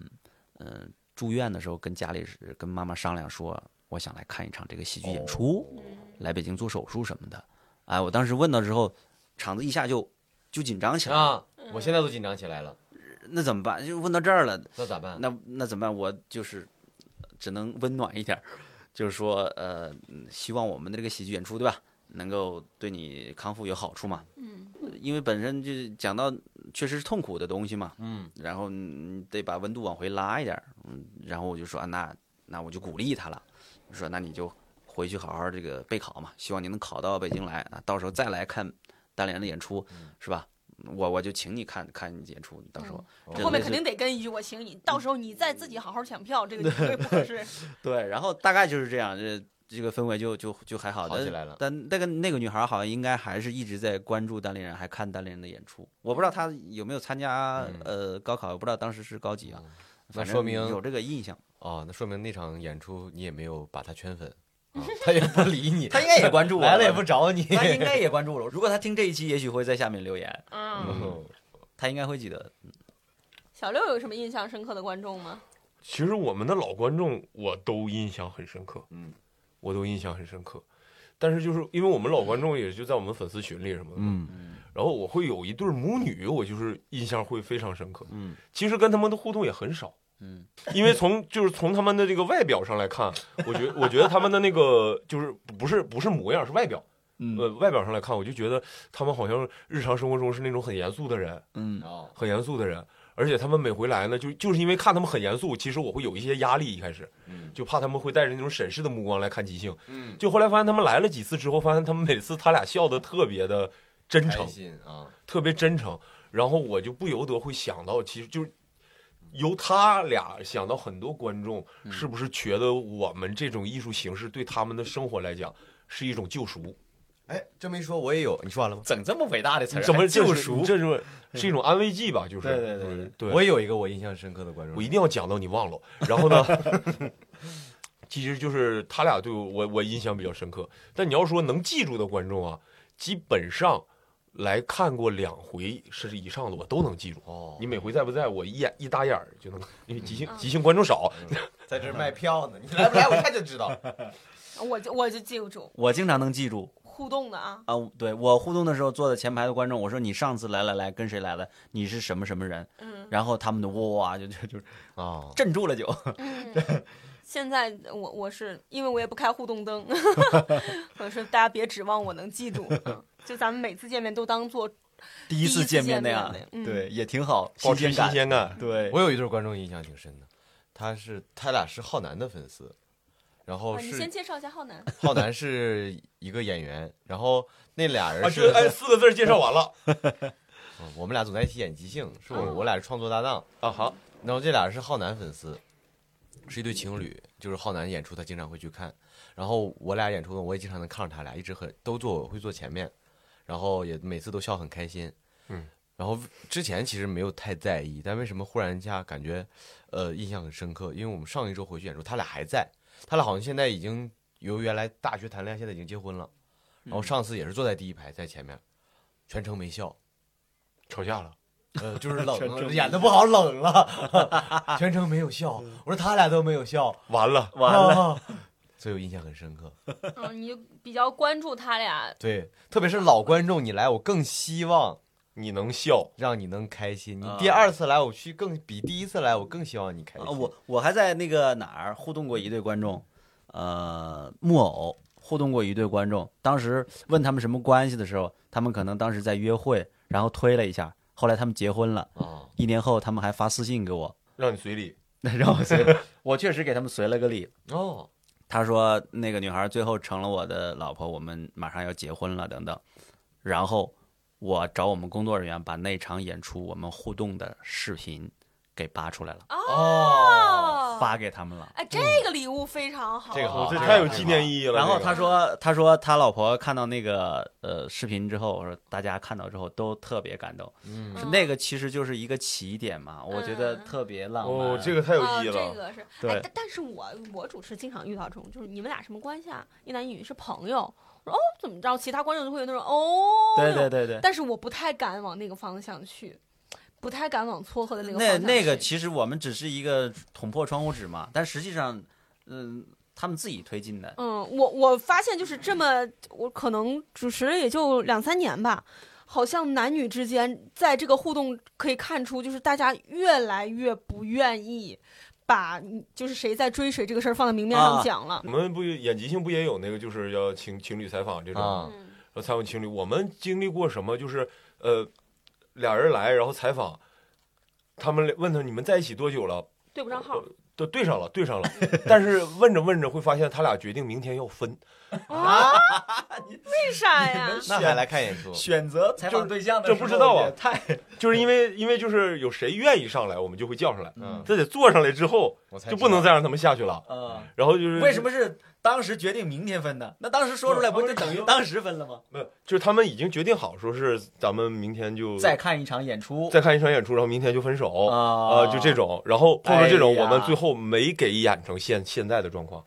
[SPEAKER 5] 嗯、呃住院的时候跟家里是跟妈妈商量说，我想来看一场这个喜剧演出。来北京做手术什么的。哎，我当时问到之后，场子一下就就紧张起来了。
[SPEAKER 1] 啊，我现在都紧张起来了，
[SPEAKER 5] 那怎么办？就问到这儿了，
[SPEAKER 1] 那咋办？
[SPEAKER 5] 那那怎么办？我就是呃只能温暖一点儿，就是说，呃，嗯希望我们的这个喜剧演出，对吧？能够对你康复有好处嘛？
[SPEAKER 3] 嗯
[SPEAKER 5] 因为本身就是讲到确实是痛苦的东西嘛，
[SPEAKER 1] 嗯，
[SPEAKER 5] 然后你得把温度往回拉一点儿，嗯，然后我就说啊，那那我就鼓励他了，我说那你就回去好好这个备考嘛，希望你能考到北京来啊，到时候再来看单联的演出，
[SPEAKER 1] 嗯
[SPEAKER 5] 是吧？我我就请你看看演出，你到时候、这
[SPEAKER 3] 嗯后
[SPEAKER 5] 类
[SPEAKER 3] 面肯
[SPEAKER 5] 似
[SPEAKER 3] 定得跟一句我请你，到时候你再自己好好抢票，这个绝对不合 适。
[SPEAKER 5] 对，然后大概就是这样，这这个氛围就就就还好，
[SPEAKER 1] 好起
[SPEAKER 5] 但
[SPEAKER 1] 来了
[SPEAKER 5] 但那个那个女孩好像应该还是一直在关注单立人，还看单立人的演出。我不知道她有没有参加、呃高考，我不知道当时是高几啊。
[SPEAKER 1] 那
[SPEAKER 5] 反
[SPEAKER 1] 说
[SPEAKER 5] 正
[SPEAKER 1] 明
[SPEAKER 5] 有这个印象，
[SPEAKER 1] 哦，那说明那场演出你也没有把他圈粉， 啊他也不理你，
[SPEAKER 5] 她应该也关 注我，
[SPEAKER 2] 来了也不，找你，
[SPEAKER 5] 她应该也关注了。如果她听这一期，也许会在下面留言，
[SPEAKER 3] 嗯，
[SPEAKER 1] 嗯
[SPEAKER 5] 她应该会记得。
[SPEAKER 3] 小六有什么印象深刻的观众吗？
[SPEAKER 4] 其实我们的老观众我都印象很深刻，
[SPEAKER 1] 嗯，
[SPEAKER 4] 我都印象很深刻。但是就是因为我们老观众也就在我们粉丝群里什么的，
[SPEAKER 1] 嗯
[SPEAKER 4] 然后我会有一对母女，我就是印象会非常深刻。
[SPEAKER 5] 嗯
[SPEAKER 4] 其实跟他们的互动也很少，
[SPEAKER 5] 嗯
[SPEAKER 4] 因为从就是从他们的这个外表上来看，我觉我觉得他们的那个就是不是不是模样，是外表，呃
[SPEAKER 6] 嗯，
[SPEAKER 4] 外表上来看，我就觉得他们好像日常生活中是那种很严肃的人，
[SPEAKER 6] 嗯，
[SPEAKER 1] 哦
[SPEAKER 4] 很严肃的人。而且他们每回来呢，就就是因为看他们很严肃，其实我会有一些压力，一开始，就怕他们会带着那种审视的目光来看即兴。
[SPEAKER 1] 嗯，
[SPEAKER 4] 就后来发现他们来了几次之后，发现他们每次他俩笑的特别的真诚
[SPEAKER 1] 开，心啊，
[SPEAKER 4] 特别真诚。然后我就不由得会想到，其实就是由他俩想到很多观众
[SPEAKER 1] 嗯
[SPEAKER 4] 是不是觉得我们这种艺术形式对他们的生活来讲是一种救赎？
[SPEAKER 1] 哎，这么一说，我也有，你说完了吗？
[SPEAKER 5] 整这么伟大的词儿，
[SPEAKER 4] 怎么
[SPEAKER 5] 还救
[SPEAKER 4] 哎就是
[SPEAKER 5] 赎？
[SPEAKER 4] 这是是一种安慰剂吧？就是
[SPEAKER 5] 对对对对
[SPEAKER 4] 嗯对
[SPEAKER 1] 我也有一个我印象深刻的观众，
[SPEAKER 4] 我一定要讲到你忘了。然后呢，其实就是他俩对我我印象比较深刻。但你要说能记住的观众啊，基本上来看过两回甚至以上的，我都能记住。
[SPEAKER 1] 哦，
[SPEAKER 4] 你每回在不在我一眼一打眼儿就能，因为即兴
[SPEAKER 3] 嗯
[SPEAKER 4] 即兴观众少，
[SPEAKER 1] 在 这儿卖票呢，你来不来我一看就知 道。
[SPEAKER 3] 啊我就我就记不住
[SPEAKER 5] 我经常能记住
[SPEAKER 3] 互动的啊，
[SPEAKER 5] 啊，对我互动的时候坐在前排的观众，我说你上次来来来跟谁来的？你是什么什么人？
[SPEAKER 3] 嗯
[SPEAKER 5] 然后他们都哇哇就就就
[SPEAKER 1] 啊，
[SPEAKER 5] 镇住了就，
[SPEAKER 3] 嗯。现在我我是因为我也不开互动 灯，我说大家别指望我能记住，嗯就咱们每次见面都当做
[SPEAKER 5] 第
[SPEAKER 3] 一
[SPEAKER 5] 一次见面那
[SPEAKER 3] 那
[SPEAKER 5] 样，，
[SPEAKER 3] 嗯，
[SPEAKER 5] 对，也挺好，新
[SPEAKER 4] 保持
[SPEAKER 5] 鲜
[SPEAKER 4] 新
[SPEAKER 5] 感，
[SPEAKER 4] 鲜感。
[SPEAKER 5] 对，
[SPEAKER 1] 我有一对观众印象挺深的，他是他俩是浩南的粉丝，然后
[SPEAKER 3] 啊你先
[SPEAKER 1] 哦是
[SPEAKER 3] 介绍一下浩南，
[SPEAKER 1] 浩南是一个演员，然后那俩
[SPEAKER 4] 啊，
[SPEAKER 1] 人是
[SPEAKER 4] 就哎四个字儿介绍完了
[SPEAKER 1] 嗯我们俩总在一起演即兴，是我
[SPEAKER 3] 哦
[SPEAKER 1] 我俩是创作搭档，
[SPEAKER 4] 啊，好，
[SPEAKER 1] 然后这俩人是浩南粉丝，是一对情侣，就是浩南演出他经常会去看，然后我俩演出呢，我也经常能看着他俩，一直很都坐我会坐前面，然后也每次都笑很开心，
[SPEAKER 4] 嗯，
[SPEAKER 1] 然后之前其实没有太在意，但为什么忽然一下感觉，呃，印象很深刻？因为我们上一周回去演出，他俩还在，他俩好像现在已经由原来大学谈恋爱，现在已经结婚了，然后上次也是坐在第一排在前面，全程没笑，
[SPEAKER 4] 吵架了，
[SPEAKER 1] 呃， 就是冷了，演的不好，冷了， 全程没有笑。我说他俩都没有 笑，
[SPEAKER 4] 完了，
[SPEAKER 5] 完了，
[SPEAKER 1] 啊， 所以我印象很深刻。
[SPEAKER 3] 嗯，你就比较关注他俩，
[SPEAKER 1] 对，特别是老观众，你来，我更希望
[SPEAKER 4] 你能笑，
[SPEAKER 1] 让你能开心。你
[SPEAKER 5] 啊
[SPEAKER 1] 第二次来，我去更比第一次来，我更希望你开心。
[SPEAKER 5] 啊，我我还在那个哪儿互动过一对观众，呃，木偶互动过一对观众。当时问他们什么关系的时候，他们可能当时在约会，然后推了一下。后来他们结婚了，
[SPEAKER 1] 啊，
[SPEAKER 5] 一年后他们还发私信给我，
[SPEAKER 4] 让你随礼。
[SPEAKER 5] 然后我随了 我确实给他们随了个礼。
[SPEAKER 1] 哦，
[SPEAKER 5] 他说那个女孩最后成了我的老婆，我们马上要结婚了等等。然后我找我们工作人员把那场演出我们互动的视频给扒出来了，
[SPEAKER 3] 哦，
[SPEAKER 5] 发给他们了。
[SPEAKER 3] 哎，这个礼物非常好，啊
[SPEAKER 1] 这个好
[SPEAKER 4] 哦这
[SPEAKER 1] 这个
[SPEAKER 4] 太有
[SPEAKER 1] 好
[SPEAKER 4] 纪念意义了。
[SPEAKER 5] 然后
[SPEAKER 4] 这个
[SPEAKER 5] 他说，他说他老婆看到那个呃视频之后，我说大家看到之后都特别感动，
[SPEAKER 1] 嗯
[SPEAKER 5] 是那个其实就是一个起点嘛，我觉得
[SPEAKER 3] 哦嗯
[SPEAKER 5] 特别浪漫。
[SPEAKER 4] 哦，这个太有
[SPEAKER 3] 啊
[SPEAKER 4] 意义
[SPEAKER 3] 这
[SPEAKER 4] 了。
[SPEAKER 3] 个是，哎
[SPEAKER 5] 对，
[SPEAKER 3] 但但是我我主持经常遇到这种，就是你们俩什么关系啊？一男一女是朋友。我说哦，怎么着？其他观众就会有那种哦，
[SPEAKER 5] 对对。对对。
[SPEAKER 3] 但是我不太敢往那个方向去，不太敢往撮合的那个方
[SPEAKER 5] 那
[SPEAKER 3] 向去。
[SPEAKER 5] 那个其实我们只是一个捅破窗户纸嘛，但实际上，嗯，他们自己推进的，
[SPEAKER 3] 嗯，我我发现就是这么，我可能主持了也就两三年吧，好像男女之间在这个互动可以看出，就是大家越来越不愿意把就是谁在追谁这个事儿放在明面上
[SPEAKER 5] 啊
[SPEAKER 3] 讲了。
[SPEAKER 4] 我们不演即兴不也有那个就是要情情侣采访这种，
[SPEAKER 1] 啊，
[SPEAKER 3] 嗯
[SPEAKER 4] 要采访情侣。我们经历过什么？就是呃，俩人来然后采访，他们问他你们在一起多久了？
[SPEAKER 3] 对不上号
[SPEAKER 4] 呃都对上了，对上了。 但是问着问着会发现他俩决定明天要分。
[SPEAKER 3] 啊？ 为 啥呀？
[SPEAKER 1] 那还来看演出？
[SPEAKER 5] 选择采
[SPEAKER 4] 访
[SPEAKER 5] 对象
[SPEAKER 4] 的时候也
[SPEAKER 5] 太
[SPEAKER 4] 就是因为因为就是有谁愿意上来，我们就会叫上来。
[SPEAKER 1] 嗯，
[SPEAKER 4] 这得坐上来之后
[SPEAKER 1] 我才
[SPEAKER 4] 就不能再让他们下去了。
[SPEAKER 5] 呃，
[SPEAKER 4] 然后就是
[SPEAKER 5] 为什么是当时决定明天分的？那当时说出来不就等于当时分了吗？
[SPEAKER 4] 没有？就是他们已经决定好，说是咱们明天就
[SPEAKER 5] 再看一场演出
[SPEAKER 4] 再看一场演出，然后明天就分手
[SPEAKER 5] 啊
[SPEAKER 4] 啊，就这种。然后碰到这种，
[SPEAKER 5] 哎呀
[SPEAKER 4] 我们最后没给演成现现在的状况，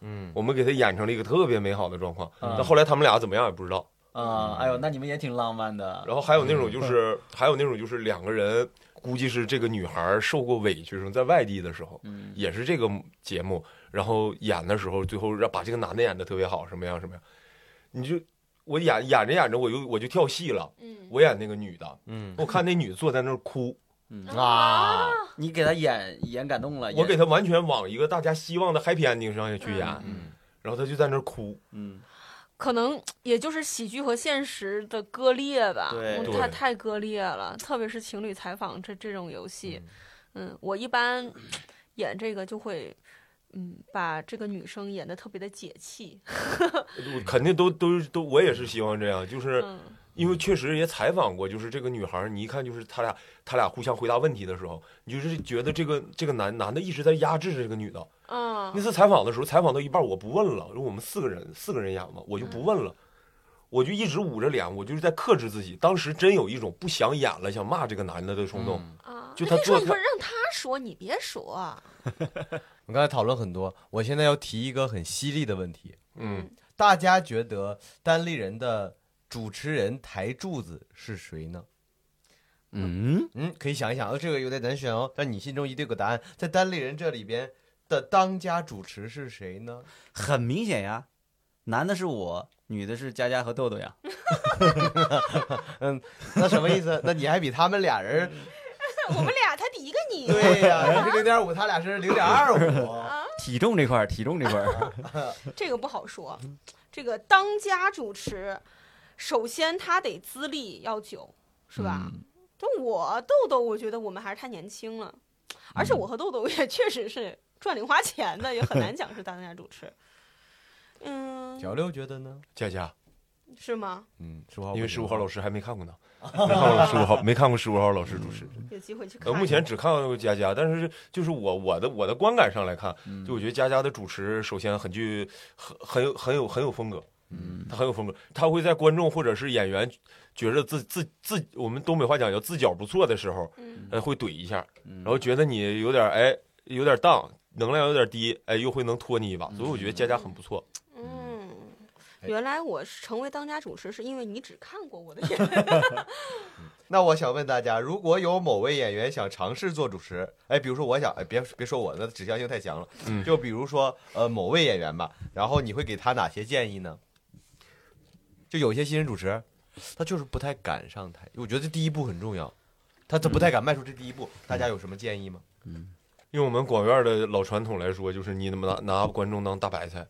[SPEAKER 1] 嗯，
[SPEAKER 4] 我们给他演成了一个特别美好的状况。
[SPEAKER 5] 嗯
[SPEAKER 4] 但后来他们俩怎么样也不知道。
[SPEAKER 5] 啊、哎呦，那你们也挺浪漫的。
[SPEAKER 4] 然后还有那
[SPEAKER 5] 嗯
[SPEAKER 4] 种就是，还有那种就是两个人，估计是这个女孩受过委屈，什么在外地的时候，
[SPEAKER 5] 嗯，
[SPEAKER 4] 也是这个节目，然后演的时候，最后让把这个男的演的特别好，什么样什么样，你就我演演着演着，我就我就跳戏了，
[SPEAKER 3] 嗯
[SPEAKER 4] 我演那个女的，
[SPEAKER 1] 嗯
[SPEAKER 4] 我看那女坐在那儿哭，
[SPEAKER 1] 啊，
[SPEAKER 5] 你给他演演感动了，
[SPEAKER 4] 我给
[SPEAKER 5] 演
[SPEAKER 4] 她完全往一个大家希望的 happy ending 上去演，
[SPEAKER 1] 嗯
[SPEAKER 4] 然后她就在那儿哭，
[SPEAKER 5] 嗯，
[SPEAKER 3] 可能也就是喜剧和现实的割裂吧，
[SPEAKER 5] 对
[SPEAKER 3] 嗯
[SPEAKER 4] 对
[SPEAKER 3] 它太割裂了，特别是情侣采访这这种游戏，嗯，我一般演这个就会，嗯，把这个女生演的特别的解气，
[SPEAKER 4] 我肯定都都都，我也是希望这样，就是
[SPEAKER 3] 嗯
[SPEAKER 4] 因为确实也采访过，就是这个女孩儿，你一看就是他俩他俩互相回答问题的时候，你就是觉得这个这个男男的一直在压制着这个女的。那
[SPEAKER 3] 嗯
[SPEAKER 4] 次采访的时候，采访到一半我不问了，因为我们四个人四个人演嘛，我就不问了，我就一直捂着脸，我就是在克制自己。当时真有一种不想演了，想骂这个男的的冲动。
[SPEAKER 3] 啊，
[SPEAKER 4] 就
[SPEAKER 3] 那
[SPEAKER 4] 他
[SPEAKER 3] 那时
[SPEAKER 4] 做
[SPEAKER 3] 候你说
[SPEAKER 4] 他
[SPEAKER 3] 让他说，你别说，啊
[SPEAKER 2] 我们刚才讨论很多，我现在要提一个很犀利的问题：
[SPEAKER 4] 嗯，
[SPEAKER 2] 大家觉得单立人的主持人台柱子是谁呢？
[SPEAKER 5] 嗯，
[SPEAKER 2] 嗯，可以想一想，呃这个有点难选哦。但你心中一定有个答案。在单立人这里边的当家主持是谁 呢？
[SPEAKER 5] 很明显呀，男的是我，女的是佳佳和豆豆呀。
[SPEAKER 2] 那什么意思？那你还比他们俩人儿
[SPEAKER 3] 我们俩他比一个你，
[SPEAKER 2] 对呀、人是零点五，他俩是零点二五。
[SPEAKER 5] 体重这块儿，体重这块 儿，
[SPEAKER 3] 这个不好说。这个当家主持，首先他得资历要久，是吧？但我豆豆，我觉得我们还是太年轻了，而且我和豆豆也确实是赚零花钱的，也很难讲是当家主持。嗯，
[SPEAKER 2] 小六觉得呢？
[SPEAKER 4] 佳佳，
[SPEAKER 3] 是吗？
[SPEAKER 2] 嗯，十五号，
[SPEAKER 4] 因为十五
[SPEAKER 1] 啊
[SPEAKER 4] 号老师还没看过呢，没看过十五号，没看过十五号老师主持。
[SPEAKER 3] 有机会去看
[SPEAKER 4] 呃，
[SPEAKER 3] 一下。
[SPEAKER 4] 目前只看过佳佳，但是就是我我的我的观感上来看，就我觉得佳佳的主持首先很具很很有很有很有风格，嗯，他很有风格，他会在观众或者是演员觉着自自自我们东北话讲叫自脚不错的时候，
[SPEAKER 3] 嗯
[SPEAKER 4] 呃，会怼一下，
[SPEAKER 5] 然
[SPEAKER 4] 然后觉得你有点哎有点荡，能量有点低，哎，又会能拖你一把，所以我觉得佳佳很不错。
[SPEAKER 3] 嗯，
[SPEAKER 2] 哎
[SPEAKER 3] 原来我是成为当家主持是因为你只看过我的演出，
[SPEAKER 2] 那我想问大家，如果有某位演员想尝试做主持，哎，比如说我想，哎，别别说我，那指向性太强了。
[SPEAKER 4] 嗯
[SPEAKER 2] 就比如说，呃，某位演员吧，然后你会给他哪些建议呢？就有些新人主持，他就是不太敢上台，我觉得这第一步很重要，他他不太敢迈出这第一步。
[SPEAKER 5] 嗯
[SPEAKER 2] 大家有什么建议吗？
[SPEAKER 4] 用我们广院的老传统来说，就是你拿拿观众当大白菜。
[SPEAKER 2] 嗯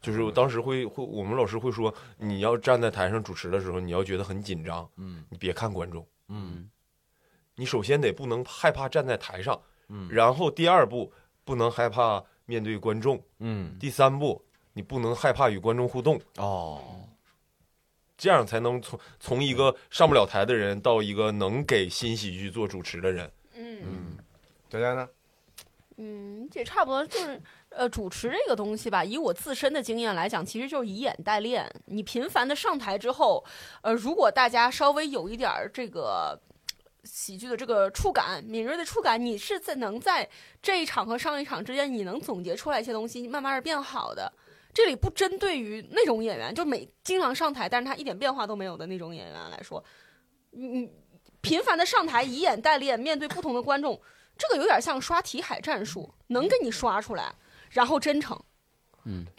[SPEAKER 4] 就是我当时会会，我们老师会说，你要站在台上主持的时候，你要觉得很紧张，
[SPEAKER 2] 嗯
[SPEAKER 4] 你别看观众，
[SPEAKER 2] 嗯
[SPEAKER 4] 你首先得不能害怕站在台上，
[SPEAKER 2] 嗯
[SPEAKER 4] 然后第二步不能害怕面对观众，
[SPEAKER 2] 嗯，
[SPEAKER 4] 第三步你不能害怕与观众互动，
[SPEAKER 2] 哦，
[SPEAKER 4] 这样才能从从一个上不了台的人到一个能给新喜剧做主持的人。
[SPEAKER 3] 嗯
[SPEAKER 2] 佳佳呢？
[SPEAKER 3] 嗯，这差不多就是，呃，主持这个东西吧，以我自身的经验来讲，其实就是以演代练。你频繁的上台之后，呃，如果大家稍微有一点儿这个喜剧的这个触感、敏锐的触感，你是在能在这一场和上一场之间，你能总结出来一些东西，慢慢的变好的。这里不针对于那种演员，就每经常上台，但是他一点变化都没有的那种演员来说，你你频繁的上台以演代练，面对不同的观众，这个有点像刷题海战术，能给你刷出来，然后真诚。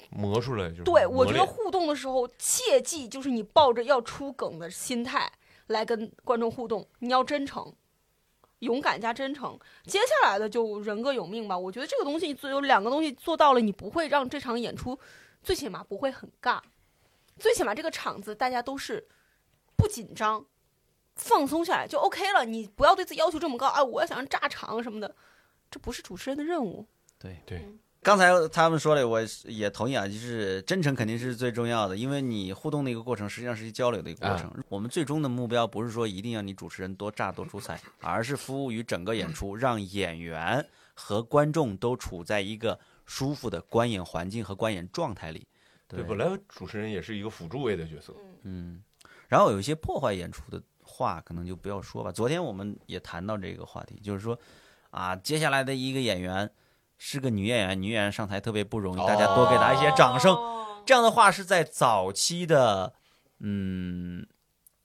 [SPEAKER 4] 磨出来就是
[SPEAKER 3] 对我觉
[SPEAKER 4] 磨
[SPEAKER 3] 得
[SPEAKER 4] 练
[SPEAKER 3] 互动的时候，切记就是你抱着要出梗的心态来跟观众互动，你要真诚。勇敢加真诚，接下来的就人各有命吧。我觉得这个东西只有两个东西做到了，你不会让这场演出，最起码不会很尬，最起码这个场子大家都是不紧张，放松下来就 OK 了。你不要对自己要求这么高啊！我要想炸场什么的，这不是主持人的任务。
[SPEAKER 5] 刚才他们说了，我也同意啊，就是真诚肯定是最重要的，因为你互动的一个过程，实际上是一交流的一个过程。我们最终的目标不是说一定要你主持人多炸多出彩，而是服务于整个演出，让演员和观众都处在一个舒服的观演环境和观演状态里。
[SPEAKER 4] 对，本来主持人也是一个辅助位的角色，
[SPEAKER 5] 嗯，然后有一些破坏演出的话，可能就不要说吧。昨天我们也谈到这个话题，就是说啊，接下来的一个演员是个女演员，女演员上台特别不容易，大家多给她一些掌声。
[SPEAKER 3] 哦
[SPEAKER 5] 这样的话是在早期的嗯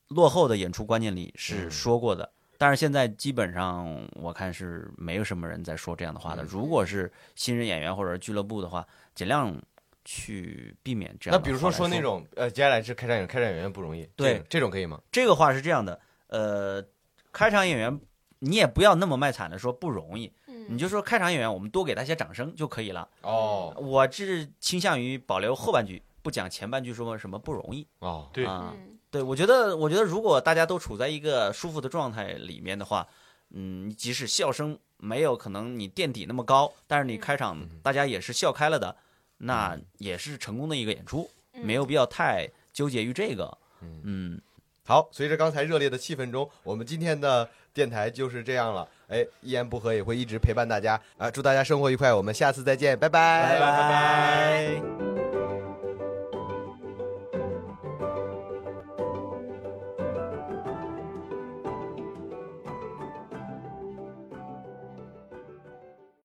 [SPEAKER 5] 落后的演出观念里
[SPEAKER 2] 嗯
[SPEAKER 5] 是说过的。但是现在基本上，我看是没有什么人在说这样的话的。
[SPEAKER 2] 嗯
[SPEAKER 5] 如果是新人演员或者是俱乐部的话，尽量去避免这
[SPEAKER 2] 那
[SPEAKER 5] 样的话来。
[SPEAKER 2] 比如说说那
[SPEAKER 5] 种。
[SPEAKER 2] 种，呃，接下来是开场演员，开场演员不容易，
[SPEAKER 5] 对
[SPEAKER 2] 这种这种可以吗？
[SPEAKER 5] 这个话是这样的，呃，开场演员你也不要那么卖惨的说不容易，你
[SPEAKER 3] 嗯
[SPEAKER 5] 就说开场演员我们多给他一些掌声就可以了。
[SPEAKER 2] 哦，
[SPEAKER 5] 我是倾向于保留后半句，不讲前半句说什么不容易
[SPEAKER 2] 啊，
[SPEAKER 4] 对
[SPEAKER 5] 啊。
[SPEAKER 3] 嗯
[SPEAKER 5] 对，我觉得，我觉得如果大家都处在一个舒服的状态里面的话，嗯，即使笑声没有可能你垫底那么高，但是你
[SPEAKER 3] 嗯
[SPEAKER 5] 开场大家也是笑开了的，那也是成功的一个演出，
[SPEAKER 3] 嗯
[SPEAKER 5] 没有必要太纠结于这个。嗯，
[SPEAKER 1] 好，随着刚才热烈的气氛中，我们今天的电台就是这样了。哎，一言不合也会一直陪伴大家啊、祝大家生活愉快，我们下次再见，拜拜
[SPEAKER 5] 拜拜